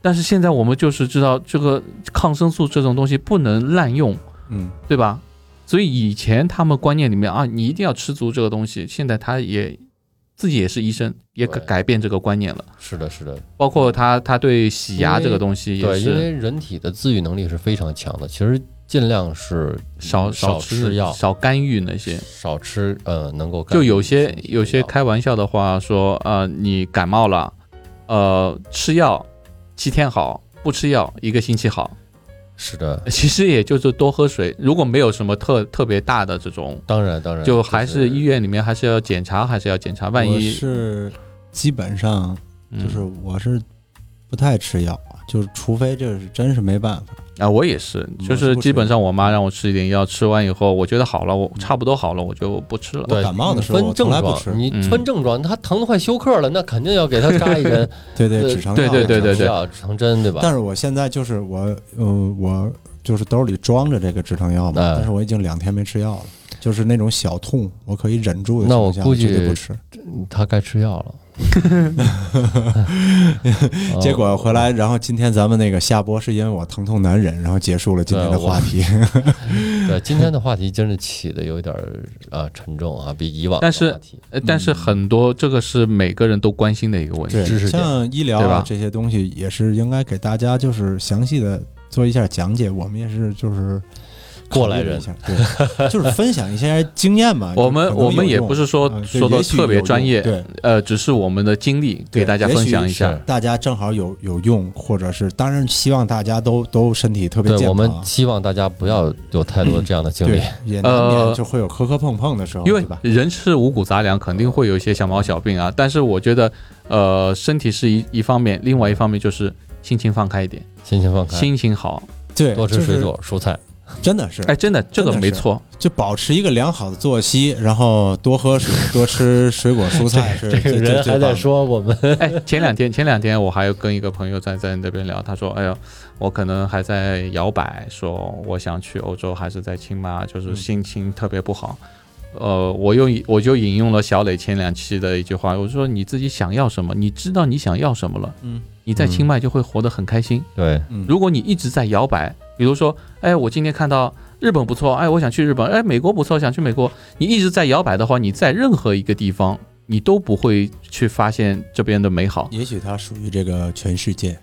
[SPEAKER 2] 但是现在我们就是知道，这个抗生素这种东西不能滥用，
[SPEAKER 1] 嗯，
[SPEAKER 2] 对吧？所以以前他们观念里面啊，你一定要吃足这个东西，现在他也自己也是医生，也改
[SPEAKER 3] 对
[SPEAKER 2] 改变这个观念了。
[SPEAKER 3] 是的，是的，
[SPEAKER 2] 包括他他对洗牙这个东西也
[SPEAKER 3] 对，因
[SPEAKER 2] 是
[SPEAKER 3] 为人体的自愈能力是非常强的，其实尽量是
[SPEAKER 2] 少
[SPEAKER 3] 少
[SPEAKER 2] 吃
[SPEAKER 3] 吃药
[SPEAKER 2] 少干预那些。
[SPEAKER 3] 少吃，呃，能够干
[SPEAKER 2] 就有
[SPEAKER 3] 身
[SPEAKER 2] 些
[SPEAKER 3] 体的
[SPEAKER 2] 有些
[SPEAKER 3] 药
[SPEAKER 2] 开玩笑的话说，呃，你感冒了，呃，吃药七天好，不吃药一个星期好。
[SPEAKER 3] 是的，
[SPEAKER 2] 其实也就是多喝水，如果没有什么特特别大的这种，
[SPEAKER 3] 当然当然，
[SPEAKER 2] 就还是
[SPEAKER 3] 是
[SPEAKER 2] 医院里面还是要检查，还是要检查。万
[SPEAKER 1] 我
[SPEAKER 2] 一
[SPEAKER 1] 是基本上
[SPEAKER 2] 嗯
[SPEAKER 1] 就是我是不太吃药啊，就是除非这是真是没办法。
[SPEAKER 2] 啊，我也是，就
[SPEAKER 1] 我是
[SPEAKER 2] 是
[SPEAKER 1] 不
[SPEAKER 2] 基
[SPEAKER 1] 吃
[SPEAKER 2] 本上我妈让我吃一点药，吃完以后我觉得好了，
[SPEAKER 1] 嗯
[SPEAKER 2] 我差不多好了，我就不吃了。
[SPEAKER 1] 我
[SPEAKER 3] 对
[SPEAKER 1] 感冒的时候
[SPEAKER 3] 分
[SPEAKER 1] 我从
[SPEAKER 3] 症
[SPEAKER 1] 来不
[SPEAKER 3] 状
[SPEAKER 1] 吃，
[SPEAKER 3] 你
[SPEAKER 2] 嗯
[SPEAKER 3] 分症状，他疼的快休克了，那肯定要给他扎一针
[SPEAKER 1] 对对，
[SPEAKER 3] 对
[SPEAKER 1] 止疼
[SPEAKER 2] 呃对
[SPEAKER 1] 药
[SPEAKER 2] 对
[SPEAKER 1] 止
[SPEAKER 2] 对
[SPEAKER 1] 疼
[SPEAKER 2] 对
[SPEAKER 1] 药
[SPEAKER 2] 对
[SPEAKER 3] 药成针，对吧？
[SPEAKER 1] 但是我现在就是我，嗯，我就是兜里装着这个止疼药嘛，
[SPEAKER 3] 嗯
[SPEAKER 1] 但是我已经两天没吃药了，就是那种小痛，我可以忍住的
[SPEAKER 3] 那
[SPEAKER 1] 情况
[SPEAKER 3] 我
[SPEAKER 1] 下，
[SPEAKER 3] 估
[SPEAKER 1] 绝对
[SPEAKER 3] 计
[SPEAKER 1] 不吃。
[SPEAKER 2] 嗯
[SPEAKER 3] 他该吃药了。哦
[SPEAKER 1] 结果回来，然后今天咱们那个下播是因为我疼痛难忍，然后结束了今天的
[SPEAKER 2] 嗯
[SPEAKER 3] 对我
[SPEAKER 1] 话 题。
[SPEAKER 3] 对今天的话题真是起的有点儿啊沉重啊，比以往的
[SPEAKER 2] 但是
[SPEAKER 3] 话题
[SPEAKER 2] 呃但是很多这个是每个人都关心的一个问题。
[SPEAKER 3] 知
[SPEAKER 1] 嗯对，
[SPEAKER 3] 识点
[SPEAKER 1] 像医疗
[SPEAKER 2] 对吧
[SPEAKER 1] 啊这些东西，也是应该给大家就是详细的做一下讲解。我们也是就是
[SPEAKER 3] 过来人
[SPEAKER 1] 考虑了一下，对，就是分享一些经验 吧。
[SPEAKER 2] 我们
[SPEAKER 1] 可能有
[SPEAKER 2] 我们也
[SPEAKER 1] 用
[SPEAKER 2] 不是说
[SPEAKER 1] 嗯对
[SPEAKER 2] 说的
[SPEAKER 1] 也许
[SPEAKER 2] 特别
[SPEAKER 1] 有用
[SPEAKER 2] 专业
[SPEAKER 1] 对，
[SPEAKER 2] 呃，只是我们的经历
[SPEAKER 1] 对
[SPEAKER 2] 给大家分享一
[SPEAKER 3] 也许
[SPEAKER 2] 下
[SPEAKER 3] 是。
[SPEAKER 1] 大家正好有有用，或者是当然希望大家都都身体特别
[SPEAKER 3] 对
[SPEAKER 1] 健
[SPEAKER 3] 我们
[SPEAKER 1] 康啊。
[SPEAKER 3] 希望大家不要有太多这样的经历
[SPEAKER 1] 对。，也难免
[SPEAKER 2] 呃
[SPEAKER 1] 就会有磕磕碰碰的时候，
[SPEAKER 2] 因为
[SPEAKER 1] 哦对吧？
[SPEAKER 2] 人吃五谷杂粮，肯定会有一些小毛小病啊。但是我觉得，呃，身体是一一方面，另外一方面就是心情放开一点，
[SPEAKER 3] 心情放开，
[SPEAKER 2] 心情好。
[SPEAKER 1] 对，
[SPEAKER 3] 多吃水
[SPEAKER 1] 就是
[SPEAKER 3] 果蔬菜。
[SPEAKER 1] 真的是
[SPEAKER 2] 哎，真的，这个
[SPEAKER 1] 真的
[SPEAKER 2] 没
[SPEAKER 1] 是
[SPEAKER 2] 错。
[SPEAKER 1] 就保持一个良好的作息，然后多喝水，多吃水果蔬 菜，是
[SPEAKER 3] 这个
[SPEAKER 1] 最
[SPEAKER 3] 人
[SPEAKER 1] 最
[SPEAKER 3] 还在，
[SPEAKER 1] 最棒的
[SPEAKER 3] 说我们
[SPEAKER 2] 哎，前两天前两天我还有跟一个朋友在在那边聊，他说，哎呦，我可能还在摇摆，说我想去欧洲还是在清迈，就是
[SPEAKER 1] 嗯
[SPEAKER 2] 心情特别不好。呃，我又我就引用了小磊前两期的一句话，我说你自己想要什么，你知道你想要什么了，
[SPEAKER 1] 嗯，
[SPEAKER 2] 你在清迈就会活得很开心。
[SPEAKER 3] 对
[SPEAKER 1] 嗯，
[SPEAKER 2] 如果你一直在摇摆，比如说，哎，我今天看到日本不错，哎，我想去日本，哎，美国不错，想去美国，你一直在摇摆的话，你在任何一个地方，你都不会去发现这边的美好。
[SPEAKER 1] 也许它属于这个全世界，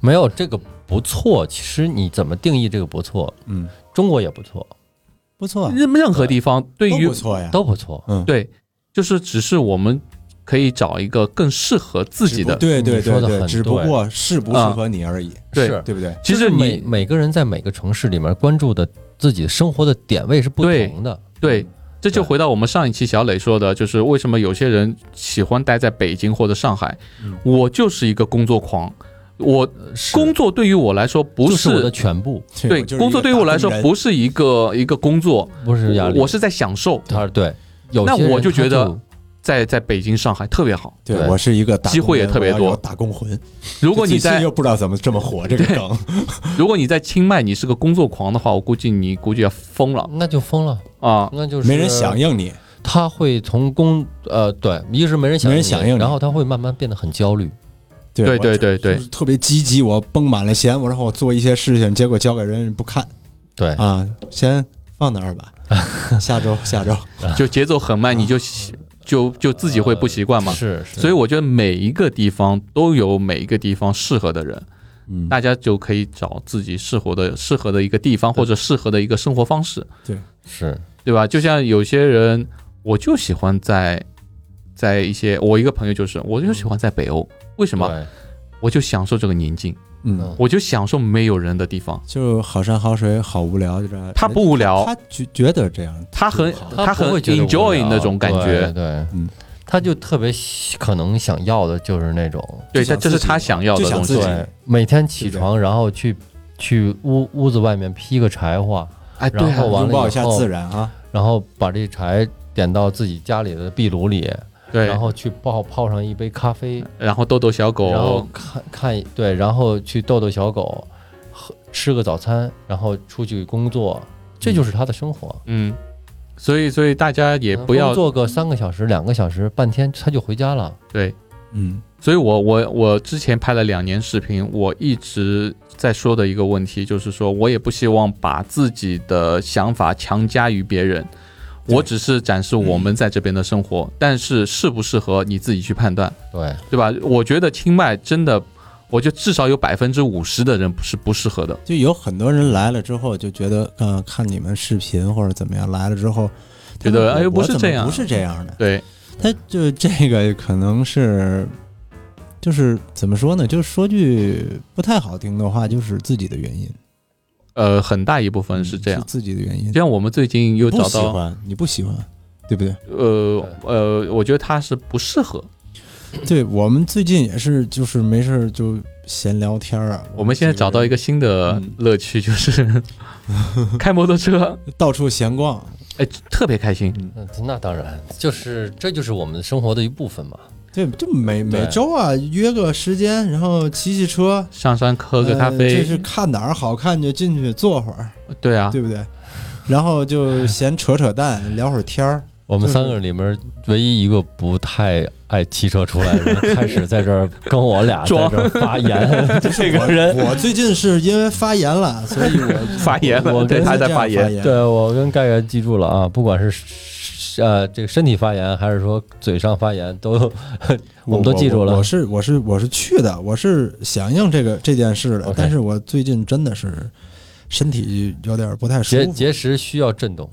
[SPEAKER 3] 没有这个不错。其实你怎么定义这个不错？
[SPEAKER 1] 嗯，
[SPEAKER 3] 中国也不错，
[SPEAKER 1] 不错啊，
[SPEAKER 2] 任任何地方对
[SPEAKER 1] 都
[SPEAKER 2] 于
[SPEAKER 1] 不错呀，嗯
[SPEAKER 3] 都不错。
[SPEAKER 2] 对，就是只是我们可以找一个更适合自己的。
[SPEAKER 1] 对对
[SPEAKER 3] 你
[SPEAKER 1] 对
[SPEAKER 3] 说得很
[SPEAKER 1] 对，只不
[SPEAKER 3] 对
[SPEAKER 1] 过适不
[SPEAKER 2] 啊
[SPEAKER 1] 适合你而已，
[SPEAKER 2] 对
[SPEAKER 3] 是
[SPEAKER 1] 对不对？
[SPEAKER 2] 其
[SPEAKER 3] 就
[SPEAKER 2] 实
[SPEAKER 3] 是每
[SPEAKER 2] 你
[SPEAKER 3] 每个人在每个城市里面关注的自己生活的点位是不
[SPEAKER 2] 对
[SPEAKER 3] 同的。
[SPEAKER 2] 对，这就回到我们上一期小磊说的，就是为什么有些人喜欢待在北京或者上海。
[SPEAKER 1] 嗯呃
[SPEAKER 2] 我就是一个工作狂，我
[SPEAKER 3] 是
[SPEAKER 2] 工作对于我来说不
[SPEAKER 3] 就是是我的全部，
[SPEAKER 2] 对
[SPEAKER 1] 我就是一个
[SPEAKER 2] 工作对于我来说
[SPEAKER 1] 打工人
[SPEAKER 2] 不是一个一个工作，
[SPEAKER 3] 不是压力。
[SPEAKER 2] 我是在享受，
[SPEAKER 3] 他对，有
[SPEAKER 2] 那
[SPEAKER 3] 些人
[SPEAKER 2] 我就
[SPEAKER 3] 他
[SPEAKER 2] 觉得在在北京、上海特别好。
[SPEAKER 1] 对
[SPEAKER 3] 对
[SPEAKER 1] 我是一个打
[SPEAKER 2] 机
[SPEAKER 1] 工
[SPEAKER 2] 会也
[SPEAKER 1] 人
[SPEAKER 2] 特别
[SPEAKER 1] 我要有
[SPEAKER 2] 多
[SPEAKER 1] 打工魂。
[SPEAKER 2] 如果你
[SPEAKER 1] 这期
[SPEAKER 2] 在
[SPEAKER 1] 又不知道怎么这么火这个 梗，
[SPEAKER 2] 如果你在清迈，你是个工作狂的话，我估计你估计要疯了
[SPEAKER 3] 那就疯了，
[SPEAKER 2] 啊！
[SPEAKER 3] 那就是
[SPEAKER 1] 没人响。应你，
[SPEAKER 3] 他会从工呃，对，一是没人响
[SPEAKER 1] 没
[SPEAKER 3] 应
[SPEAKER 1] 人
[SPEAKER 3] 你，
[SPEAKER 1] 响应你
[SPEAKER 3] 然后他会慢慢变得很焦虑。
[SPEAKER 1] 对
[SPEAKER 2] 对
[SPEAKER 1] 我
[SPEAKER 2] 对对
[SPEAKER 1] 就是
[SPEAKER 2] 对，
[SPEAKER 1] 特别积极，我绷满了弦，我然后我做一些事情，结果交给人不看
[SPEAKER 3] 对，
[SPEAKER 1] 啊，先放那儿 吧，下周下周
[SPEAKER 2] 就节奏很慢，你就习就就自己会不习惯嘛。
[SPEAKER 3] 是是，
[SPEAKER 2] 所以我觉得每一个地方都有每一个地方适合的人，
[SPEAKER 1] 嗯
[SPEAKER 2] 大家就可以找自己适合的适合的一个地方或者适合的一个生活方式。
[SPEAKER 3] 是
[SPEAKER 2] 对吧？就像有些人，我就喜欢在在一些，我一个朋友就是，我就喜欢在北欧，为什么？
[SPEAKER 3] 对
[SPEAKER 2] 我就享受这个宁静，
[SPEAKER 1] 嗯
[SPEAKER 3] 嗯，
[SPEAKER 2] 我就享受没有人的地方。
[SPEAKER 1] 就好山好水好无聊，就这样
[SPEAKER 2] 他不无聊
[SPEAKER 1] 他觉觉得这样，
[SPEAKER 2] 他很
[SPEAKER 3] 他
[SPEAKER 2] 很
[SPEAKER 3] 不会觉得无
[SPEAKER 2] enjoy
[SPEAKER 3] 聊
[SPEAKER 2] 那种感
[SPEAKER 3] 对
[SPEAKER 2] 觉，
[SPEAKER 3] 对，
[SPEAKER 1] 嗯
[SPEAKER 3] 他就特别喜可能想要的就是那种，
[SPEAKER 2] 对，
[SPEAKER 1] 就想
[SPEAKER 2] 但这是
[SPEAKER 1] 自己
[SPEAKER 2] 他想要的
[SPEAKER 1] 就想
[SPEAKER 2] 东
[SPEAKER 1] 自
[SPEAKER 2] 西
[SPEAKER 1] 己。
[SPEAKER 3] 对，每天起床然后去去屋屋子外面劈个柴火，
[SPEAKER 2] 哎，对
[SPEAKER 3] 然后
[SPEAKER 2] 啊，
[SPEAKER 3] 完
[SPEAKER 1] 拥
[SPEAKER 3] 了
[SPEAKER 1] 抱一
[SPEAKER 3] 以
[SPEAKER 1] 下
[SPEAKER 3] 后
[SPEAKER 1] 自然啊，
[SPEAKER 3] 然后把这柴点到自己家里的壁炉里，
[SPEAKER 2] 对，
[SPEAKER 3] 然后去泡泡上一杯咖啡，
[SPEAKER 2] 然后逗逗小
[SPEAKER 3] 然后
[SPEAKER 2] 狗，
[SPEAKER 3] 看看对，然后去逗逗小狗，喝吃个早餐，然后出去工作，这就是他的生活。
[SPEAKER 2] 嗯，所以所以大家也不
[SPEAKER 1] 呃
[SPEAKER 2] 要
[SPEAKER 3] 做个三个小时、两个小时、半天，他就回家了。
[SPEAKER 2] 对，
[SPEAKER 1] 嗯，
[SPEAKER 2] 所以我我我之前拍了两年视频，我一直在说的一个问题就是说，我也不希望把自己的想法强加于别人。我只是展示我们在这边的生活，但是适不适合你自己去判断，
[SPEAKER 3] 对，
[SPEAKER 2] 对吧？我觉得清迈真的，我觉得至少有百分之五十的人不是不适合的。
[SPEAKER 1] 就有很多人来了之后就觉得，嗯、看你们视频或者怎么样，来了之后
[SPEAKER 2] 觉得哎
[SPEAKER 1] 我
[SPEAKER 2] 不是
[SPEAKER 1] 怎么
[SPEAKER 2] 这样
[SPEAKER 1] 不是这样的。
[SPEAKER 2] 对，
[SPEAKER 1] 他就这个可能是，就是怎么说呢？就是说句不太好听的话，就是自己的原因，
[SPEAKER 2] 呃，很大一部分是这样。
[SPEAKER 1] 自己的原因
[SPEAKER 2] 就。像我们最近
[SPEAKER 1] 嗯
[SPEAKER 2] 又
[SPEAKER 1] 不
[SPEAKER 2] 找
[SPEAKER 1] 喜
[SPEAKER 2] 到，
[SPEAKER 1] 欢你不喜欢，对不对？
[SPEAKER 2] 呃呃，我觉得他是不适合。
[SPEAKER 1] 对我们最近也是，就是没事儿就闲聊天儿啊。
[SPEAKER 2] 我们现在找到一个新的
[SPEAKER 1] 嗯
[SPEAKER 2] 乐趣，就是 开摩托车，
[SPEAKER 1] 到处闲逛，
[SPEAKER 2] 哎，特别开心。
[SPEAKER 1] 嗯
[SPEAKER 3] 那那当然，就是这就是我们生活的一部分嘛。
[SPEAKER 1] 对，就每
[SPEAKER 3] 对
[SPEAKER 1] 每周啊约个时间，然后骑骑车，
[SPEAKER 2] 上山喝个咖
[SPEAKER 1] 呃
[SPEAKER 2] 啡，
[SPEAKER 1] 就是看哪儿好看就进去坐会儿，
[SPEAKER 2] 对啊，
[SPEAKER 1] 对不对？然后 就闲扯扯淡，聊会儿天儿。
[SPEAKER 3] 我们三个里面唯一一个不太爱骑车出来的人，开始在这儿跟我俩在
[SPEAKER 2] 装
[SPEAKER 3] 这儿发 言。这个人，
[SPEAKER 1] 我我最近是因为发言了，所以我
[SPEAKER 2] 发言了
[SPEAKER 1] 我
[SPEAKER 2] 对
[SPEAKER 1] 我
[SPEAKER 2] 他
[SPEAKER 1] 是
[SPEAKER 2] 在
[SPEAKER 1] 这样
[SPEAKER 2] 发言
[SPEAKER 1] 言
[SPEAKER 3] 对我跟盖盖记住了啊，不管是呃这个身体发言，还是说嘴上发言，都我们都记住
[SPEAKER 1] 我
[SPEAKER 3] 了。
[SPEAKER 1] 是我是我是去的，我是响应这个这件事的
[SPEAKER 3] OK
[SPEAKER 1] 但是我最近真的是身体有点不太舒
[SPEAKER 3] 节
[SPEAKER 1] 服，啊嗯
[SPEAKER 3] 节食需要震动，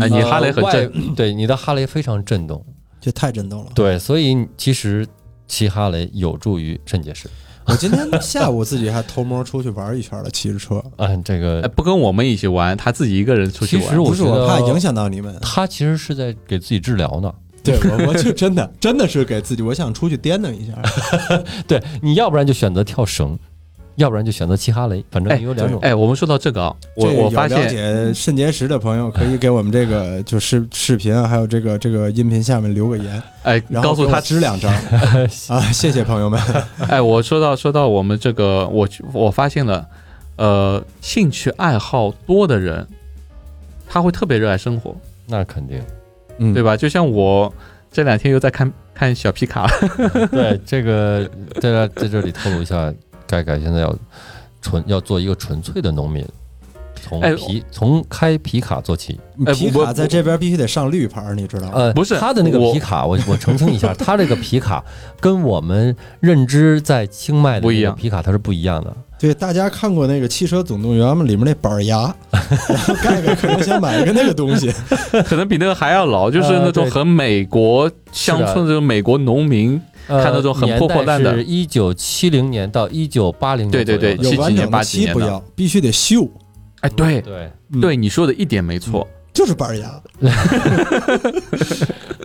[SPEAKER 2] 哎，你
[SPEAKER 3] 呃
[SPEAKER 2] 哈雷很正，
[SPEAKER 3] 外对，你的哈雷非常震动，
[SPEAKER 1] 这太震动了。
[SPEAKER 3] 对，所以其实骑哈雷有助于肾结石。
[SPEAKER 1] 我今天下午自己还偷摸出去玩一圈了，骑着车，
[SPEAKER 3] 嗯，这
[SPEAKER 2] 哎，
[SPEAKER 3] 个
[SPEAKER 2] 不跟我们一起玩，他自己一个人出去玩。
[SPEAKER 3] 其 实我
[SPEAKER 1] 不是
[SPEAKER 3] 觉
[SPEAKER 1] 我
[SPEAKER 3] 得
[SPEAKER 1] 怕影响到你们，
[SPEAKER 3] 他其实是在给自己治疗呢。
[SPEAKER 1] 对我我就真的真的是给自己，我想出去颠腾一下。
[SPEAKER 3] 对，你要不然就选择跳绳，要不然就选择骑哈雷，反正你有两种。
[SPEAKER 2] 哎，我们说到这个啊，我
[SPEAKER 1] 这个
[SPEAKER 2] 我
[SPEAKER 1] 有
[SPEAKER 2] 发
[SPEAKER 1] 了
[SPEAKER 2] 现，
[SPEAKER 1] 解肾结石的朋友可以给我们这个就视视频啊，还有这个这个音频下面留个言，
[SPEAKER 2] 哎，
[SPEAKER 1] 然后
[SPEAKER 2] 告诉
[SPEAKER 1] 给我
[SPEAKER 2] 他，
[SPEAKER 1] 支两 张啊，谢谢朋友们。
[SPEAKER 2] 哎，我说到说到我们这个，我我发现了，呃，兴趣爱好多的人，他会特别热爱生活，
[SPEAKER 3] 那肯定。
[SPEAKER 1] 嗯
[SPEAKER 2] 对吧？就像我这两天又在看看小皮卡，
[SPEAKER 3] 对，这个在这在这里透露一下，盖盖现在要纯要做一个纯粹的农民，从
[SPEAKER 2] 哎
[SPEAKER 3] 皮、从开皮卡做起。
[SPEAKER 2] 哎
[SPEAKER 1] 皮
[SPEAKER 2] 我
[SPEAKER 1] 卡在这边必须得上绿牌儿，你知道吗？
[SPEAKER 3] 呃，
[SPEAKER 2] 不是
[SPEAKER 3] 他的那个
[SPEAKER 2] 我
[SPEAKER 3] 皮卡，我我澄清一下，他这个皮卡跟我们认知在清迈的
[SPEAKER 2] 不一
[SPEAKER 3] 那个
[SPEAKER 2] 样
[SPEAKER 3] 皮卡它是不一样的。
[SPEAKER 1] 对，大家看过那个《汽车总动员》吗？里面那板 牙，然后盖盖可能想买一个那个东西，
[SPEAKER 2] 可能比那个还要老，就是
[SPEAKER 3] 呃
[SPEAKER 2] 那种
[SPEAKER 3] 对
[SPEAKER 2] 很美国乡
[SPEAKER 3] 是的
[SPEAKER 2] 村，就是美国农民，
[SPEAKER 3] 呃
[SPEAKER 2] 看那种很破破烂的
[SPEAKER 3] 年代是一九七零年到一九八零年
[SPEAKER 2] 对对
[SPEAKER 3] 左
[SPEAKER 2] 对
[SPEAKER 3] 右
[SPEAKER 1] 有
[SPEAKER 2] 七几
[SPEAKER 1] 完整
[SPEAKER 2] 年八
[SPEAKER 1] 的
[SPEAKER 2] 几
[SPEAKER 1] 漆
[SPEAKER 2] 年
[SPEAKER 1] 不
[SPEAKER 2] 的
[SPEAKER 1] 要，必须得锈，
[SPEAKER 2] 哎，对
[SPEAKER 3] 的嗯对。
[SPEAKER 1] 嗯
[SPEAKER 2] 对，你说的一点没错，
[SPEAKER 1] 就是板牙。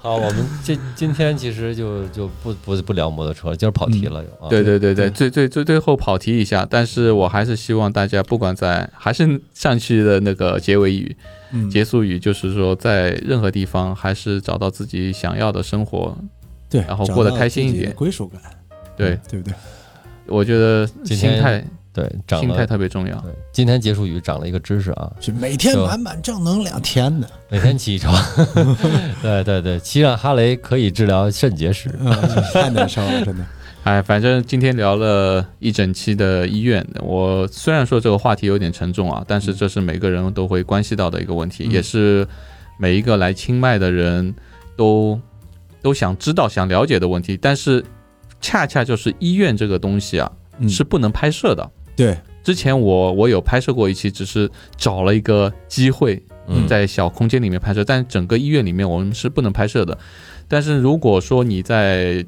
[SPEAKER 3] 好，我们这今天其实就就不不不聊摩托车了，今儿跑题了又啊。
[SPEAKER 2] 对对对对，
[SPEAKER 1] 嗯
[SPEAKER 2] 最最最最后跑题一下，但是我还是希望大家不管在还是上期的那个结尾语、
[SPEAKER 1] 嗯，
[SPEAKER 2] 结束语，就是说在任何地方还是找到自己想要的生活。
[SPEAKER 1] 对，
[SPEAKER 2] 然后
[SPEAKER 1] 找
[SPEAKER 2] 过得
[SPEAKER 1] 到
[SPEAKER 2] 开
[SPEAKER 1] 自
[SPEAKER 2] 心一
[SPEAKER 1] 己的
[SPEAKER 2] 点
[SPEAKER 1] 归属感，嗯
[SPEAKER 2] 对，
[SPEAKER 1] 对不对？
[SPEAKER 2] 我觉得
[SPEAKER 3] 嗯今
[SPEAKER 2] 心
[SPEAKER 3] 天
[SPEAKER 2] 态
[SPEAKER 3] 对，长
[SPEAKER 2] 心态
[SPEAKER 3] 了。
[SPEAKER 2] 特别重要。
[SPEAKER 3] 对，今天结束语长了一个知识啊，
[SPEAKER 1] 是每天
[SPEAKER 3] 就
[SPEAKER 1] 满满正能量，天哪！
[SPEAKER 3] 每天骑一车。对对对，骑上哈雷可以治疗肾结石。
[SPEAKER 1] 嗯， 太难受了，真的。
[SPEAKER 2] 哎，反正今天聊了一整期的医院，我虽然说这个话题有点沉重啊，但是这是每个人都会关系到的一个问题，
[SPEAKER 1] 嗯
[SPEAKER 2] 也是每一个来清迈的人都都想知道、想了解的问题。但是，恰恰就是医院这个东西啊，
[SPEAKER 1] 嗯
[SPEAKER 2] 是不能拍摄的。
[SPEAKER 1] 对，
[SPEAKER 2] 之前我我有拍摄过一期，只是找了一个机会
[SPEAKER 3] 嗯，
[SPEAKER 2] 在小空间里面拍摄，但整个医院里面我们是不能拍摄的。但是如果说你在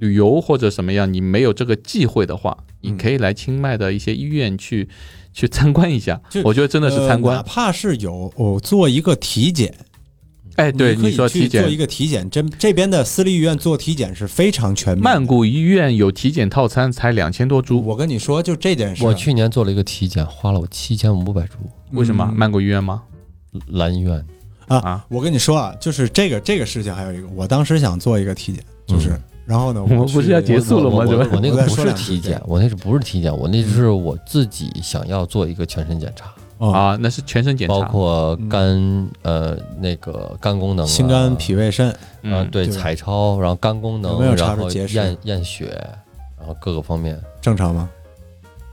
[SPEAKER 2] 旅游或者什么样，你没有这个忌讳的话，
[SPEAKER 1] 嗯
[SPEAKER 2] 你可以来清迈的一些医院去去参观一下
[SPEAKER 1] 就。
[SPEAKER 2] 我觉得真的是参
[SPEAKER 1] 呃哪
[SPEAKER 2] 观。
[SPEAKER 1] 怕是有哦，做一个体检，
[SPEAKER 2] 哎，对，
[SPEAKER 1] 可
[SPEAKER 2] 你
[SPEAKER 1] 以
[SPEAKER 2] 说
[SPEAKER 1] 去
[SPEAKER 2] 体
[SPEAKER 1] 做一
[SPEAKER 2] 检，
[SPEAKER 1] 个体检，这这边的私立医院做体检是非常全面的。
[SPEAKER 2] 曼谷医院有体检套餐，才两千多铢。
[SPEAKER 1] 我跟你说，就这件事，
[SPEAKER 3] 我去年做了一个体检，花了我七千五百铢，
[SPEAKER 2] 为什么
[SPEAKER 1] 嗯
[SPEAKER 2] 曼谷医院吗？
[SPEAKER 3] 蓝院。
[SPEAKER 2] 啊，
[SPEAKER 1] 我跟你说啊，就是这个这个事情，还有一个，我当时想做一个体检，就是，然 后呢，
[SPEAKER 2] 我们
[SPEAKER 1] 去
[SPEAKER 2] 不是要结束了吗
[SPEAKER 3] 我
[SPEAKER 2] 这
[SPEAKER 3] 我
[SPEAKER 2] 边
[SPEAKER 3] 嗯我那
[SPEAKER 1] 我
[SPEAKER 3] 个
[SPEAKER 1] 再
[SPEAKER 3] 不
[SPEAKER 1] 说
[SPEAKER 3] 是
[SPEAKER 1] 两句
[SPEAKER 3] 体
[SPEAKER 1] 这
[SPEAKER 3] 检
[SPEAKER 1] 个，
[SPEAKER 3] 我那是不是体检？我那是我自己想要做一个全身检查，
[SPEAKER 1] 啊，
[SPEAKER 2] 啊，那是全身检
[SPEAKER 3] 包
[SPEAKER 2] 查。
[SPEAKER 3] 括肝呃那个肝功能啊、
[SPEAKER 1] 心肝脾胃肾，
[SPEAKER 3] 啊，
[SPEAKER 2] 嗯，
[SPEAKER 3] 对，
[SPEAKER 1] 对
[SPEAKER 3] 彩超，然后肝功能，
[SPEAKER 1] 有没有查
[SPEAKER 3] 然
[SPEAKER 1] 出
[SPEAKER 3] 后
[SPEAKER 1] 结石
[SPEAKER 3] 验验血，然后各个方面。
[SPEAKER 1] 正常吗？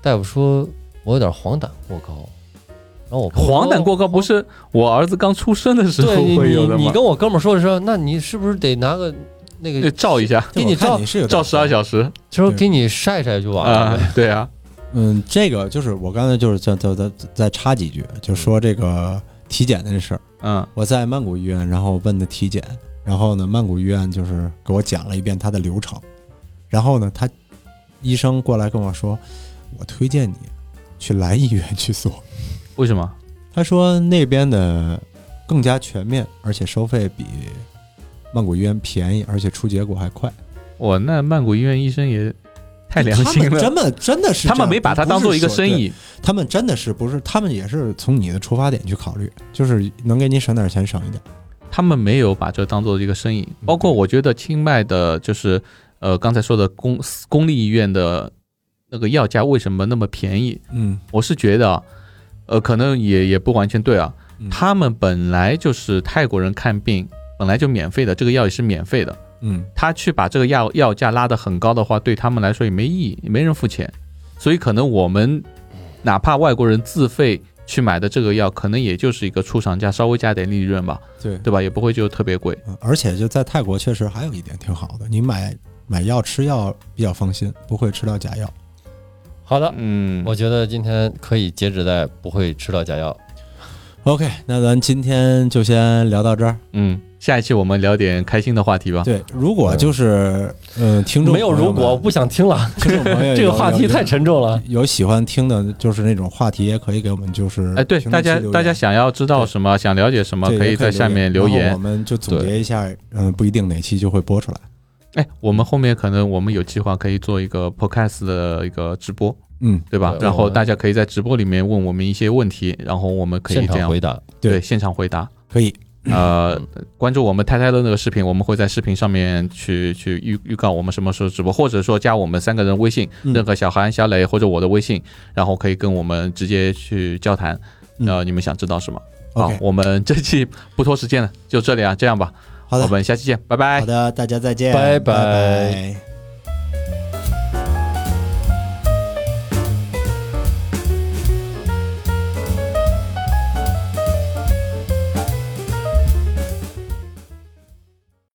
[SPEAKER 3] 大夫说我有点黄疸过高，后我朋友
[SPEAKER 2] 黄疸过高不是我儿子刚出生的时候
[SPEAKER 3] 对你
[SPEAKER 2] 会有的
[SPEAKER 3] 你你
[SPEAKER 2] 吗？
[SPEAKER 3] 跟我哥们儿说的时候，那你是不是得拿个那
[SPEAKER 2] 对
[SPEAKER 3] 个
[SPEAKER 2] 照一下，
[SPEAKER 3] 给你
[SPEAKER 1] 看
[SPEAKER 3] 照
[SPEAKER 1] 你是有点
[SPEAKER 2] 照啊十二小时
[SPEAKER 3] 就说
[SPEAKER 1] 对
[SPEAKER 3] 给你晒晒就完
[SPEAKER 2] 啊
[SPEAKER 3] 了呗？，
[SPEAKER 2] 对啊，
[SPEAKER 1] 嗯，这个就是我刚才就是再再再再插几句，就说这个体检的这事儿。
[SPEAKER 2] 嗯
[SPEAKER 1] 我在曼谷医院，然后问的体检，然后呢，曼谷医院就是给我讲了一遍他的流程，然后呢，他医生过来跟我说，我推荐你去来医院去做。
[SPEAKER 2] 为什么？
[SPEAKER 1] 他说那边的更加全面，而且收费比曼谷医院便宜，而且出结果还快。
[SPEAKER 2] 我那曼谷医院医生也太哎良心
[SPEAKER 1] 他们
[SPEAKER 2] 了，
[SPEAKER 1] 真的真的是
[SPEAKER 2] 他们
[SPEAKER 1] 这样
[SPEAKER 2] 没把它当做一个生，
[SPEAKER 1] 不是
[SPEAKER 2] 意，
[SPEAKER 1] 说对他们真的是不是？他们也是从你的出发点去考虑，就是能给你省点钱省一点。
[SPEAKER 2] 他们没有把这当做一个生意。
[SPEAKER 1] 嗯
[SPEAKER 2] 包括我觉得清迈的，就是呃刚才说的公公立医院的那个药价为什么那么便宜？
[SPEAKER 1] 嗯，
[SPEAKER 2] 我是觉得啊，呃，可能也也不完全对啊
[SPEAKER 1] 嗯。
[SPEAKER 2] 他们本来就是泰国人看病本来就免费的，这个药也是免费的。
[SPEAKER 1] 嗯，
[SPEAKER 2] 他去把这个药药价拉得很高的话，对他们来说也没意义，也没人付钱。所以可能我们哪怕外国人自费去买的这个药，可能也就是一个出厂价，稍微加点利润吧，
[SPEAKER 1] 对
[SPEAKER 2] 对吧？也不会就特别贵。
[SPEAKER 1] 嗯而且就在泰国，确实还有一点挺好的，你买买药吃药比较放心，不会吃到假药。
[SPEAKER 3] 好
[SPEAKER 1] 呃
[SPEAKER 3] 的，
[SPEAKER 2] 嗯，
[SPEAKER 3] 我觉得今天可以截止在不会吃到假药。
[SPEAKER 1] OK，那咱今天就先聊到这儿。
[SPEAKER 2] 嗯，下一期我们聊点开心的话题吧。
[SPEAKER 1] 对，如果就是嗯、呃听众
[SPEAKER 3] 没有
[SPEAKER 1] 朋友
[SPEAKER 3] 如
[SPEAKER 1] 们
[SPEAKER 3] 果，我不想听了，
[SPEAKER 1] 听众 朋友
[SPEAKER 3] 这个
[SPEAKER 1] 有
[SPEAKER 3] 话题
[SPEAKER 1] 有
[SPEAKER 3] 太沉重了。
[SPEAKER 1] 有喜欢听的，就是那种话题，也可以给我们就是
[SPEAKER 2] 哎，对，
[SPEAKER 1] 评
[SPEAKER 2] 大
[SPEAKER 1] 论区
[SPEAKER 2] 家
[SPEAKER 1] 留言
[SPEAKER 2] 大家想要知道什么，想了解什么，
[SPEAKER 1] 对
[SPEAKER 2] 可
[SPEAKER 1] 也
[SPEAKER 2] 以在下面留
[SPEAKER 1] 然后
[SPEAKER 2] 言
[SPEAKER 1] 我。们就总结一下，嗯，不一定哪期就会播出来。
[SPEAKER 2] 哎，我们后面可能我们有计划可以做一个 podcast 的一个直播，
[SPEAKER 1] 嗯，
[SPEAKER 2] 对吧？
[SPEAKER 3] 对
[SPEAKER 2] 然
[SPEAKER 3] 我
[SPEAKER 2] 后
[SPEAKER 3] 们
[SPEAKER 2] 大家可以在直播里面问我们一些问题，然后我们可
[SPEAKER 3] 现
[SPEAKER 2] 以这
[SPEAKER 3] 场
[SPEAKER 2] 样
[SPEAKER 3] 回答，
[SPEAKER 1] 对
[SPEAKER 2] 对现场回答。
[SPEAKER 1] 可以，
[SPEAKER 2] 呃，关注我们太太的那个视频，我们会在视频上面去去预预告我们什么时候直播，或者说加我们三个人微信，
[SPEAKER 1] 嗯
[SPEAKER 2] 任何小韩、小磊或者我的微信，然后可以跟我们直接去交谈。
[SPEAKER 1] 嗯
[SPEAKER 2] 呃，你们想知道什么？好
[SPEAKER 1] OK，
[SPEAKER 2] 我们这期不拖时间了，就这里啊，这样吧，
[SPEAKER 1] 好的
[SPEAKER 2] 我，们下期见，拜拜
[SPEAKER 1] 好。的，大家再见，
[SPEAKER 3] 拜拜
[SPEAKER 1] 拜